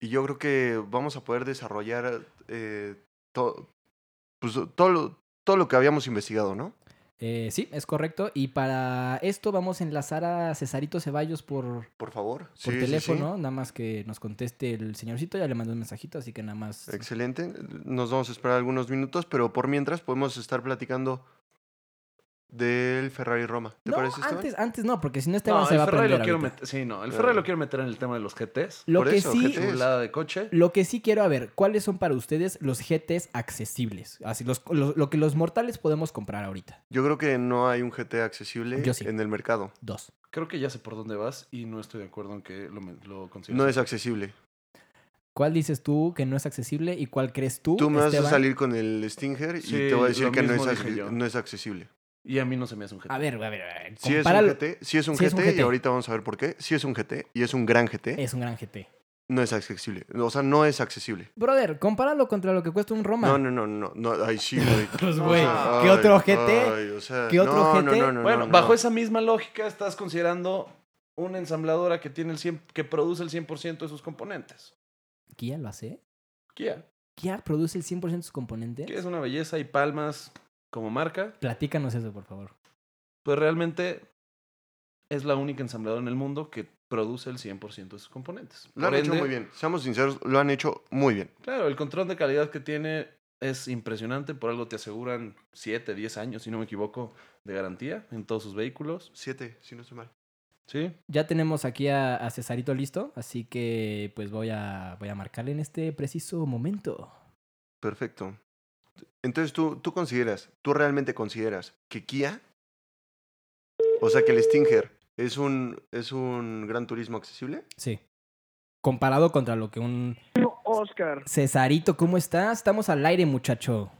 B: y yo creo que vamos a poder desarrollar eh, to- pues, todo, lo, todo lo que habíamos investigado, ¿no?
A: Eh, sí, es correcto. Y para esto vamos a enlazar a Cesarito Ceballos por,
B: Por favor.
A: por
B: Sí, sí, sí.
A: teléfono. Nada más que nos conteste el señorcito. Ya le mandé un mensajito, así que nada más.
B: Excelente. Nos vamos a esperar algunos minutos, pero por mientras podemos estar platicando del Ferrari Roma. ¿Te
A: no,
B: parece, Esteban?
A: antes, antes no, porque si no Esteban
C: No,
A: Este se
C: el
A: va a
C: Ferrari
A: perder
C: lo quiero
A: ahorita.
C: meter. Sí, no, el
B: Eh.
C: Ferrari lo quiero meter en el tema de los GTs.
A: Lo
B: Por
A: que
B: eso,
A: sí,
B: GT. es?
C: Chulada de coche.
A: lo que sí quiero a ver, ¿cuáles son para ustedes los GTs accesibles? Así, los, lo, lo que los mortales podemos comprar ahorita.
B: Yo creo que no hay un GT accesible
A: Yo sí.
B: en el mercado.
A: Dos.
C: Creo que ya sé por dónde vas y no estoy de acuerdo en que lo, men- lo consigas.
B: No es accesible.
A: ¿Cuál dices tú que no es accesible y cuál crees tú?
B: Tú me vas a
A: Esteban?
B: salir con el Stinger y
C: Sí,
B: te voy a
C: lo
B: decir que no es,
C: mismo dije
B: acce-
C: yo.
B: no es accesible.
C: Y a mí no se me hace un GT.
A: A ver, a ver, a ver.
B: Si es un
A: compáralo.
B: GT, sí es un
A: sí es
B: GT,
A: un
B: y
A: GT.
B: ahorita vamos a ver por qué. Si es un GT y es un gran GT,
A: Es un gran GT.
B: no es accesible. O sea, no es accesible.
A: Brother, compáralo contra lo que cuesta un Roma.
B: No, no, no, no, no. Ay, sí, güey.
A: (laughs) Pues,
B: O
A: (laughs) güey,
B: sea,
A: ¿qué
B: ay,
A: otro GT?
B: ay, o sea,
A: ¿Qué otro
B: no,
A: GT?
B: No, no, no,
C: bueno,
B: no,
C: bajo
B: no.
C: esa misma lógica estás considerando una ensambladora que tiene el 100 que produce el 100% de sus componentes.
A: ¿Kia lo hace?
C: Kia,
A: ¿Kia produce el 100% de sus componentes?
C: que es una belleza y palmas como marca,
A: Platícanos eso, por favor.
C: pues realmente es la única ensambladora en el mundo que produce el 100% de sus componentes.
B: Lo han
C: Por
B: hecho
C: ende,
B: muy bien. Seamos sinceros, lo han hecho muy bien.
C: Claro, el control de calidad que tiene es impresionante, por algo te aseguran 7, 10 años, si no me equivoco, de garantía en todos sus vehículos.
B: Siete, si no estoy mal.
C: (laughs) Sí,
A: Ya tenemos aquí a, a Cesarito listo, así que pues voy a, voy a marcarle en este preciso momento.
B: Perfecto. Entonces, ¿tú, tú consideras, tú realmente consideras que Kia, o sea, que el Stinger es un, es un gran turismo accesible?
A: Sí. Comparado contra lo que un...
D: Oscar,
A: Cesarito, ¿cómo estás? Estamos al aire, muchacho.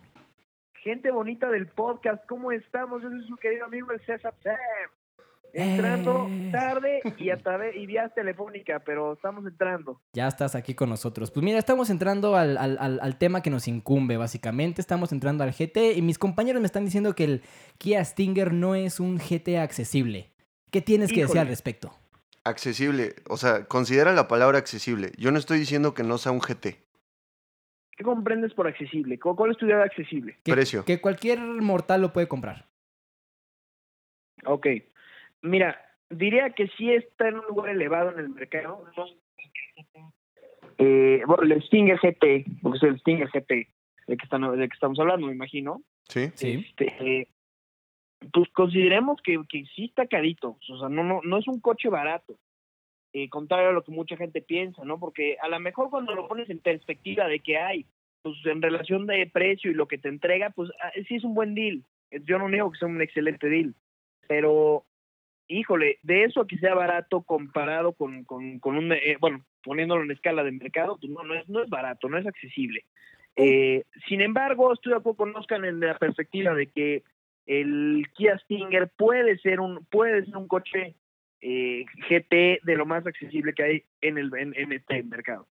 D: gente bonita del podcast, ¿cómo estamos? Yo soy su querido amigo el César Sam. Entrando
A: Eh.
D: tarde y a través y vía telefónica, pero estamos entrando.
A: Ya estás aquí con nosotros. Pues mira, estamos entrando al, al- al- al tema que nos incumbe, básicamente. Estamos entrando al GT y mis compañeros me están diciendo que el Kia Stinger no es un GT accesible. ¿Qué tienes que decir
D: Híjole.
A: al respecto?
B: Accesible, o sea, considera la palabra accesible. Yo no estoy diciendo que no sea un GT.
D: ¿Qué comprendes por accesible? ¿Cu- ¿Cuál es tu idea de accesible?
A: Que,
B: Precio.
A: que cualquier mortal lo puede comprar.
D: Ok. Mira, diría que sí está en un lugar elevado en el mercado. ¿no? Eh, bueno, el Stinger GT, porque es el Stinger GT del que, están, del que estamos hablando, me imagino.
B: ¿Sí?
D: Este, eh, pues consideremos que, que sí está carito. O sea, no, no, no es un coche barato. Eh, contrario a lo que mucha gente piensa, ¿no? Porque a lo mejor cuando lo pones en perspectiva de que hay, pues en relación de precio y lo que te entrega, pues ah, sí es un buen deal. Eh, Yo no niego que sea un excelente deal. Pero, híjole, de eso a que sea barato comparado con, con, con un, eh, bueno, poniéndolo en escala de mercado, pues no, no es, no es barato, no es accesible. Eh, sin embargo, estoy de acuerdo con Oscar en la perspectiva de que el Kia Stinger puede ser un, puede ser un coche eh, GT de lo más accesible que hay en, el, en, en este mercado.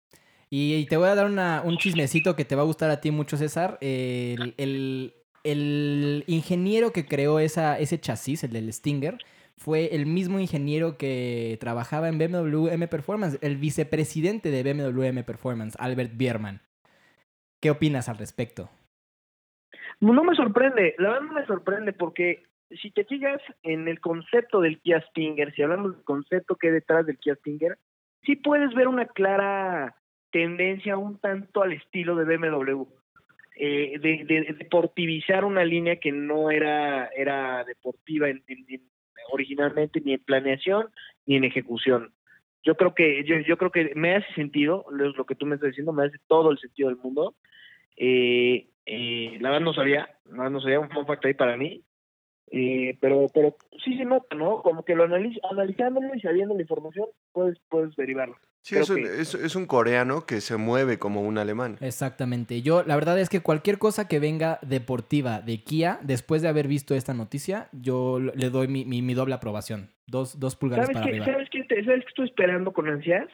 A: Y, y te voy a dar una- un chismecito que te va a gustar a ti mucho, César.
D: Ah.
A: El, el- el ingeniero que creó esa, ese chasis, el del Stinger, fue el mismo ingeniero que trabajaba en BMW M Performance, el vicepresidente de BMW M Performance, Albert Bierman. ¿Qué opinas al respecto?
D: No me sorprende, la verdad no me sorprende porque si te fijas en el concepto del Kia Stinger, si hablamos del concepto que hay detrás del Kia Stinger, sí puedes ver una clara tendencia un tanto al estilo de BMW, eh, de, de- deportivizar una línea que no era, era deportiva en- en- en- originalmente ni en planeación ni en ejecución. Yo creo que yo, yo creo que me hace sentido lo, lo que tú me estás diciendo, me hace todo el sentido del mundo. Eh, eh, la verdad no sabía, la verdad no sabía un fun fact ahí para mí, eh, pero, pero sí se nota, ¿no? Como que lo analiz- analizándolo y sabiendo la información, puedes, puedes derivarlo.
B: Sí,
D: Creo
B: es un,
D: que-
B: es- es un coreano que se mueve como un alemán.
A: Exactamente. Yo, la verdad es que cualquier cosa que venga deportiva de Kia, después de haber visto esta noticia, yo le doy mi, mi- mi doble aprobación. Dos, dos pulgares
D: ¿Sabes
A: para
D: qué,
A: arriba.
D: ¿sabes, qué te- ¿Sabes qué estoy esperando con ansias?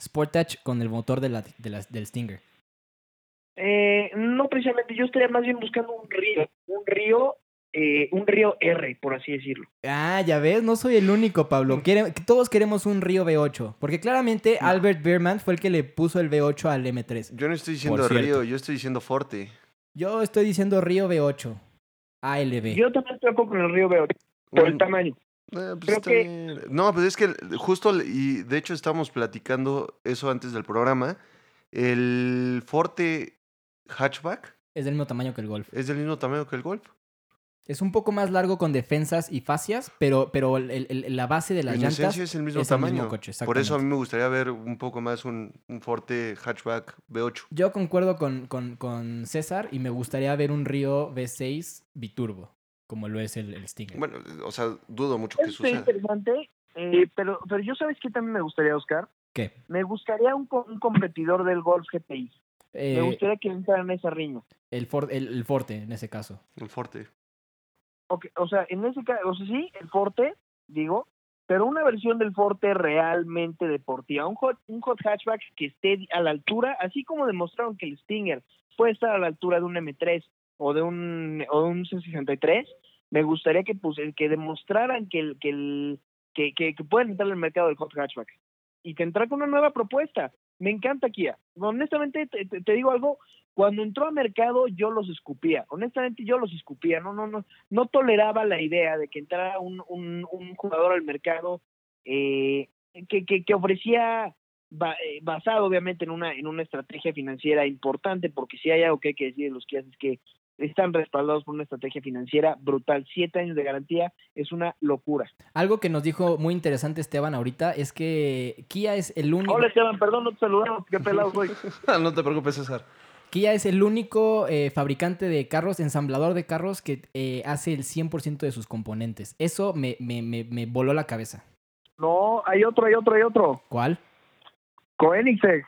A: Sportage con el motor de la- de la- del Stinger.
D: Eh, no precisamente, yo estaría más bien buscando un río, un río, eh, un río R, por así decirlo.
A: Ah, ya ves, no soy el único, Pablo. Quiere- todos queremos un Río V8. Porque claramente
D: No.
A: Albert Beerman fue el que le puso el V8 al M3.
B: Yo no estoy diciendo
A: cierto.
B: Río, yo estoy diciendo Forte.
A: Yo estoy diciendo Río V8. ALB.
D: Yo también estoy de acuerdo con el río R, por el
B: Un-
D: tamaño.
B: Eh, pues
D: Creo
B: está
D: que-
B: bien. No, pues es que justo, le- y de hecho estábamos platicando eso antes del programa, el Forte hatchback
A: Es del mismo tamaño que el Golf.
B: es del mismo tamaño que el Golf.
A: Es un poco más largo con defensas y fascias, pero, pero el- el- el- la base de las
B: en
A: llantas
B: esencia es el mismo
A: es el mismo
B: tamaño.
A: coche,
B: Por eso a
A: exactamente.
B: mí me gustaría ver un poco más un, un Forte hatchback V8.
A: Yo concuerdo con, con- con César y me gustaría ver un Río V6 biturbo, como lo es el, el Stinger.
B: Bueno, o sea, dudo mucho que
D: Eso es
B: suceda.
D: interesante, eh, pero, pero yo sabes que también me gustaría, Oscar.
A: ¿Qué?
D: Me gustaría un, co- un competidor del Golf GTI.
A: Eh,
D: Me gustaría que entrara en esa riña.
A: el, For- el- el Forte, en ese caso.
B: El Forte.
D: Ok, o sea, en ese caso, o sea, sí, el Forte, digo, pero una versión del Forte realmente deportiva, un hot, un hot hatchback que esté a la altura, así como demostraron que el Stinger puede estar a la altura de un M3 o de un o de un C63, me gustaría que pues, que demostraran que el que el que, que, que pueden entrar al mercado del hot hatchback y que entrar con una nueva propuesta. Me encanta Kia. Honestamente te- te- te digo algo, cuando entró al mercado yo los escupía. Honestamente yo los escupía. No no no no toleraba la idea de que entrara un, un, un jugador al mercado eh, que, que, que ofrecía ba- eh, basado obviamente en una en una estrategia financiera importante porque si hay algo que hay que decir de los que es que están respaldados por una estrategia financiera brutal siete años de garantía es una locura
A: Algo que nos dijo muy interesante Esteban ahorita es que Kia es el único.
D: hola Esteban perdón no te saludamos qué pelado soy
C: Ah, no te preocupes, César.
A: Kia es el único eh, fabricante de carros, ensamblador de carros que eh, hace el 100% de sus componentes. Eso me, me- me- me voló la cabeza.
D: no hay otro hay otro hay otro
A: ¿Cuál?
D: Koenigsegg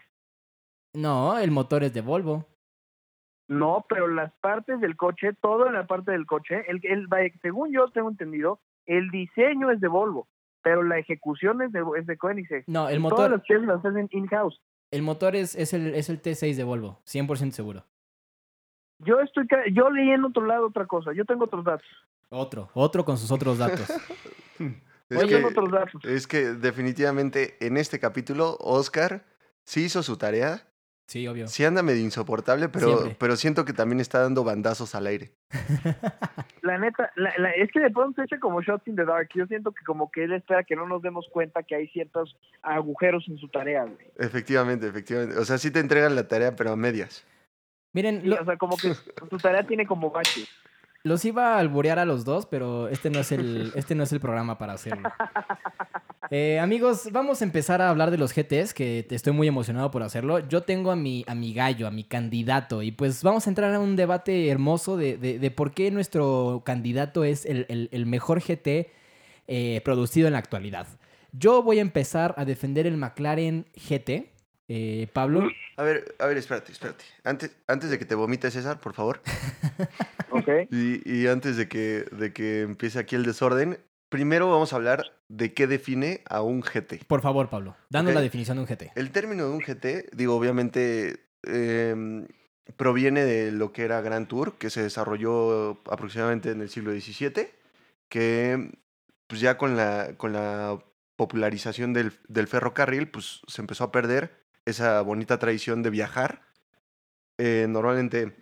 A: No, el motor es de Volvo.
D: No, pero las partes del coche, todo en la parte del coche, el, el, vaya, según yo tengo entendido, el diseño es de Volvo, pero la ejecución es de, es de Koenigsegg.
A: No, el
D: Todas
A: motor,
D: las piezas las hacen in-house.
A: el motor es, es el, es el T6 de Volvo, 100% seguro.
D: Yo estoy, ca- yo leí en otro lado otra cosa, yo tengo otros datos.
A: Otro, otro con sus otros
D: (laughs)
A: datos.
B: Es
D: yo
B: que- eh,
D: tengo otros datos.
B: Es que definitivamente en este capítulo, Oscar sí hizo su tarea.
A: Sí, obvio.
B: Sí anda medio insoportable, pero,
A: Siempre.
B: pero siento que también está dando bandazos al aire.
D: La neta, la, la- es que de pronto se echa como shots in the dark. Yo siento que como que él espera que no nos demos cuenta que hay ciertos agujeros en su tarea. güey.
B: Efectivamente, efectivamente. O sea, sí te entregan la tarea, pero a medias.
A: Miren,
D: Sí,
A: lo-
D: o sea, como que su tarea tiene
B: (laughs)
D: como baches.
A: los iba a alburear a los dos, pero este no es el, este no es el programa para hacerlo. Eh, amigos, vamos a empezar a hablar de los GTs, que te- estoy muy emocionado por hacerlo. Yo tengo a mi, a mi gallo, a mi candidato, y pues vamos a entrar a un debate hermoso de, de- de por qué nuestro candidato es el, el- el mejor GT eh, producido en la actualidad. Yo voy a empezar a defender el McLaren GT. Eh, Pablo,
B: A ver, a ver, espérate, espérate. Antes, antes de que te vomites, César, por favor.
D: ¿ok?
B: Y, y antes de que, de que empiece aquí el desorden, primero vamos a hablar de qué define a un GT.
A: por favor, Pablo, danos
B: Ok.
A: la definición de un GT.
B: El término de un GT, digo, obviamente em, proviene de lo que era Grand Tour, que se desarrolló aproximadamente en el siglo XVII, que pues ya con la, con la popularización del, del ferrocarril, pues se empezó a perder esa bonita tradición de viajar. Eh, normalmente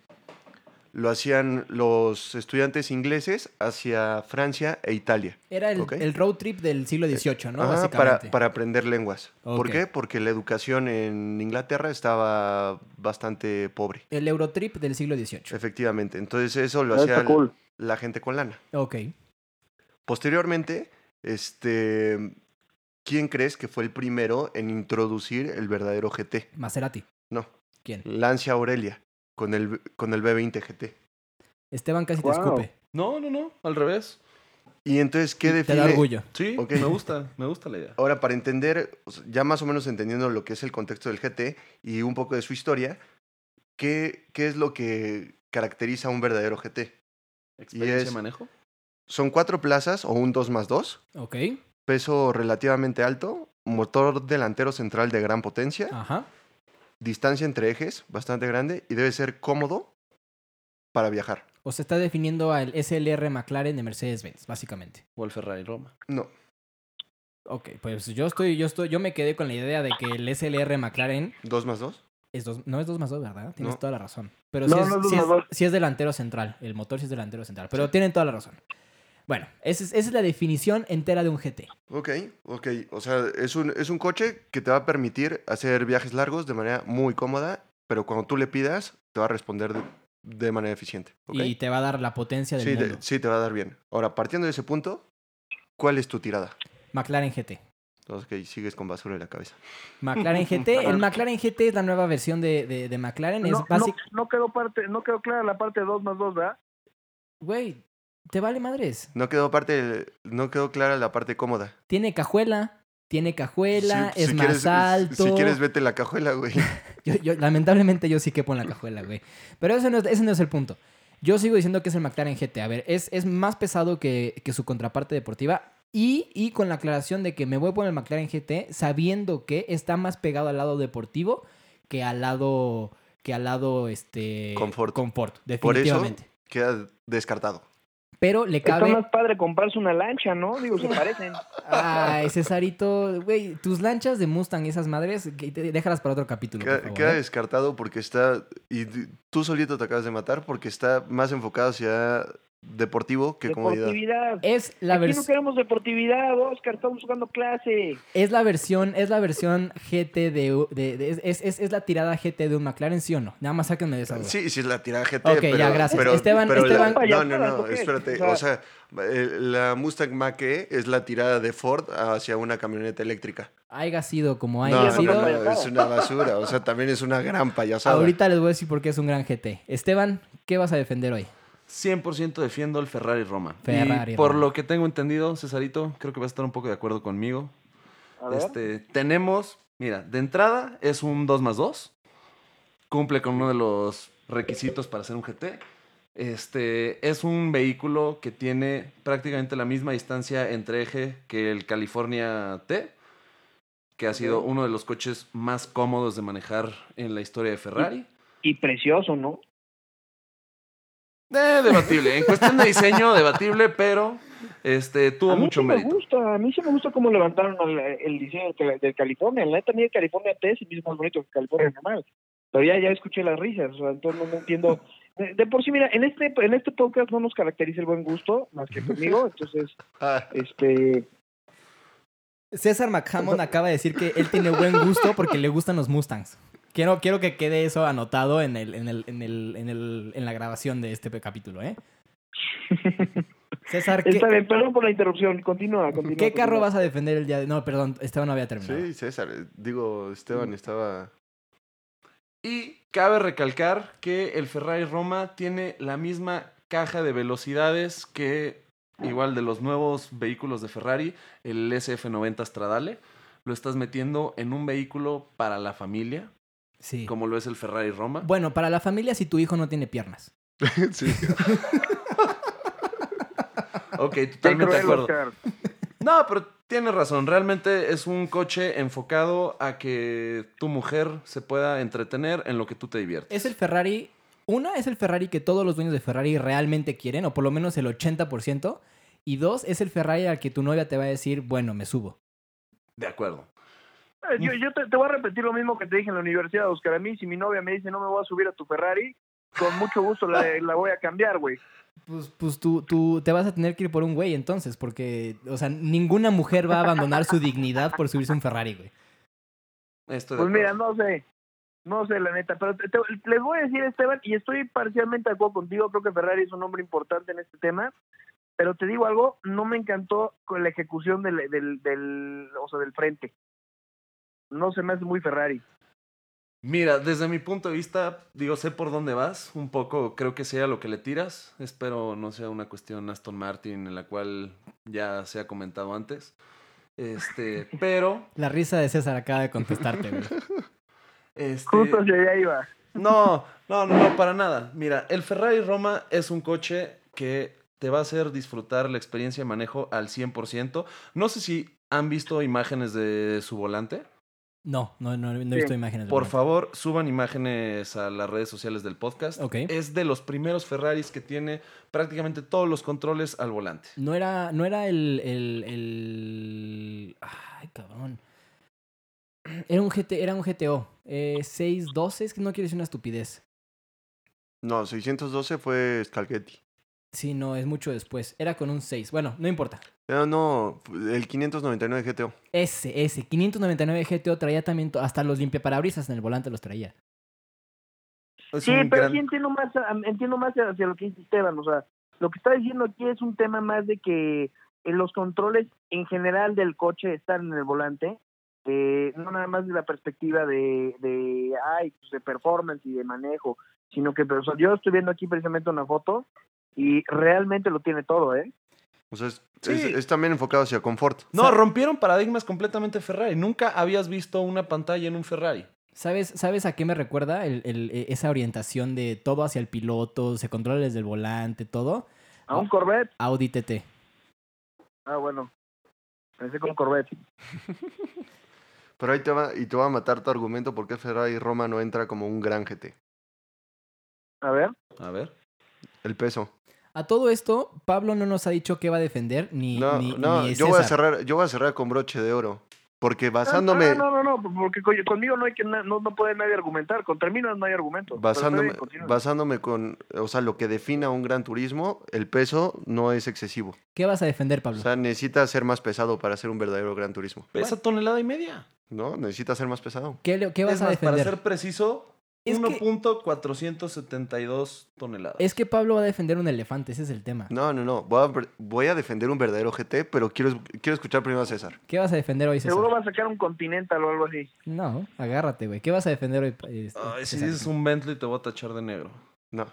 B: lo hacían los estudiantes ingleses hacia Francia e Italia.
A: Era el,
B: Ok.
A: el road trip del siglo XVIII, ¿no?
B: Ajá, para,
A: Básicamente.
B: para aprender lenguas. ¿Por
A: Ok.
B: qué? Porque la educación en Inglaterra estaba bastante pobre,
A: El Eurotrip del siglo XVIII.
B: efectivamente. Entonces eso lo
D: Ah,
B: hacía
D: Está cool.
B: la gente con lana.
A: Ok.
B: Posteriormente, este, ¿quién crees que fue el primero en introducir el verdadero GT?
A: Maserati.
B: No,
A: ¿Quién?
B: Lancia Aurelia con el, con el B20 GT.
A: Esteban casi te
D: Wow.
A: escupe.
C: No, no, no, al revés.
B: Y entonces, ¿qué
A: Te da
B: define?
A: orgullo.
C: Sí,
B: Ok.
C: (laughs) me gusta, me gusta la idea.
B: Ahora, para entender, o sea, ya más o menos entendiendo lo que es el contexto del GT y un poco de su historia, ¿qué, qué es lo que caracteriza a un verdadero GT?
C: Experiencia
B: es-
C: de manejo.
B: Son cuatro plazas o un 2 más 2,
A: Ok.
B: peso relativamente alto, motor delantero central de gran potencia,
A: Ajá.
B: distancia entre ejes bastante grande y debe ser cómodo para viajar.
A: O se está definiendo al SLR McLaren de Mercedes-Benz, básicamente.
C: O el Ferrari Roma.
B: No,
A: Ok, pues yo estoy, yo estoy, yo me quedé con la idea de que el SLR McLaren
B: 2 más 2.
A: es dos, no es 2 más 2, ¿verdad? Tienes
B: No.
A: toda la razón. Pero
D: No,
A: sí, es,
D: no es dos
A: sí
D: más
A: es-
D: dos.
A: sí es delantero central. El motor sí es delantero central. Pero tienen toda la razón. Bueno, esa es, esa es la definición entera de un GT.
B: Ok, ok. O sea, es un, es un coche que te va a permitir hacer viajes largos de manera muy cómoda, pero cuando tú le pidas, te va a responder de, de manera eficiente. ¿ok?
A: Y te va a dar la potencia del
B: Sí,
A: mundo.
B: te, sí, te va a dar bien. Ahora, partiendo de ese punto, ¿cuál es tu tirada?
A: McLaren GT.
B: Entonces, que sigues con basura en la cabeza. (laughs)
A: McLaren GT. El McLaren GT es la nueva versión de, de- de McLaren. Es
D: No, no,
A: básic-
D: no quedó parte, no quedó clara la parte 2 más 2, ¿verdad?
A: Güey, te vale madres.
B: No quedó, parte, no quedó clara la parte cómoda.
A: Tiene cajuela. Tiene cajuela,
B: Si-
A: es
B: si
A: más
B: quieres-
A: alto.
B: Si quieres, vete en la cajuela, güey. (laughs)
A: Yo- yo- lamentablemente yo sí quepo en la cajuela, güey. Pero ese no, es, ese no es el punto. Yo sigo diciendo que es el McLaren GT. A ver, es, es más pesado que, que su contraparte deportiva. Y, y con la aclaración de que me voy por el McLaren GT sabiendo que está más pegado al lado deportivo que al lado que al lado este
B: Confort. Por eso-
A: definitivamente.
B: Queda descartado.
A: Pero le
D: Está
A: cabe
D: más padre comprarse una lancha, ¿no? Digo,
C: (laughs)
D: se parecen.
A: Ay, Cesarito, güey, tus lanchas de Mustang y esas madres, que- te- déjalas para otro capítulo, por
B: Queda,
A: favor,
B: queda
A: ¿eh?
B: descartado porque está. Y d- tú solito te acabas de matar porque está más enfocado hacia deportivo que comodidad.
D: Deportividad.
A: Es Eh, la
D: Aquí no
A: versión
D: queremos deportividad, Oscar, estamos buscando clase.
A: Es la versión, es la versión GT de, de- de- es- es, es- es la tirada GT de un McLaren, ¿sí o no? Nada más sáquenme de esa duda.
B: Sí, sí, es la tirada GT.
A: Ok,
B: pero,
A: ya, gracias. Este
B: pero-
A: Esteban-
B: pero la-
A: Esteban-
B: no, no, no,
D: ¿Payasadas, ok?
B: espérate.
D: O
B: O sea, eh, la Mustang Mach-E es la tirada de Ford hacia una camioneta eléctrica.
A: Haya sido como haya
B: No, no,
A: sido.
B: no,
D: payasada.
B: es una basura. O sea, también es una gran payasada.
A: Ahorita les voy a decir por qué es un gran GT. Esteban, ¿qué vas a defender hoy?
C: 100% defiendo el Ferrari Roma.
A: Ferrari
C: y por
A: Roma.
C: lo que tengo entendido, Cesarito, creo que vas a estar un poco de acuerdo conmigo.
D: A ver.
C: Este, tenemos, mira, de entrada es un 2 más 2. Cumple con uno de los requisitos para ser un GT. Este, es un vehículo que tiene prácticamente la misma distancia entre eje que el California T, que ha sido
D: Ok.
C: uno de los coches más cómodos de manejar en la historia de
D: (laughs)
C: Ferrari.
D: Y precioso, ¿no?
C: Eh, debatible, en cuestión de diseño, debatible, pero este, tuvo
D: a mí
C: mucho
D: sí
C: mérito.
D: me gusta, a mí sí me gusta cómo levantaron el, el diseño del, Cali- del California. La neta, a mí el California T sí mismo es más bonito que el California normal. Pero ya, ya escuché las risas, o sea, entonces no,
C: (laughs)
D: no entiendo. De, de por sí, mira, en este, en este podcast no nos caracteriza el buen gusto, más que
C: (laughs)
D: conmigo, entonces,
B: Ah,
D: este...
A: César McHammond acaba de decir que él tiene buen gusto porque le gustan los Mustangs. Quiero, quiero que quede eso anotado en, el, en, el, en, el, en, el- en la grabación de este capítulo,
D: (laughs)
A: ¿eh? César, ¿qué,
D: Está bien, pues perdón por la interrupción, continúa, continúa.
A: ¿qué carro
D: continúa.
A: vas a defender el día de... No, perdón, Esteban no había terminado.
B: sí, César. eh, Digo,
A: Mm.
B: Esteban estaba.
C: Y cabe recalcar que el Ferrari Roma tiene la misma caja de velocidades que igual de los nuevos vehículos de Ferrari, el SF90 Stradale. Lo estás metiendo en un vehículo para la familia,
A: Sí.
C: como lo es el Ferrari Roma.
A: Bueno, para la familia si tu hijo no tiene piernas.
B: sí.
C: Ok,
D: Qué
C: totalmente de
D: cruel,
C: acuerdo.
D: Oscar.
C: No, pero tienes razón. Realmente es un coche enfocado a que tu mujer se pueda entretener en lo que tú te diviertes.
A: Es el Ferrari... Una, es el Ferrari que todos los dueños de Ferrari realmente quieren, o por lo menos el 80%. Y dos, es el Ferrari al que tu novia te va a decir, bueno, me subo.
C: De acuerdo.
D: Eh, Yo, yo te, te voy a repetir lo mismo que te dije en la universidad, Oscar. A mí, si mi novia me dice no me voy a subir a tu Ferrari, con mucho gusto la, la voy a cambiar, güey.
A: Pues, pues tú, tú te vas a tener que ir por un güey entonces, porque, o sea, ninguna mujer va a abandonar su dignidad por subirse a un Ferrari, güey.
C: Estoy de
D: Pues mira,
C: acuerdo.
D: no sé. No sé, la neta. Pero te- te- les voy a decir, Esteban, y estoy parcialmente de acuerdo contigo. Creo que Ferrari es un hombre importante en este tema. Pero te digo algo, no me encantó con la ejecución del, del, del, o sea, del frente. No se me hace muy Ferrari.
C: Mira, desde mi punto de vista, digo, sé por dónde vas, un poco creo que sea lo que le tiras, espero no sea una cuestión Aston Martin en la cual ya se ha comentado antes, este, pero,
A: La risa de César acaba de contestarte, güey.
C: este,
D: Justo hacia allá iba.
C: no, no, no, no, para nada, mira, el Ferrari Roma es un coche que te va a hacer disfrutar la experiencia de manejo al 100%, no sé si han visto imágenes de su volante,
A: No, no, no, no he
D: Sí.
A: visto imágenes.
C: por
A: güey.
C: favor, suban imágenes a las redes sociales del podcast.
A: Ok.
C: Es de los primeros Ferraris que tiene prácticamente todos los controles al volante.
A: No era, no era el, el, el- Ay, cabrón. Era un, GT, era un GTO. Eh, 612, es que no quiero decir una estupidez.
B: No, 612 fue Scalgetti.
A: Sí, no, es mucho después. Era con un 6. Bueno, no importa.
B: No, no, el 599 GTO.
A: Ese, ese. 599 GTO traía también... to- Hasta los limpiaparabrisas en el volante los traía.
C: Es
D: Sí,
C: un
D: pero
C: gran-
D: sí entiendo más, a- entiendo más hacia lo que dice Esteban. O sea, lo que está diciendo aquí es un tema más de que eh, los controles en general del coche están en el volante, eh, no nada más de la perspectiva de, de, ay, pues, de performance y de manejo, sino que, pero, o sea, yo estoy viendo aquí precisamente una foto y realmente lo tiene todo, ¿eh?
B: O sea, es,
C: Sí.
B: es- es también enfocado hacia confort.
C: No, rompieron paradigmas completamente Ferrari. Nunca habías visto una pantalla en un Ferrari.
A: ¿Sabes, ¿Sabes a qué me recuerda el- el- eh, esa orientación de todo hacia el piloto, se controla desde el volante, todo?
D: A un Corvette,
A: Audi TT.
D: ah, bueno, pensé con Corvette.
B: Pero ahí te va, y te va a matar tu argumento porque Ferrari Roma no entra como un gran GT.
D: A ver,
C: A ver.
B: El peso.
A: A todo esto, Pablo no nos ha dicho qué va a defender ni.
B: No,
A: ni-
B: no,
A: ni
B: yo voy a
A: César.
B: cerrar, yo voy a cerrar con broche de oro. Porque
D: Ah,
B: basándome,
D: No, no, no, porque con- conmigo no hay que, no, no puede nadie argumentar, contra mí no no hay argumento. Pero está bien,
B: basándome,
D: continúa.
B: basándome con, o sea, lo que defina un gran turismo, el peso no es excesivo.
A: ¿Qué vas a defender,
B: O
A: Pablo?
B: sea, necesita ser más pesado para ser un verdadero gran turismo.
C: Pesa tonelada y media.
B: ¿No? Necesita ser más pesado.
A: ¿Qué, le- qué vas
C: Es
A: a
C: más, para
A: defender?
C: ser preciso,
A: Es que-
C: 1.472 toneladas.
A: Es que Pablo va a defender un elefante, ese es el tema.
B: No, no, no. Voy a, ver- voy a defender un verdadero GT, pero quiero, quiero escuchar primero a César.
A: ¿Qué vas a defender hoy, César?
D: Seguro va a sacar un Continental o algo así.
A: No, agárrate, güey. ¿Qué vas a defender hoy? eh,
C: Ay, si
A: César?
C: dices un Bentley te voy a tachar de negro.
B: No.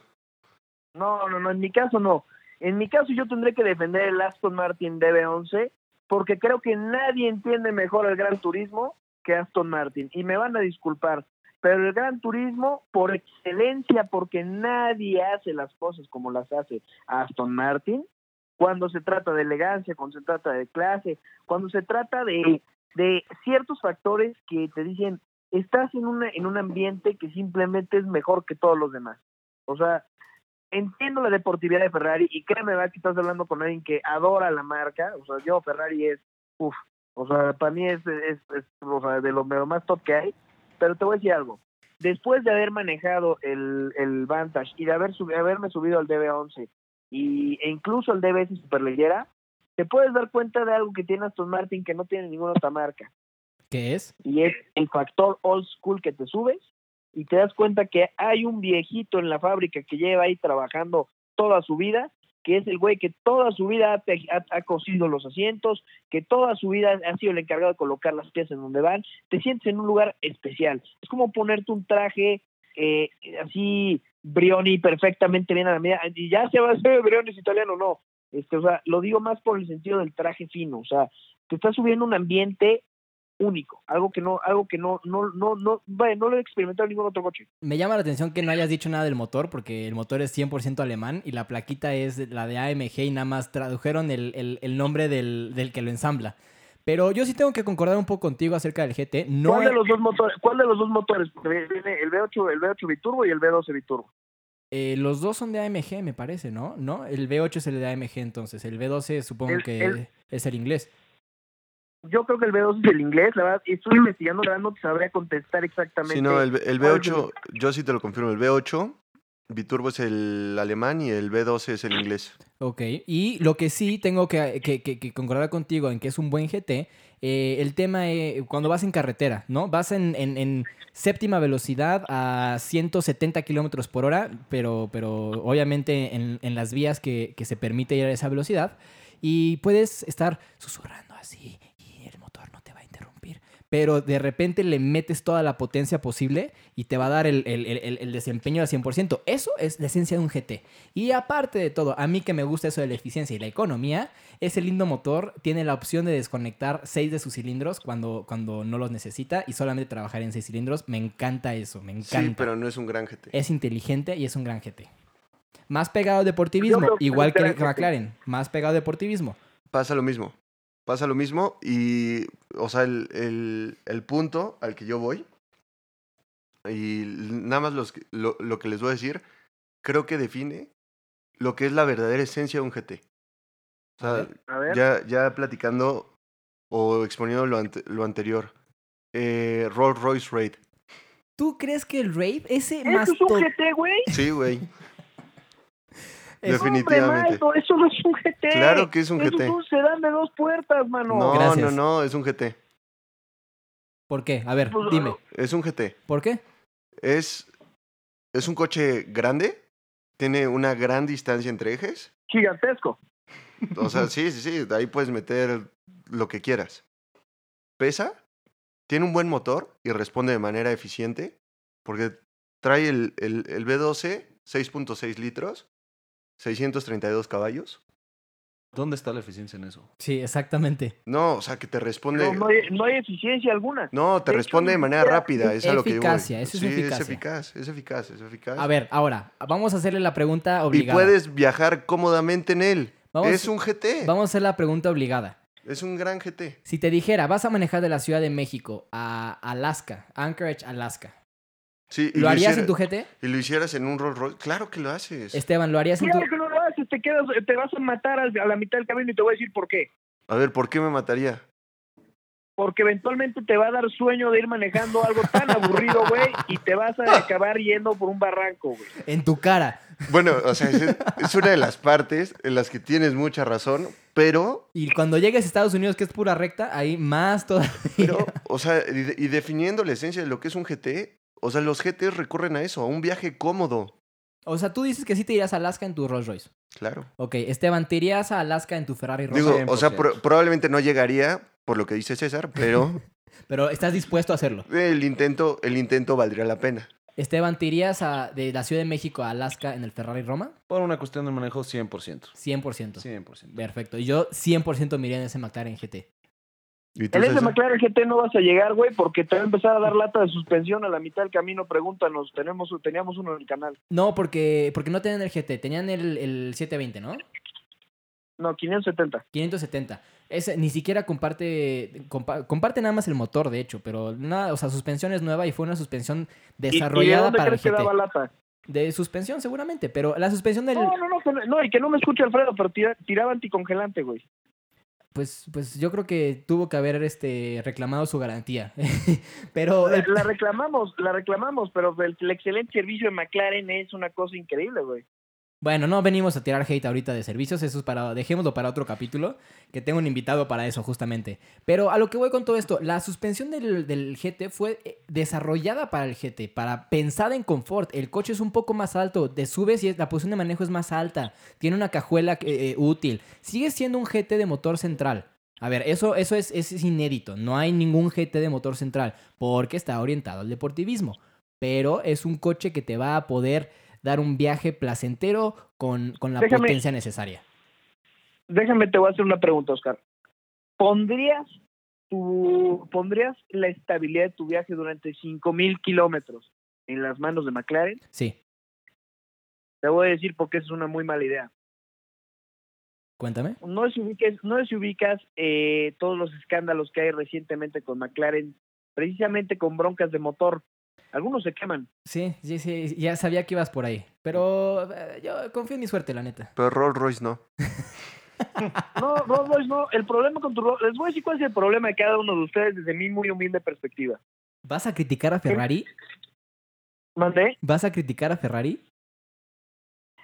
D: No, no, no, en mi caso no. En mi caso yo tendré que defender el Aston Martin DB11 porque creo que nadie entiende mejor el Gran Turismo que Aston Martin. Y me van a disculpar, pero el Gran Turismo por excelencia, porque nadie hace las cosas como las hace Aston Martin, cuando se trata de elegancia, cuando se trata de clase, cuando se trata de, de ciertos factores que te dicen, estás en, una, en un ambiente que simplemente es mejor que todos los demás. O sea, entiendo la deportividad de Ferrari y créeme, va que estás hablando con alguien que adora la marca. O sea, yo Ferrari es, uff, o sea, para mí es, es, es, o sea, de lo, de lo más top que hay. Pero te voy a decir algo. Después de haber manejado el, el Vantage y de haber subi- haberme subido al DB11 y, e incluso al DBS Superleggera, te puedes dar cuenta de algo que tiene Aston Martin que no tiene ninguna otra marca
A: ¿Qué es?
D: y es el factor old school que te subes y te das cuenta que hay un viejito en la fábrica que lleva ahí trabajando toda su vida, que es el güey que toda su vida ha, te- ha- ha cosido los asientos, que toda su vida ha sido el encargado de colocar las piezas en donde van, te sientes en un lugar especial. Es como ponerte un traje eh, así brioni perfectamente bien a la medida, y ya se va a hacer brioni es italiano, no. Este, o sea, lo digo más por el sentido del traje fino, o sea, te estás subiendo a un ambiente único, algo que no, algo que no, no, no, no, vaya, no lo he experimentado en ningún otro coche.
A: Me llama la atención que no hayas dicho nada del motor, porque el motor es 100% alemán y la plaquita es la de AMG y nada más tradujeron el, el- el nombre del, del que lo ensambla. Pero yo sí tengo que concordar un poco contigo acerca del GT. No
D: ¿Cuál de los dos motores? ¿Cuál de los dos motores? Porque Viene el V8, el V8 biturbo y el V12 biturbo.
A: Eh, los dos son de AMG, me parece, ¿no? ¿No? El V8 es el de AMG, entonces. El V12 supongo
D: El-
A: que
D: el-
A: es el inglés.
D: Yo creo que el V12 es el inglés, la verdad, y estoy investigando, la verdad no te sabría contestar exactamente.
B: Sí, no, el, el
D: ¿Cuál
B: B8, yo sí te lo confirmo, el B8 Biturbo es el alemán y el B12 es el inglés.
A: Ok, y lo que sí tengo que, que- que- que concordar contigo en que es un buen GT, eh, el tema eh, cuando vas en carretera, ¿no? Vas en, en- en séptima velocidad a 170 kilómetros por hora, pero, pero obviamente en, en las vías que, que se permite ir a esa velocidad, y puedes estar susurrando así y el motor no te va a interrumpir. Pero de repente le metes toda la potencia posible y te va a dar el, el- el- el- el desempeño al 100%. Eso es la esencia de un GT. Y aparte de todo, a mí que me gusta eso de la eficiencia y la economía, ese lindo motor tiene la opción de desconectar seis de sus cilindros cuando, cuando no los necesita y solamente trabajar en seis cilindros. Me encanta eso, me encanta. Eh.
B: Sí, pero no es un gran GT.
A: Es inteligente y es un gran GT. Más pegado al deportivismo,
D: Yo creo que
A: igual
D: es
A: que
D: un
A: el
D: gran GT.
A: McLaren. Más pegado al deportivismo.
B: Pasa lo mismo. Pasa lo mismo y, o sea, el, el- el punto al que yo voy, y nada más los que- lo, lo que les voy a decir, creo que define lo que es la verdadera esencia de un GT. O
A: A
B: sea,
A: ver.
D: A ver,
B: ya, ya platicando o exponiendo lo, ante- lo anterior. Eh, Rolls Royce Raid.
A: ¿Tú crees que el Rave, ese
D: ¿eso es
A: masto-
D: un GT, güey?
B: Sí, güey.
A: Es-
B: Defi- Definitivamente.
D: Hombre, Maito, eso no es un GT.
B: Claro que es un
D: Eso es
B: GT.
D: un sedán de dos puertas, mano.
B: No, no,
A: Gracias.
B: no, es un GT.
A: ¿Por qué? A ver,
D: Pues,
A: dime.
B: Es un GT.
A: ¿Por qué?
B: Es, es un coche grande, tiene una gran distancia entre ejes.
D: Gigantesco.
B: O sea, sí, sí, sí, de ahí puedes meter lo que quieras. Pesa, tiene un buen motor y responde de manera eficiente, porque trae el, el, el B12, 6.6 litros, 632 caballos.
C: ¿Dónde está la eficiencia en eso?
A: Sí, exactamente.
B: No, o sea, que te responde...
D: No, no hay, no hay eficiencia alguna.
B: No, te
D: de hecho,
B: responde de
D: ni
B: manera
D: siquiera-
B: rápida, es a lo que yo voy.
A: Eficacia, eso es
B: Sí,
A: eficacia.
B: es eficaz, es eficaz, es eficaz.
A: A ver, ahora, vamos a hacerle la pregunta
B: y
A: obligada.
B: puedes viajar cómodamente en él.
A: Vamos-
B: es un GT.
A: Vamos a hacer la pregunta obligada.
B: Es un gran GT.
A: Si te dijera, vas a manejar de la Ciudad de México a Alaska, Anchorage, Alaska,
B: Sí, y
A: ¿lo harías
B: hiciera-
A: en tu GT?
B: Y lo hicieras en un Rolls Royce. Claro que lo haces.
A: Esteban, ¿lo harías en tu...?
D: Claro que no lo haces, te, quedas, te vas a matar al- a la mitad del camino y te voy a decir por qué.
B: A ver, ¿por qué me mataría?
D: Porque eventualmente te va a dar sueño de ir manejando algo tan aburrido, güey, y te vas a acabar yendo por un barranco, güey.
A: En tu cara.
B: Bueno, o sea, es, es una de las partes en las que tienes mucha razón,
A: (laughs)
B: pero,
A: Y cuando llegues a Estados Unidos, que es pura recta, ahí más todavía.
B: pero o sea, y, de- y definiendo la esencia de lo que es un GT, o sea, los GTs recurren a eso, a un viaje cómodo.
A: (laughs) O sea, tú dices que sí te irás a Alaska en tu Rolls Royce.
B: Claro.
A: Ok, Esteban, ¿te irías a Alaska en tu Ferrari rosa?
B: Digo, o sea,
C: 100%.
B: pro- probablemente no llegaría por lo que dice César,
A: (laughs)
B: pero
A: Pero estás dispuesto a hacerlo.
B: el intento, el intento valdría la pena.
A: Esteban, ¿te irías a- de la Ciudad de México a Alaska en el Ferrari Roma?
C: Por una cuestión de manejo, 100%.
A: 100%.
C: 100%.
A: Perfecto. Y yo 100% me iría en ese McLaren GT.
B: ¿Y tú,
D: En ese
B: César?
D: McLaren GT no vas a llegar, güey, porque te va a empezar a dar lata de suspensión a la mitad del camino. Pregúntanos, tenemos, teníamos uno en el canal.
A: No, porque, porque no tenían el GT, tenían el, el 720, ¿no?
D: No, 570.
A: 570. Ese ni siquiera comparte, compa- comparte nada más el motor, de hecho, pero nada, o sea, suspensión es nueva y fue una suspensión
D: ¿Y- ¿Y de
A: desarrollada
D: dónde
A: para el
D: crees que daba
A: GT.
D: lata?
A: De suspensión, seguramente, pero la suspensión del.
D: No, no, no, que no, no, y que no me escuche Alfredo, pero tira- tiraba anticongelante, güey.
A: Pues, pues yo creo que tuvo que haber este, reclamado su garantía. (laughs) pero
D: La,
A: el-
D: la reclamamos, la reclamamos, pero el, el excelente servicio de McLaren es una cosa increíble, güey.
A: Bueno, no venimos a tirar hate ahorita de servicios, eso es para, dejémoslo para otro capítulo, que tengo un invitado para eso justamente. Pero a lo que voy con todo esto, la suspensión del, del GT fue eh, desarrollada para el GT, para pensada en confort, el coche es un poco más alto, te subes y es- la posición de manejo es más alta, tiene una cajuela eh, eh, útil, sigue siendo un GT de motor central. A ver, eso, eso es, es es inédito, no hay ningún GT de motor central, porque está orientado al deportivismo, pero es un coche que te va a poder dar un viaje placentero con, con la
D: Déjame-
A: potencia necesaria.
D: Déjame, te voy a hacer una pregunta, Oscar. ¿Pondrías tu, pondrías la estabilidad de tu viaje durante 5.000 kilómetros en las manos de McLaren?
A: Sí,
D: Te voy a decir porque es una muy mala idea.
A: cuéntame.
D: No es ubicas, no es ubicas eh, todos los escándalos que hay recientemente con McLaren, precisamente con broncas de motor. Algunos se queman.
A: Sí, sí, sí, ya sabía que ibas por ahí. Pero eh, yo confío en mi suerte, la neta.
B: Pero Rolls Royce no.
D: No, Rolls Royce no. El problema con tu Rolls Les voy a decir cuál es el problema de cada uno de ustedes desde mi muy humilde perspectiva.
A: ¿Vas a criticar a Ferrari?
D: Mandé.
A: ¿Vas a criticar a Ferrari?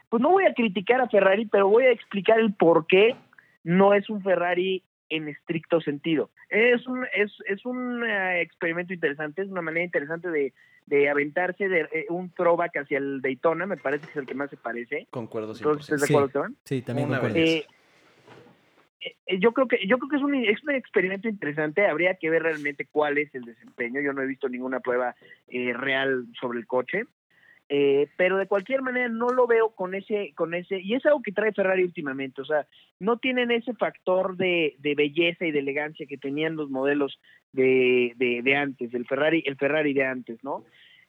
D: pues no voy a criticar a Ferrari, pero voy a explicar el por qué no es un Ferrari en estricto sentido. Es un, es, es un eh, experimento interesante, es una manera interesante de, de aventarse de eh, un throwback hacia el Daytona, me parece que es el que más se parece.
C: Concuerdo
D: Entonces,
C: 100%.
D: ¿estás de
A: Sí.
D: acuerdo, Esteban?
A: Sí, también
C: Una
A: concuerdo.
C: vez.
D: Eh, eh, yo creo que yo creo que es un, es un experimento interesante. Habría que ver realmente cuál es el desempeño. Yo no he visto ninguna prueba eh, real sobre el coche, Eh, pero de cualquier manera no lo veo con ese con ese y es algo que trae Ferrari últimamente. O sea, no tienen ese factor de, de belleza y de elegancia que tenían los modelos de, de, de antes, el Ferrari el Ferrari de antes, ¿no?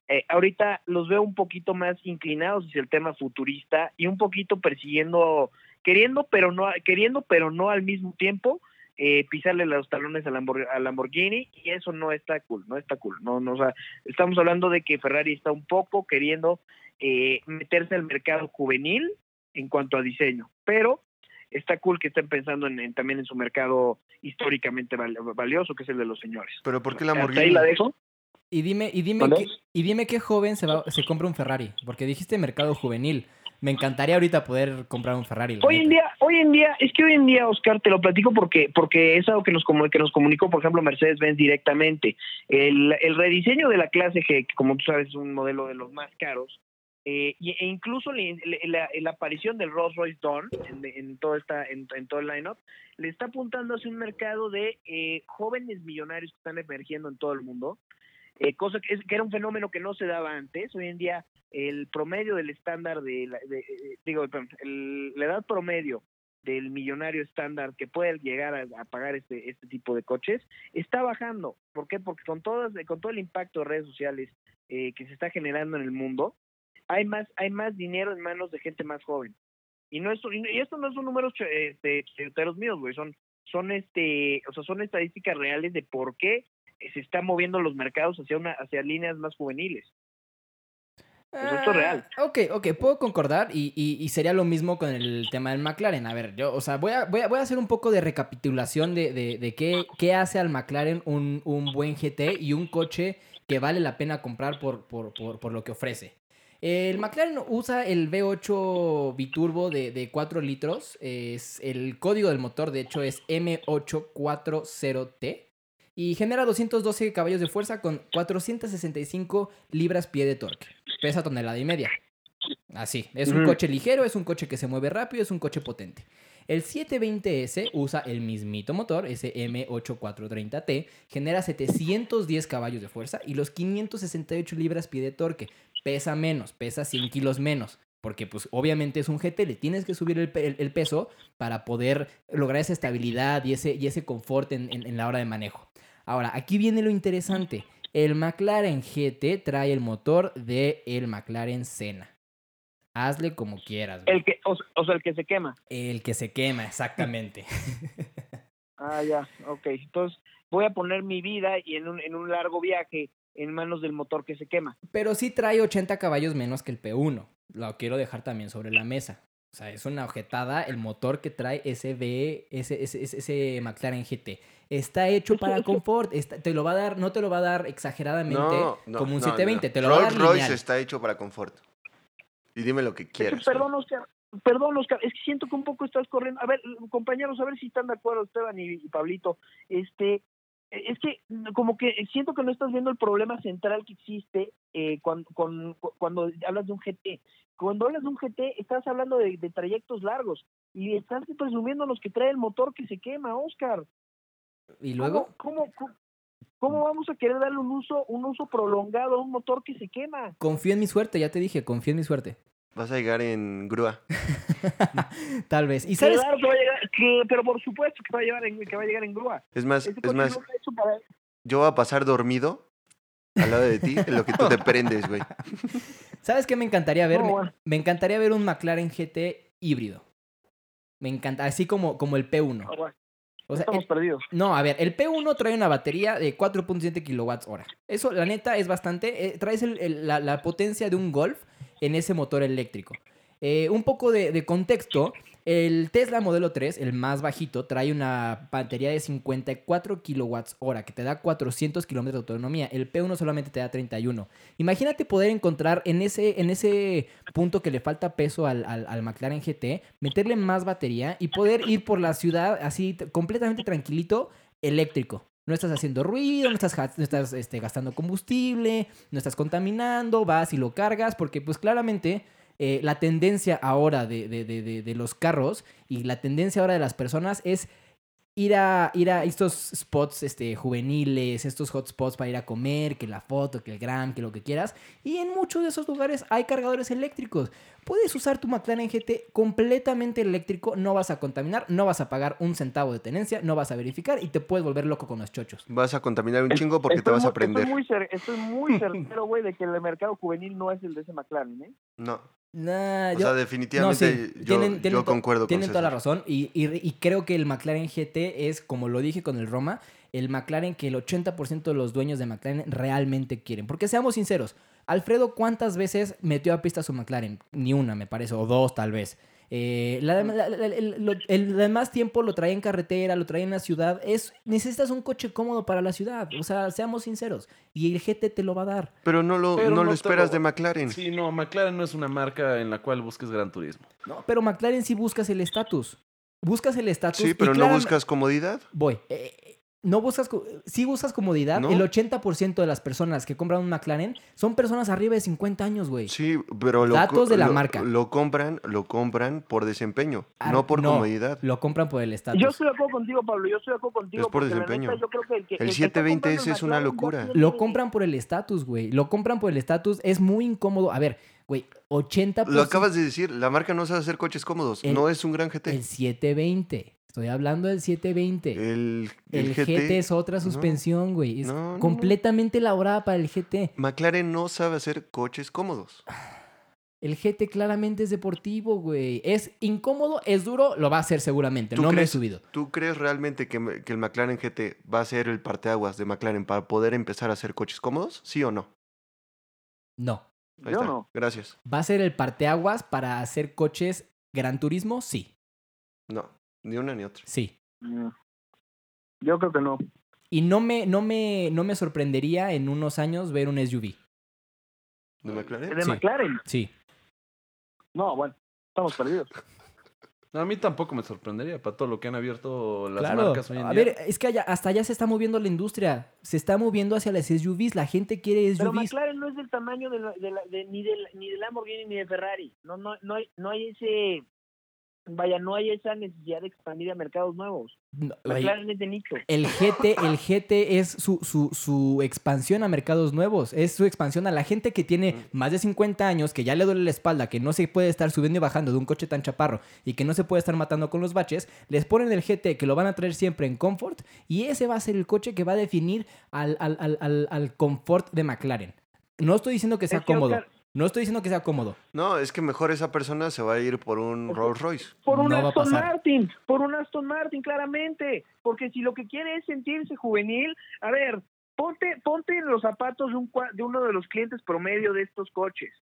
D: Eh, ahorita los veo un poquito más inclinados hacia el tema futurista y un poquito persiguiendo queriendo pero no queriendo pero no al mismo tiempo eh, pisarle los talones al Lambor- al Lamborghini y eso no está cool no está cool no no o sea, estamos hablando de que Ferrari está un poco queriendo eh, meterse al mercado juvenil en cuanto a diseño pero está cool que estén pensando en, en- también en su mercado históricamente val- valioso que es el de los señores
B: Pero ¿por qué
D: Hasta
B: Lamborghini?
D: ahí la dejo
A: Y dime, y dime,
D: ¿Vale?
A: qué, y dime qué joven se, va, se compra un Ferrari, porque dijiste mercado juvenil. Me encantaría ahorita poder comprar un Ferrari. la
D: Hoy
A: neta.
D: en día, hoy en día, es que hoy en día, Oscar, te lo platico porque, porque es algo que nos, comu- que nos comunicó, por ejemplo, Mercedes-Benz directamente. El, el rediseño de la clase G, que como tú sabes es un modelo de los más caros, eh, y- e incluso le- le- la, la aparición del Rolls Royce Dawn en, en todo, esta, en, en todo el lineup, le está apuntando hacia un mercado de eh, jóvenes millonarios que están emergiendo en todo el mundo. eh, cosa que, es- que era un fenómeno que no se daba antes. Hoy en día el promedio del estándar de, la, de- eh, digo, perdón, el- la edad promedio del millonario estándar que puede llegar a, a pagar este, este tipo de coches está bajando. ¿Por qué? Porque con todo, con todo el impacto de redes sociales eh, que se está generando en el mundo, hay más, hay más dinero en manos de gente más joven. Y no es, y esto no son números ch- este, chiteros míos, güey, son, son este, o sea, son estadísticas reales de por qué eh, se están moviendo los mercados hacia una, hacia líneas más juveniles. Pues esto es real.
A: Ah, Ok, ok, puedo concordar y, y- y sería lo mismo con el tema del McLaren. A ver, yo, o sea, voy a, voy a, voy a hacer un poco de recapitulación de, de- de qué, qué hace al McLaren un, un buen GT y un coche que vale la pena comprar por, por, por, por lo que ofrece. El McLaren usa el V8 biturbo de, de 4 litros. Es el código del motor, de hecho, es M840T. Y genera 212 caballos de fuerza con 465 libras-pie de torque pesa tonelada y media. Así, es un
D: Ujú.
A: coche ligero, es un coche que se mueve rápido, es un coche potente. El 720S usa el mismito motor, ese M8430T, genera 710 caballos de fuerza y los 568 libras-pie de torque. Pesa menos, pesa 100 kilos menos, porque pues obviamente es un GT, le tienes que subir el, pe- el- el peso para poder lograr esa estabilidad y ese, y ese confort en- en- en la hora de manejo. Ahora, aquí viene lo interesante. El McLaren GT trae el motor de el McLaren Senna. Hazle como quieras, güey.
D: El que, o, o sea, el que se quema.
A: El, que se quema, exactamente. (laughs)
D: Ah, ya, ok. Entonces voy a poner mi vida y en un, en un largo viaje en manos del motor que se quema.
A: Pero sí trae 80 caballos menos que el P1. Lo quiero dejar también sobre la mesa. O sea, es una objetada el motor que trae ese, V- ese, ese, ese- ese McLaren GT. Está hecho para confort. está- te lo va a dar, no te lo va a dar exageradamente
B: No, no,
A: como un
B: no,
A: 720.
B: no.
A: Te lo va a
B: Rolls
A: dar
B: Royce
A: lineal.
B: está hecho para confort. Y dime lo que
D: Es que,
B: quieras.
D: perdón, Oscar. Perdón, Oscar, es que siento que un poco estás corriendo. A ver, compañeros, a ver si están de acuerdo, Esteban y, y Pablito. Este, es que como que siento que no estás viendo el problema central que existe eh, cuan- con- cu- cuando, hablas de un GT. Cuando hablas de un GT, estás hablando de, de trayectos largos y estás presumiéndonos que trae el motor que se quema, Oscar.
A: Y luego,
D: ¿Cómo, cómo, cómo vamos a querer darle un uso, un uso prolongado a un motor que se quema?
A: confío en mi suerte, ya te dije, confío en mi suerte.
B: Vas a llegar en grúa.
A: Tal vez. ¿Y sabes
D: Claro que va a llegar, que- pero por supuesto que va a llegar en, que va a llegar en grúa.
B: Es más, es
D: Ese coche
B: más,
D: no está hecho para-
B: yo voy a pasar dormido al lado de ti en lo que tú te prendes, güey.
A: ¿Sabes qué me encantaría ver?
D: No,
A: me,
D: bueno.
A: me encantaría ver un McLaren GT híbrido. Me encanta, así como, como el
D: Ah,
A: P1.
D: bueno,
A: O sea,
D: Estamos
A: el-
D: perdidos.
A: no, a ver, el P1 trae una batería de 4.7 kilowatts hora. Eso, la neta, es bastante. eh, traes el- el- la, la potencia de un Golf en ese motor eléctrico. Eh, un poco de, de contexto. El Tesla modelo 3, el más bajito, trae una batería de 54 kilowatts hora que te da 400 kilómetros de autonomía. El P1 solamente te da 31. Imagínate poder encontrar en ese, en ese punto que le falta peso al, al- al McLaren GT, meterle más batería y poder ir por la ciudad así t- completamente tranquilito, eléctrico. No estás haciendo ruido, no estás, ja- no estás este, gastando combustible, no estás contaminando, vas y lo cargas, porque pues claramente eh, la tendencia ahora de, de- de- de- de los carros y la tendencia ahora de las personas es ir a, ir a estos spots este, juveniles, estos hotspots para ir a comer, que la foto, que el gram, que lo que quieras. Y en muchos de esos lugares hay cargadores eléctricos. Puedes usar tu McLaren GT completamente eléctrico, no vas a contaminar, no vas a pagar un centavo de tenencia, no vas a verificar y te puedes volver loco con los chochos.
B: Vas a contaminar un chingo porque te
D: Estoy
B: vas a
D: muy-
B: prender.
D: Estoy muy, cer-
B: (laughs)
D: estoy muy certero, güey, de que el mercado juvenil no es el de ese McLaren, ¿eh?
B: No,
A: Nah,
B: o
A: Ah, yo-
B: sea,
A: No, sí,
B: definitivamente yo,
A: tienen- tienen
B: yo
A: to-
B: concuerdo con
A: Tienen toda la
B: César.
A: razón y, y- y creo que el McLaren GT es, como lo dije con el Roma, el McLaren que el 80% de los dueños de McLaren realmente quieren. Porque seamos sinceros, Alfredo, ¿cuántas veces metió a pista su McLaren? Ni una, me parece, o dos tal vez. Eh, la- la- la- el, lo- el demás tiempo lo traía en carretera, lo traía en la ciudad. Es, necesitas un coche cómodo para la ciudad. O sea, seamos sinceros. Y el GT te lo va a dar.
B: Pero no lo,
C: Pero
B: no
C: no
B: lo
C: te
B: esperas
C: lo-
B: de McLaren.
C: Sí, no, McLaren no es una marca en la cual busques gran turismo.
A: No, pero McLaren sí buscas el estatus. Buscas el estatus.
B: Sí,
A: y
B: pero no
A: claramente-
B: buscas comodidad.
A: Voy. Eh, eh, no buscas, co- sí buscas comodidad.
B: ¿No?
A: El 80% de las personas que compran un McLaren son personas arriba de 50 años, güey.
B: Sí, pero lo, co-
A: Datos de la
B: lo-
A: marca.
B: Lo compran, lo compran por desempeño,
A: Ah,
B: no por
A: no.
B: comodidad.
A: Lo compran por el
D: Yo
A: estatus.
D: estoy de acuerdo contigo, Pablo. Yo estoy de acuerdo contigo.
B: Es por
D: porque la
B: desempeño.
D: neta, yo creo que el, que-
B: El
D: que está
B: 720
D: comprando
B: ese
D: el
B: es una
D: McLaren ya
B: locura.
D: tiene-
A: Lo compran por el estatus, güey. Lo compran por el estatus. Es muy incómodo. A ver, güey, 80%.
B: Lo acabas de decir, la marca no sabe hacer coches cómodos,
A: El-
B: no es un gran GT.
A: El 720. Estoy hablando del 720.
B: El,
A: El,
B: Eh, el
A: GT, es otra
B: no.
A: suspensión, güey. Es
B: No, no, no.
A: completamente elaborada para el GT.
B: McLaren no sabe hacer coches cómodos.
A: El GT claramente es deportivo, güey. Es incómodo, es duro, lo va a hacer seguramente.
B: ¿Tú
A: No me he
B: crees?
A: subido.
B: ¿Tú crees realmente que, me- que el McLaren GT va a ser el parteaguas de McLaren para poder empezar a hacer coches cómodos? ¿Sí o no?
A: No.
B: Ahí
D: Yo
B: está.
D: no.
B: Gracias.
A: ¿Va a ser el parteaguas para hacer coches gran turismo? Sí,
B: No, ni una ni otra.
A: sí.
D: Mm. Yo creo que no.
A: Y no me, no me, no me sorprendería en unos años ver un SUV.
B: ¿De
D: ¿Es
B: McLaren?
D: de
A: Sí.
D: McLaren?
A: Sí.
D: No, bueno. Estamos perdidos.
C: No, a mí tampoco me sorprendería para todo lo que han abierto las
A: claro.
C: marcas hoy en
A: A
C: día.
A: ver, es que allá- hasta allá se está moviendo la industria. Se está moviendo hacia las SUVs. La gente quiere
D: Pero
A: SUVs.
D: McLaren no es del tamaño de la- de la- de- ni, del, ni del Lamborghini ni de Ferrari. No, no, no, hay, no hay ese... Vaya, no hay esa necesidad de expandir a mercados nuevos.
A: No, güey.
D: McLaren es de nicho.
A: El GT, el GT es su, su, su expansión a mercados nuevos, es su expansión a la gente que tiene más de 50 años, que ya le duele la espalda, que no se puede estar subiendo y bajando de un coche tan chaparro y que no se puede estar matando con los baches, les ponen el GT que lo van a traer siempre en confort y ese va a ser el coche que va a definir al, al, al, al, al confort de McLaren. No estoy diciendo que sea
D: Es que,
A: cómodo,
D: Oscar,
A: no estoy diciendo que sea cómodo.
B: No, es que mejor esa persona se va a ir por un
D: Es que-
B: Rolls Royce.
D: Por un
A: No va a
D: Aston
A: pasar.
D: Martin, por un Aston Martin, claramente. Porque si lo que quiere es sentirse juvenil, a ver, ponte, ponte en los zapatos de, un, cua- de uno de los clientes promedio de estos coches.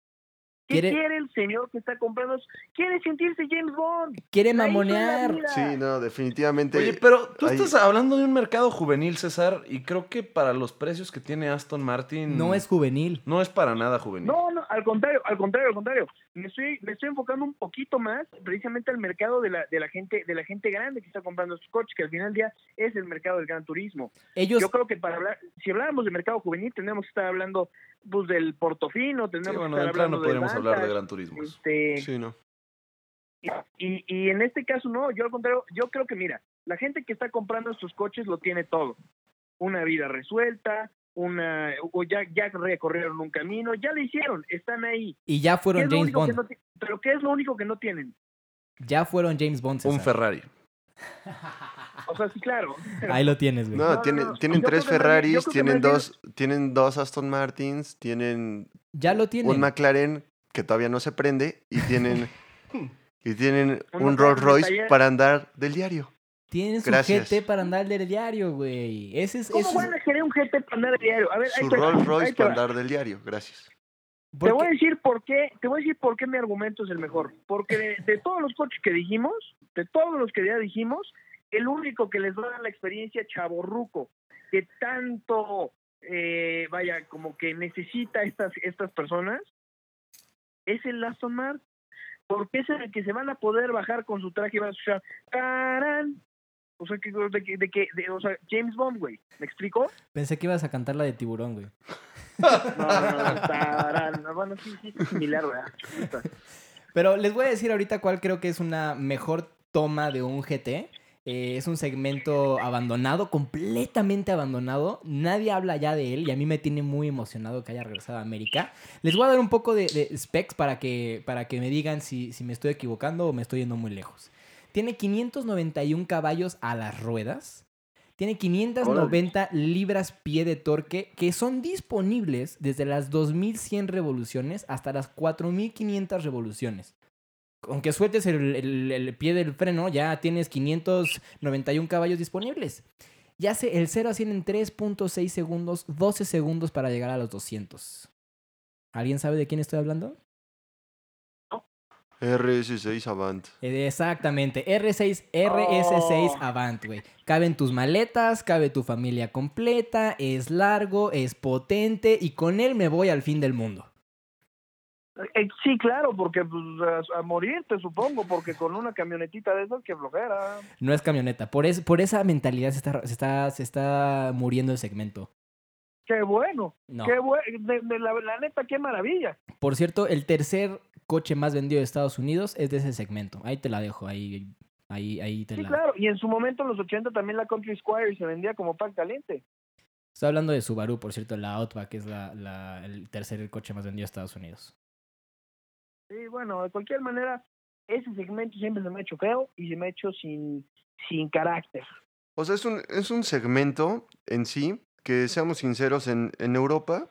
D: ¿Qué
A: Quiere-
D: quiere, el señor que está comprando? Quiere sentirse James Bond.
A: Quiere
D: La hizo en la
A: mamonear.
D: vida.
B: Sí, no, definitivamente.
C: Oye, pero tú
B: ahí-
C: estás hablando de un mercado juvenil, César, y creo que para los precios que tiene Aston Martin
A: No es juvenil.
C: no es para nada juvenil.
D: No, no, al contrario, al contrario, al contrario. Me estoy, me estoy enfocando un poquito más precisamente al mercado de la, de la gente, de la gente grande que está comprando estos coches, que al final del día es el mercado del gran turismo.
A: Ellos,
D: Yo creo que para hablar, si habláramos de mercado juvenil, tendríamos que estar hablando pues, del Portofino,
C: Sí,
D: tendríamos
C: bueno,
D: que
C: de
D: estar
C: entrada
D: hablando
C: no podríamos
D: de
C: hablar de
D: bandas,
C: gran turismo.
D: este,
B: Sí, no.
D: y, y en este caso no, yo al contrario, yo creo que mira, la gente que está comprando estos coches lo tiene todo. Una vida resuelta, una o ya, ya recorrieron un camino, ya lo hicieron, están ahí.
A: y ya
D: ¿Qué
A: fueron
D: es lo
A: James
D: único que
A: Bond.
D: no ti- pero ¿qué es lo único que no tienen?
A: Ya fueron James Bond.
C: Un
A: César.
C: Ferrari.
D: O sea, sí, claro.
A: Ahí lo tienes, güey.
B: No,
D: no,
B: tiene-
D: no.
B: tienen
D: Yo
B: tres
D: creo que más
B: Ferraris,
D: bien- yo creo que
B: tienen
D: más bien-
B: dos, tienen dos Aston Martins, tienen
A: Ya lo tienen.
B: un McLaren que todavía no se prende y
D: (laughs)
B: tienen y tienen
D: Un
B: un
D: McLaren
B: Rolls Royce
D: taller.
B: para andar del diario.
A: Tienen su
B: Gracias.
A: GT para andar del diario, güey. Ese es.
D: ¿Cómo
A: ese es-
D: van a querer un GT para andar a diario? A ver, ahí
B: Su
D: te va,
B: Rolls
D: ahí
B: Royce
D: te va.
B: para andar del diario, gracias.
D: Te voy a decir por qué, te voy a decir por qué mi argumento es el mejor. Porque de, de todos los coches que dijimos, de todos los que ya dijimos, el único que les va a dar la experiencia chaborruco, que tanto eh, vaya, como que necesita estas, estas personas, es el Aston Martin. Porque es en el que se van a poder bajar con su traje y van a escuchar ¡Tarán! O sea, que, de, que- de que, de- o sea, James Bond, güey. ¿Me explico?
A: Pensé que ibas a cantar la de tiburón, güey.
D: No, no, no, tarán. No, Bueno, sí, sí, es similar, ¿verdad? Puta.
A: Pero les voy a decir ahorita cuál creo que es una mejor toma de un GT. Eh, es un segmento abandonado, completamente abandonado. Nadie habla ya de él y a mí me tiene muy emocionado que haya regresado a América. Les voy a dar un poco de, de specs para que, para que me digan si, si me estoy equivocando o me estoy yendo muy lejos. Tiene 591 caballos a las ruedas. Tiene 590 libras pie de torque que son disponibles desde las 2100 revoluciones hasta las 4500 revoluciones. Aunque sueltes el, el- el pie del freno, ya tienes 591 caballos disponibles. Ya hace el 0 a 100 en 3.6 segundos, 12 segundos para llegar a los 200. ¿Alguien sabe de quién estoy hablando?
B: R16 Avant.
A: Exactamente, R6, RS6
D: Oh.
A: Avant, güey. Caben tus maletas, cabe tu familia completa, es largo, es potente y con él me voy al fin del mundo.
D: Eh, Sí, claro, porque pues, a, a morirte, supongo, porque con una camionetita de esas, que flojera.
A: No es camioneta, por, es, por esa mentalidad se está, se, está, se está muriendo el segmento.
D: Qué bueno,
A: No.
D: qué bueno. De, de la, la neta, qué maravilla.
A: Por cierto, el tercer coche más vendido de Estados Unidos es de ese segmento. Ahí te la dejo, ahí, ahí, ahí te
D: Sí,
A: la...
D: claro. Y en su momento, en los 80, también la Country Squire se vendía como pack caliente.
A: Estoy hablando de Subaru, por cierto, la Outback es la, la- el tercer coche más vendido de Estados Unidos.
D: Sí, bueno, de cualquier manera, ese segmento siempre se me ha hecho feo y se me ha hecho sin, sin carácter.
B: O sea, es un, es un segmento en sí que, seamos sinceros, en, en Europa,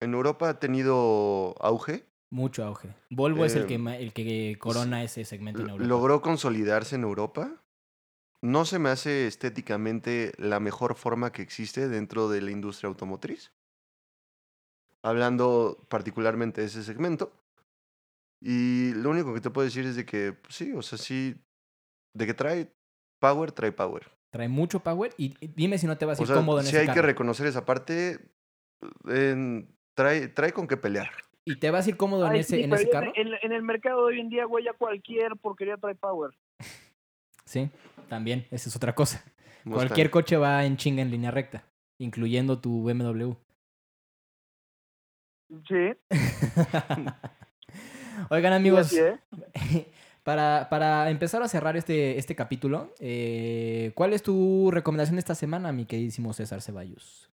B: en Europa ha tenido auge.
A: Mucho auge. Volvo es el
B: Eh,
A: que, ma- el que corona ese segmento en Europa.
B: logró consolidarse en Europa. No se me hace estéticamente la mejor forma que existe dentro de la industria automotriz. Hablando particularmente de ese segmento. Y lo único que te puedo decir es de que pues, sí, o sea, sí, de que trae power, trae power.
A: Trae mucho power y y dime si no te vas a
B: O
A: ir
B: sea,
A: cómodo en
B: sí
A: ese
B: hay que
A: carro.
B: reconocer esa parte. en- trae, trae con qué pelear.
A: y te vas a ir cómodo en
D: Ay,
A: ese,
D: sí,
A: en
D: pero
A: ese
D: ya
A: carro.
D: En, en el mercado de hoy en día, güey, ya cualquier porquería trae power.
A: Sí, también, esa es otra cosa.
B: Mustang.
A: Cualquier coche va en chinga en línea recta, incluyendo tu BMW. (laughs)
D: Sí,
A: Oigan amigos,
D: así es.
A: (laughs) para, para empezar a cerrar este, este capítulo, eh, ¿cuál es tu recomendación de esta semana, mi queridísimo César Ceballos?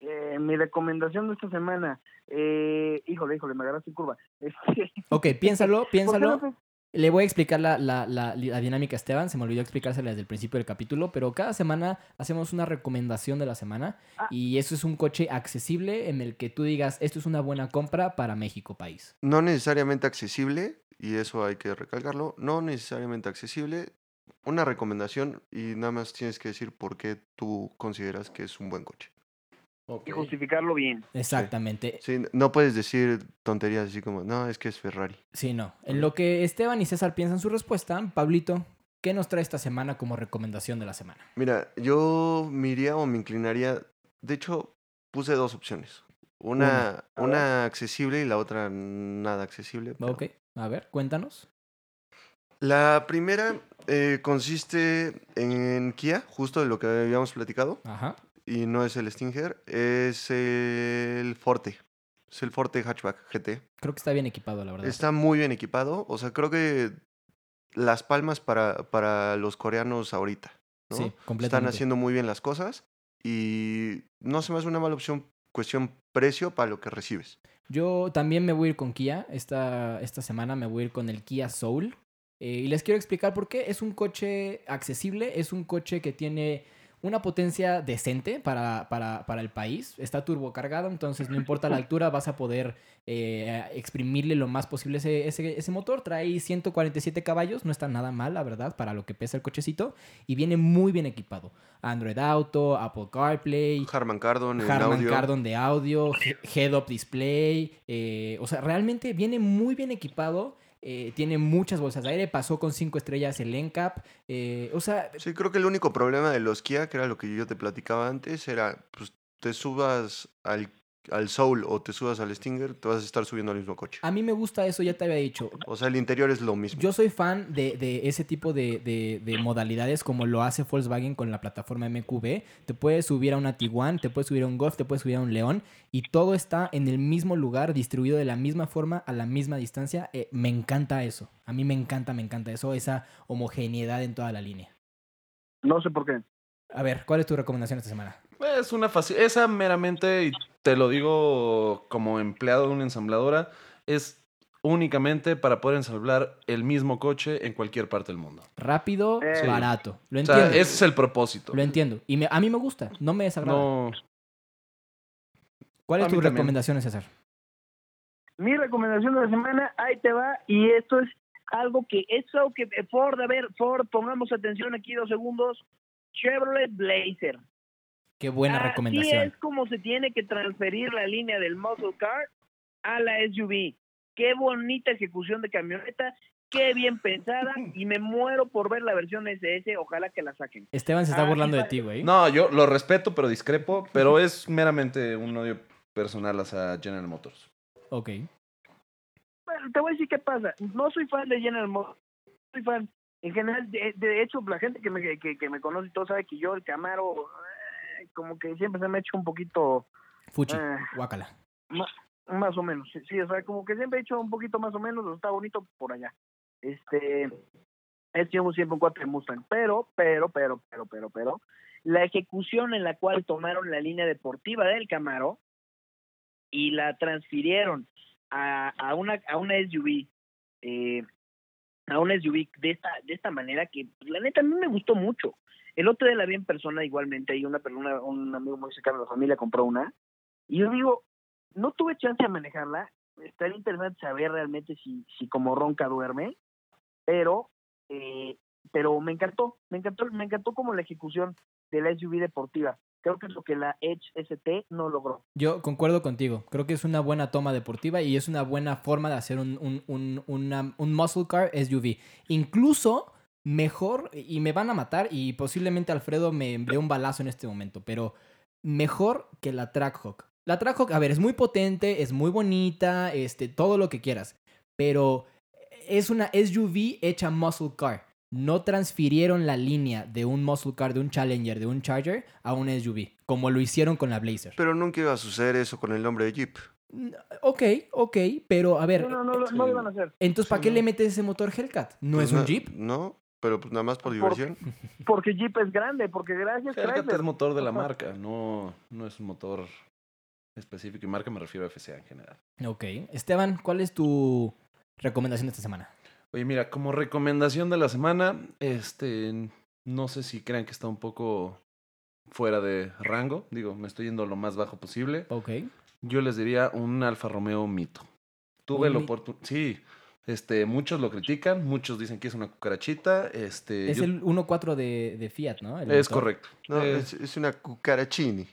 D: Eh, mi recomendación de esta semana, eh, híjole, híjole, me agarraste en curva. (laughs) Este,
A: Ok, piénsalo,
D: ¿por qué no
A: piénsalo.
D: te-
A: Le voy a explicar la, la- la- la dinámica a Esteban, se me olvidó explicársela desde el principio del capítulo, pero cada semana hacemos una recomendación de la semana
D: Ah.
A: y eso es un coche accesible en el que tú digas, esto es una buena compra para México país.
B: no necesariamente accesible, y eso hay que recalcarlo, no necesariamente accesible, una recomendación y nada más tienes que decir por qué tú consideras que es un buen coche.
C: Ok.
D: Y justificarlo bien.
A: Exactamente.
B: Sí, n- no puedes decir tonterías así como, no, es que es Ferrari.
A: Sí, no. En lo que Esteban y César piensan su respuesta, Pablito, ¿qué nos trae esta semana como recomendación de la semana?
B: Mira, yo me iría o me inclinaría, de hecho, puse dos opciones. Una,
D: Una. A ver.
B: una accesible y la otra nada accesible. pero-
A: Ok, a ver, cuéntanos.
B: La primera eh, consiste en Kia, justo de lo que habíamos platicado.
A: Ajá.
B: y no es el Stinger, es el Forte. Es el Forte Hatchback GT.
A: Creo que está bien equipado, la verdad.
B: Está muy bien equipado. O sea, creo que las palmas para, para los coreanos ahorita. ¿no?
A: Sí, completamente.
B: Están haciendo muy bien las cosas y no se me hace una mala opción cuestión precio para lo que recibes.
A: Yo también me voy a ir con Kia. Esta, esta semana me voy a ir con el Kia Soul. Eh, y les quiero explicar por qué. Es un coche accesible, es un coche que tiene una potencia decente para, para, para el país. Está turbocargado, entonces no importa la altura, vas a poder eh, exprimirle lo más posible ese, ese, ese motor. Trae 147 caballos, no está nada mal, la verdad, para lo que pesa el cochecito. Y viene muy bien equipado. Android Auto, Apple CarPlay,
B: Harman Kardon, en
A: Harman
B: audio.
A: Kardon de audio, he- Head-Up Display. eh, o sea, realmente viene muy bien equipado. eh, tiene muchas bolsas de aire. Pasó con cinco estrellas el NCAP. eh, o sea,
B: Sí, creo que el único problema de los Kia, que era lo que yo te platicaba antes, era pues te subas al, al Soul o te subas al Stinger, te vas a estar subiendo al mismo coche.
A: a mí me gusta eso, ya te había dicho.
B: O sea, el interior es lo mismo.
A: Yo soy fan de, de ese tipo de, de- de modalidades como lo hace Volkswagen con la plataforma MQB. Te puedes subir a una Tiguan, te puedes subir a un Golf, te puedes subir a un León y todo está en el mismo lugar, distribuido de la misma forma, a la misma distancia. Eh, me encanta eso. A mí me encanta, me encanta eso, esa homogeneidad en toda la línea.
D: No sé por qué.
A: A ver, ¿cuál es tu recomendación esta semana?
C: Es una fácil. Esa meramente, y te lo digo como empleado de una ensambladora, es únicamente para poder ensamblar el mismo coche en cualquier parte del mundo.
A: Rápido,
D: Eh.
A: barato. Lo
C: O sea,
A: entiendo.
C: ese es el propósito.
A: Lo entiendo. Y me- a mí me gusta, no me desagrada.
C: No,
A: ¿Cuál
C: a
A: es
C: mí
A: tu
C: también.
A: recomendación, César?
D: Mi recomendación de la semana, ahí te va, y esto es algo que, es algo que Ford, a ver, Ford, pongamos atención aquí dos segundos, Chevrolet Blazer.
A: Qué buena
D: Ah, Así
A: recomendación.
D: es como se tiene que transferir la línea del muscle car a la SUV. Qué bonita ejecución de camioneta, qué bien pensada, y me muero por ver la versión SS, ojalá que la saquen.
A: Esteban se está
D: Ah,
A: burlando
D: sí,
A: de
D: pa-
A: ti, güey.
C: no, yo lo respeto, pero discrepo, pero es meramente un odio personal hacia General Motors.
A: Ok.
D: Bueno, te voy a decir qué pasa. No soy fan de General Motors. Soy fan. En general, de, de hecho, la gente que me, que, que me conoce y todo sabe que yo el Camaro, eh, como que siempre se me ha hecho un poquito,
A: Fuchi,
D: eh,
A: guácala.
D: más o menos. Sí, Sí, o sea, como que siempre he hecho un poquito más o menos, está bonito por allá. Este, es siempre un cuatro de Mustang. Pero, pero, pero, pero, pero, pero, la ejecución en la cual tomaron la línea deportiva del Camaro y la transfirieron a, a una a una SUV eh, a una SUV de esta de esta manera que pues, la neta a mí me gustó mucho el otro día la vi en persona igualmente y una persona un amigo muy cercano de la familia compró una y yo digo no tuve chance de manejarla estaría interesante saber realmente si si como ronca duerme pero eh, pero me encantó me encantó me encantó como la ejecución de la SUV deportiva creo que es lo que la Edge ST no logró
A: Yo concuerdo contigo. Creo que es una buena toma deportiva y es una buena forma de hacer un, un, un, una- un muscle car SUV. Incluso mejor, y me van a matar, y posiblemente Alfredo me dé un balazo en este momento, pero mejor que la Trackhawk. La Trackhawk, a ver, es muy potente, es muy bonita, este, todo lo que quieras, pero es una SUV hecha muscle car. No transfirieron la línea de un muscle car, de un Challenger, de un Charger a un SUV, como lo hicieron con la Blazer.
B: Pero nunca iba a suceder eso con el nombre de Jeep.
A: Ok, ok, pero a ver,
D: No, no, no, lo- no lo iban a hacer.
A: entonces ¿para
B: Ah, sí,
A: qué
B: no.
A: le metes ese motor Hellcat? ¿No
B: Pues
A: es un
B: na-
A: Jeep?
B: No, pero pues nada más por
D: Por-
B: diversión.
D: Porque Jeep es grande, porque
A: Pues
D: gracias
C: Fíjate,
D: Chrysler.
C: es motor de la marca, no, no es un motor específico. Y marca me refiero a FCA en general.
A: Ok. Esteban, ¿cuál es tu recomendación de esta semana?
C: Oye, mira, como recomendación de la semana, este, no sé si crean que está un poco fuera de rango. Digo, me estoy yendo lo más bajo posible.
A: Ok.
C: Yo les diría un Alfa Romeo mito. Tuve
A: Un
C: la
A: mi-
C: oportunidad. Sí, este, muchos lo critican, muchos dicen que es una cucarachita. Este,
A: Es
C: yo-
A: el 1.4 de, de Fiat, ¿no? El
C: es
A: motor.
C: correcto.
B: No,
C: Eh,
B: es, es una cucarachini.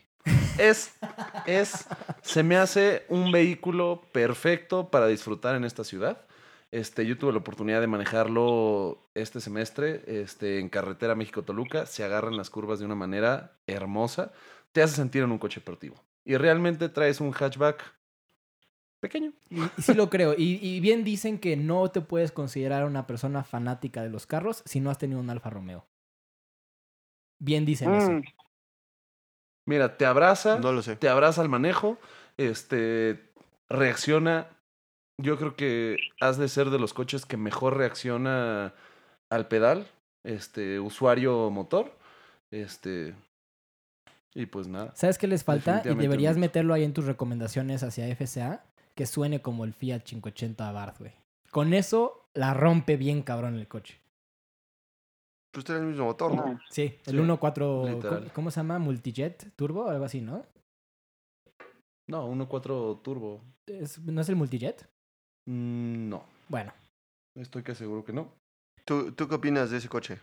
C: es, es, se me hace un vehículo perfecto para disfrutar en esta ciudad. Este, yo tuve la oportunidad de manejarlo este semestre este, en carretera México-Toluca. Se agarran las curvas de una manera hermosa. Te hace sentir en un coche deportivo. Y realmente traes un hatchback pequeño.
A: Y, y sí lo creo. Y, y bien dicen que no te puedes considerar una persona fanática de los carros si no has tenido un Alfa Romeo. Bien dicen eso.
D: Mm,
C: Mira, te abraza.
B: No lo sé.
C: te abraza al manejo, este, reacciona. Yo creo que has de ser de los coches que mejor reacciona al pedal, este, usuario motor, este, y pues nada.
A: ¿Sabes qué les falta? Y
C: Definitivamente
A: deberías
C: mucho.
A: meterlo ahí en tus recomendaciones hacia FCA, que suene como el Fiat 580 Abarth, güey. Con eso la rompe bien cabrón el coche.
B: pues tiene el mismo motor,
D: Ah.
B: ¿no?
A: Sí, el
C: Sí,
A: 1.4,
C: literal.
A: ¿cómo- ¿cómo se llama? Multijet Turbo, algo así, ¿no?
C: No, 1.4 turbo.
A: ¿Es- ¿No es el Multijet?
C: Mm, No,
A: Bueno,
C: estoy que seguro que no.
B: ¿Tú, ¿Tú qué opinas de ese coche,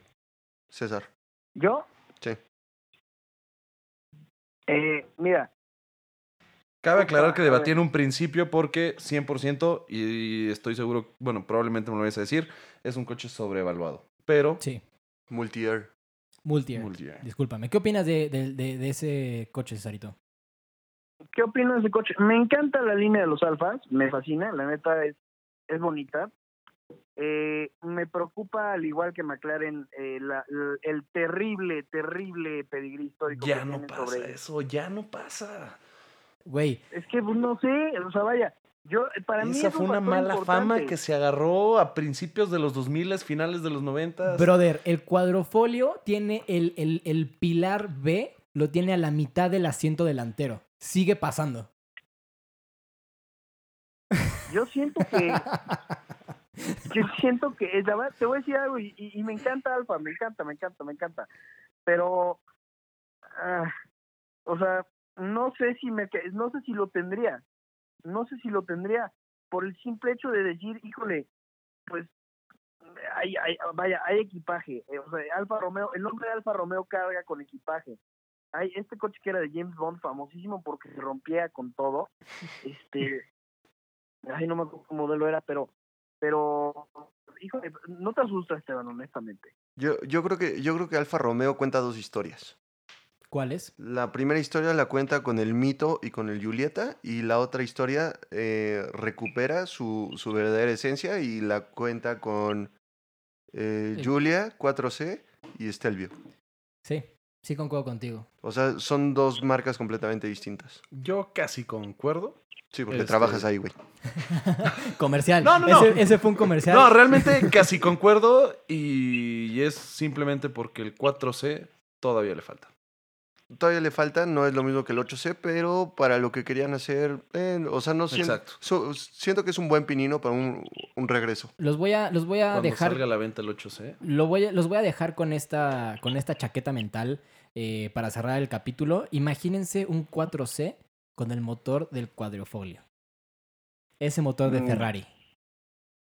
B: César?
D: ¿Yo?
B: Sí.
D: Eh, mira,
C: Cabe
D: Opa,
C: aclarar que
D: a
C: debatí
D: ver.
C: en un principio porque 100% y estoy seguro, bueno, probablemente me lo vayas a decir, es un coche sobrevaluado. Pero
A: sí,
B: Multi-air.
A: Multijet.
C: Multijet.
A: Discúlpame, ¿qué opinas de, de- de- de ese coche, Cesarito?
D: ¿qué opinas de ese coche? Me encanta la línea de los alfas, me fascina, la neta es, es bonita. Eh, me preocupa, al igual que McLaren, eh, la- la- el terrible, terrible pedigrí histórico
C: ya
D: que
C: no
D: tienen
C: pasa
D: sobre ellos.
C: eso, ya no pasa.
A: Güey,
D: Es que pues, no sé, o sea, vaya, yo para mí
C: Esa
D: es
C: fue
D: un
C: una
D: factor
C: mala fama
D: importante.
C: que se agarró a principios de los 2000, finales de los 90.
A: brother, el cuadrofolio tiene el, el- el pilar B, lo tiene a la mitad del asiento delantero. Sigue
C: (laughs)
A: pasando.
D: Yo siento
C: (laughs)
D: que. (laughs) yo siento que. eh, la verdad, te voy a decir algo y, y- y me encanta Alfa, me encanta, me encanta, me encanta. Pero. ah, o sea, no sé si me que- no sé si lo tendría. No sé si lo tendría por el simple hecho de decir, híjole, pues. Hay, hay- vaya, hay equipaje. eh, o sea, Alfa Romeo, el nombre de Alfa Romeo carga con equipaje. Hay este coche que era de James Bond, famosísimo porque se rompía con todo. Este, ay, no me acuerdo qué modelo era, pero, pero, híjole, no te asustas, Esteban, honestamente.
B: Yo, yo, creo que, yo creo que Alfa Romeo cuenta dos historias.
A: ¿Cuál es?
B: La primera historia la cuenta con el mito y con el Julieta, y la otra historia eh, recupera su, su verdadera esencia y la cuenta con eh,
A: Sí.
B: Julia, 4C y Stelvio.
A: Sí, sí concuerdo contigo.
B: O sea, son dos marcas completamente distintas.
C: Yo casi concuerdo.
B: Sí, porque
C: Este-
B: trabajas ahí, güey.
A: Comercial.
C: No, no, no.
A: Ese, ese fue un comercial. (laughs)
C: No, realmente casi concuerdo y es simplemente porque el 4C todavía le falta.
B: Todavía le falta, no es lo mismo que el 8C, pero para lo que querían hacer, eh, o sea, no siento,
C: Exacto.
B: so- siento que es un buen pinino para un, un regreso.
A: Los voy a, los voy a
C: Cuando
A: dejar.
C: salga a la venta el 8C.
A: Lo voy a- los voy a dejar con esta, con esta chaqueta mental eh, para cerrar el capítulo. Imagínense un 4C con el motor del cuadrifoglio. Ese motor de
D: Mm.
A: Ferrari.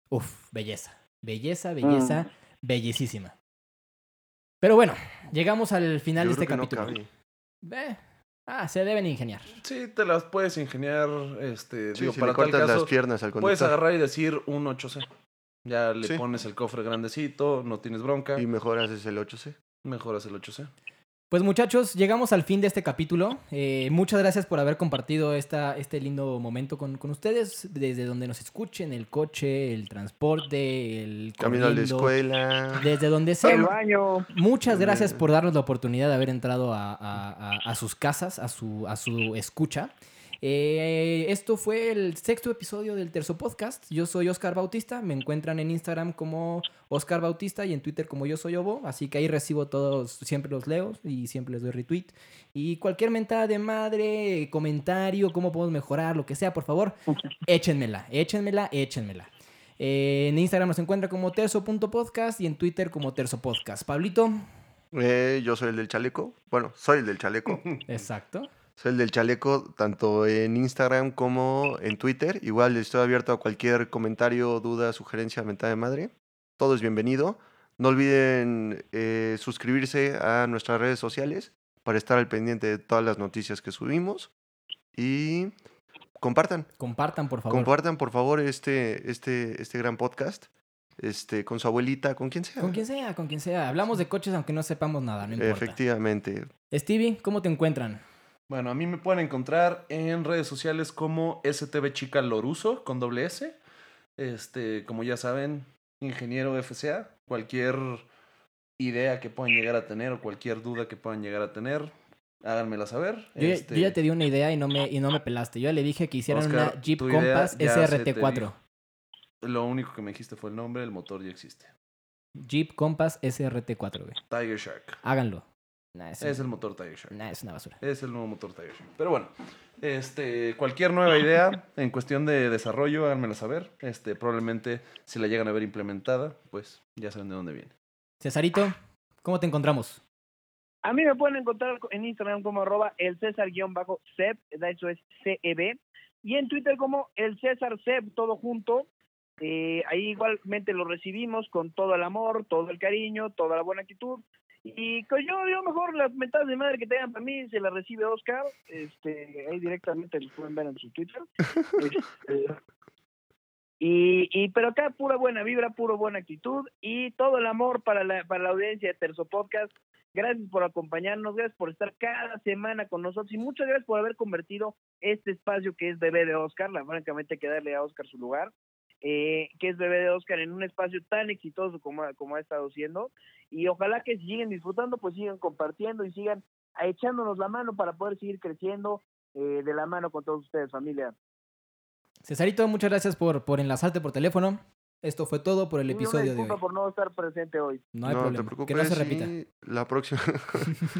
A: Uf, belleza. Belleza, belleza, bellecísima. Pero bueno, llegamos al final
B: Yo
A: de este
B: creo que no
A: capítulo.
B: cabe.
A: Eh, ah, se deben ingeniar.
C: Sí, te las puedes ingeniar, este,
B: Sí,
C: digo,
B: si
C: para
B: le
C: tal
B: cortas
C: caso,
B: las piernas al
C: puedes
B: conductor
C: agarrar y decir un 8C. Ya le
B: Sí.
C: pones el cofre grandecito, no tienes bronca,
B: y mejoras es el 8C.
C: mejoras el 8C.
A: Pues muchachos, llegamos al fin de este capítulo. Eh, muchas gracias por haber compartido esta, este lindo momento con, con ustedes, desde donde nos escuchen, el coche, el transporte, el
B: Camino a la
A: corriendo,
B: escuela.
A: Desde donde
D: El
A: sea.
D: baño,
A: Muchas gracias
B: Eh.
A: por darnos la oportunidad de haber entrado a, a- a- a sus casas, a su, a su escucha. Eh, esto fue el sexto episodio del Terzo Podcast. Yo soy Oscar Bautista. Me encuentran en Instagram como Oscar Bautista y en Twitter como Yo Soy Obo. Así que ahí recibo todos, siempre los leo y siempre les doy retweet. Y cualquier mentada de madre, comentario, cómo podemos mejorar, lo que sea, por favor, échenmela, échenmela, échenmela. Eh, en Instagram nos encuentra como terzo.podcast y en Twitter como terzo podcast. Pablito,
B: Eh, yo soy el del chaleco. Bueno, soy el del chaleco.
A: exacto.
B: soy el del chaleco tanto en Instagram como en Twitter. Igual estoy abierto a cualquier comentario, duda, sugerencia, mentada de madre. Todo es bienvenido. No olviden eh, suscribirse a nuestras redes sociales para estar al pendiente de todas las noticias que subimos. Y compartan.
A: Compartan, por favor.
B: Compartan, por favor, este, este, este gran podcast. Este, con su abuelita, con quien sea.
A: con quien sea, con quien sea. Hablamos de coches aunque no sepamos nada, no importa.
B: Efectivamente.
A: Stevie, ¿cómo te encuentran?
C: Bueno, a mí me pueden encontrar en redes sociales como STV Chica Loruso con doble S. Este, como ya saben, ingeniero FCA, cualquier idea que puedan llegar a tener o cualquier duda que puedan llegar a tener, háganmela saber.
A: Yo, ya-
C: Este,
A: yo ya te di una idea y no me, y no me pelaste. Yo ya le dije que hicieran
C: Oscar,
A: una Jeep
C: tu idea
A: Compass
C: ya se te
A: SRT4.
C: Lo único que me dijiste fue el nombre, el motor ya existe.
A: Jeep Compass SRT4, güey.
C: Tiger Shark.
A: Háganlo. Nah, es,
C: Es el motor Tiger Shark.
A: nah, es una basura.
C: Es el nuevo motor Tiger Shark. Pero bueno, este, cualquier nueva idea en cuestión de desarrollo, háganmela saber. Este, probablemente si la llegan a ver implementada, pues ya saben de dónde viene.
A: Cesarito, ¿Cómo te encontramos?
D: A mí me pueden encontrar en Instagram como arroba el César-Seb, eso es CEB, y en Twitter como el César Seb, todo junto. Eh, ahí igualmente lo recibimos con todo el amor, todo el cariño, toda la buena actitud. Y pues yo, yo mejor las mentadas de madre que tengan para mí se las recibe Oscar. Este, ahí directamente los pueden ver en su Twitter. Este, y, y pero acá pura buena vibra, puro buena actitud y todo el amor para la, para la audiencia de Terzo Podcast. Gracias por acompañarnos, gracias por estar cada semana con nosotros y muchas gracias por haber convertido este espacio que es bebé de Oscar, la, francamente hay que darle a Oscar su lugar, eh, que es bebé de Oscar en un espacio tan exitoso como, ha- como ha estado siendo. Y ojalá que si siguen disfrutando, pues sigan compartiendo y sigan echándonos la mano para poder seguir creciendo eh, de la mano con todos ustedes, familia.
A: Cesarito, muchas gracias por, por enlazarte por teléfono. Esto fue todo por el
D: Y una
A: episodio de hoy.
D: disculpa por no estar presente hoy.
A: No hay problema.
B: te preocupes.
A: que no se repita.
B: y La próxima.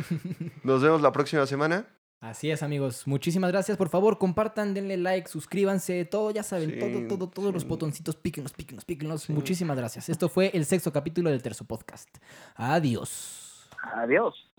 B: (laughs) Nos vemos la próxima semana.
A: (laughs) Así es, amigos. Muchísimas gracias. Por favor, compartan, denle like, suscríbanse, todo, ya saben,
B: Sí,
A: todo, todo, todos los
B: sí.
A: botoncitos, píquenos, píquenos, píquenos.
B: Sí.
A: Muchísimas gracias. Esto fue el sexto capítulo del Terzo Podcast. Adiós.
D: Adiós.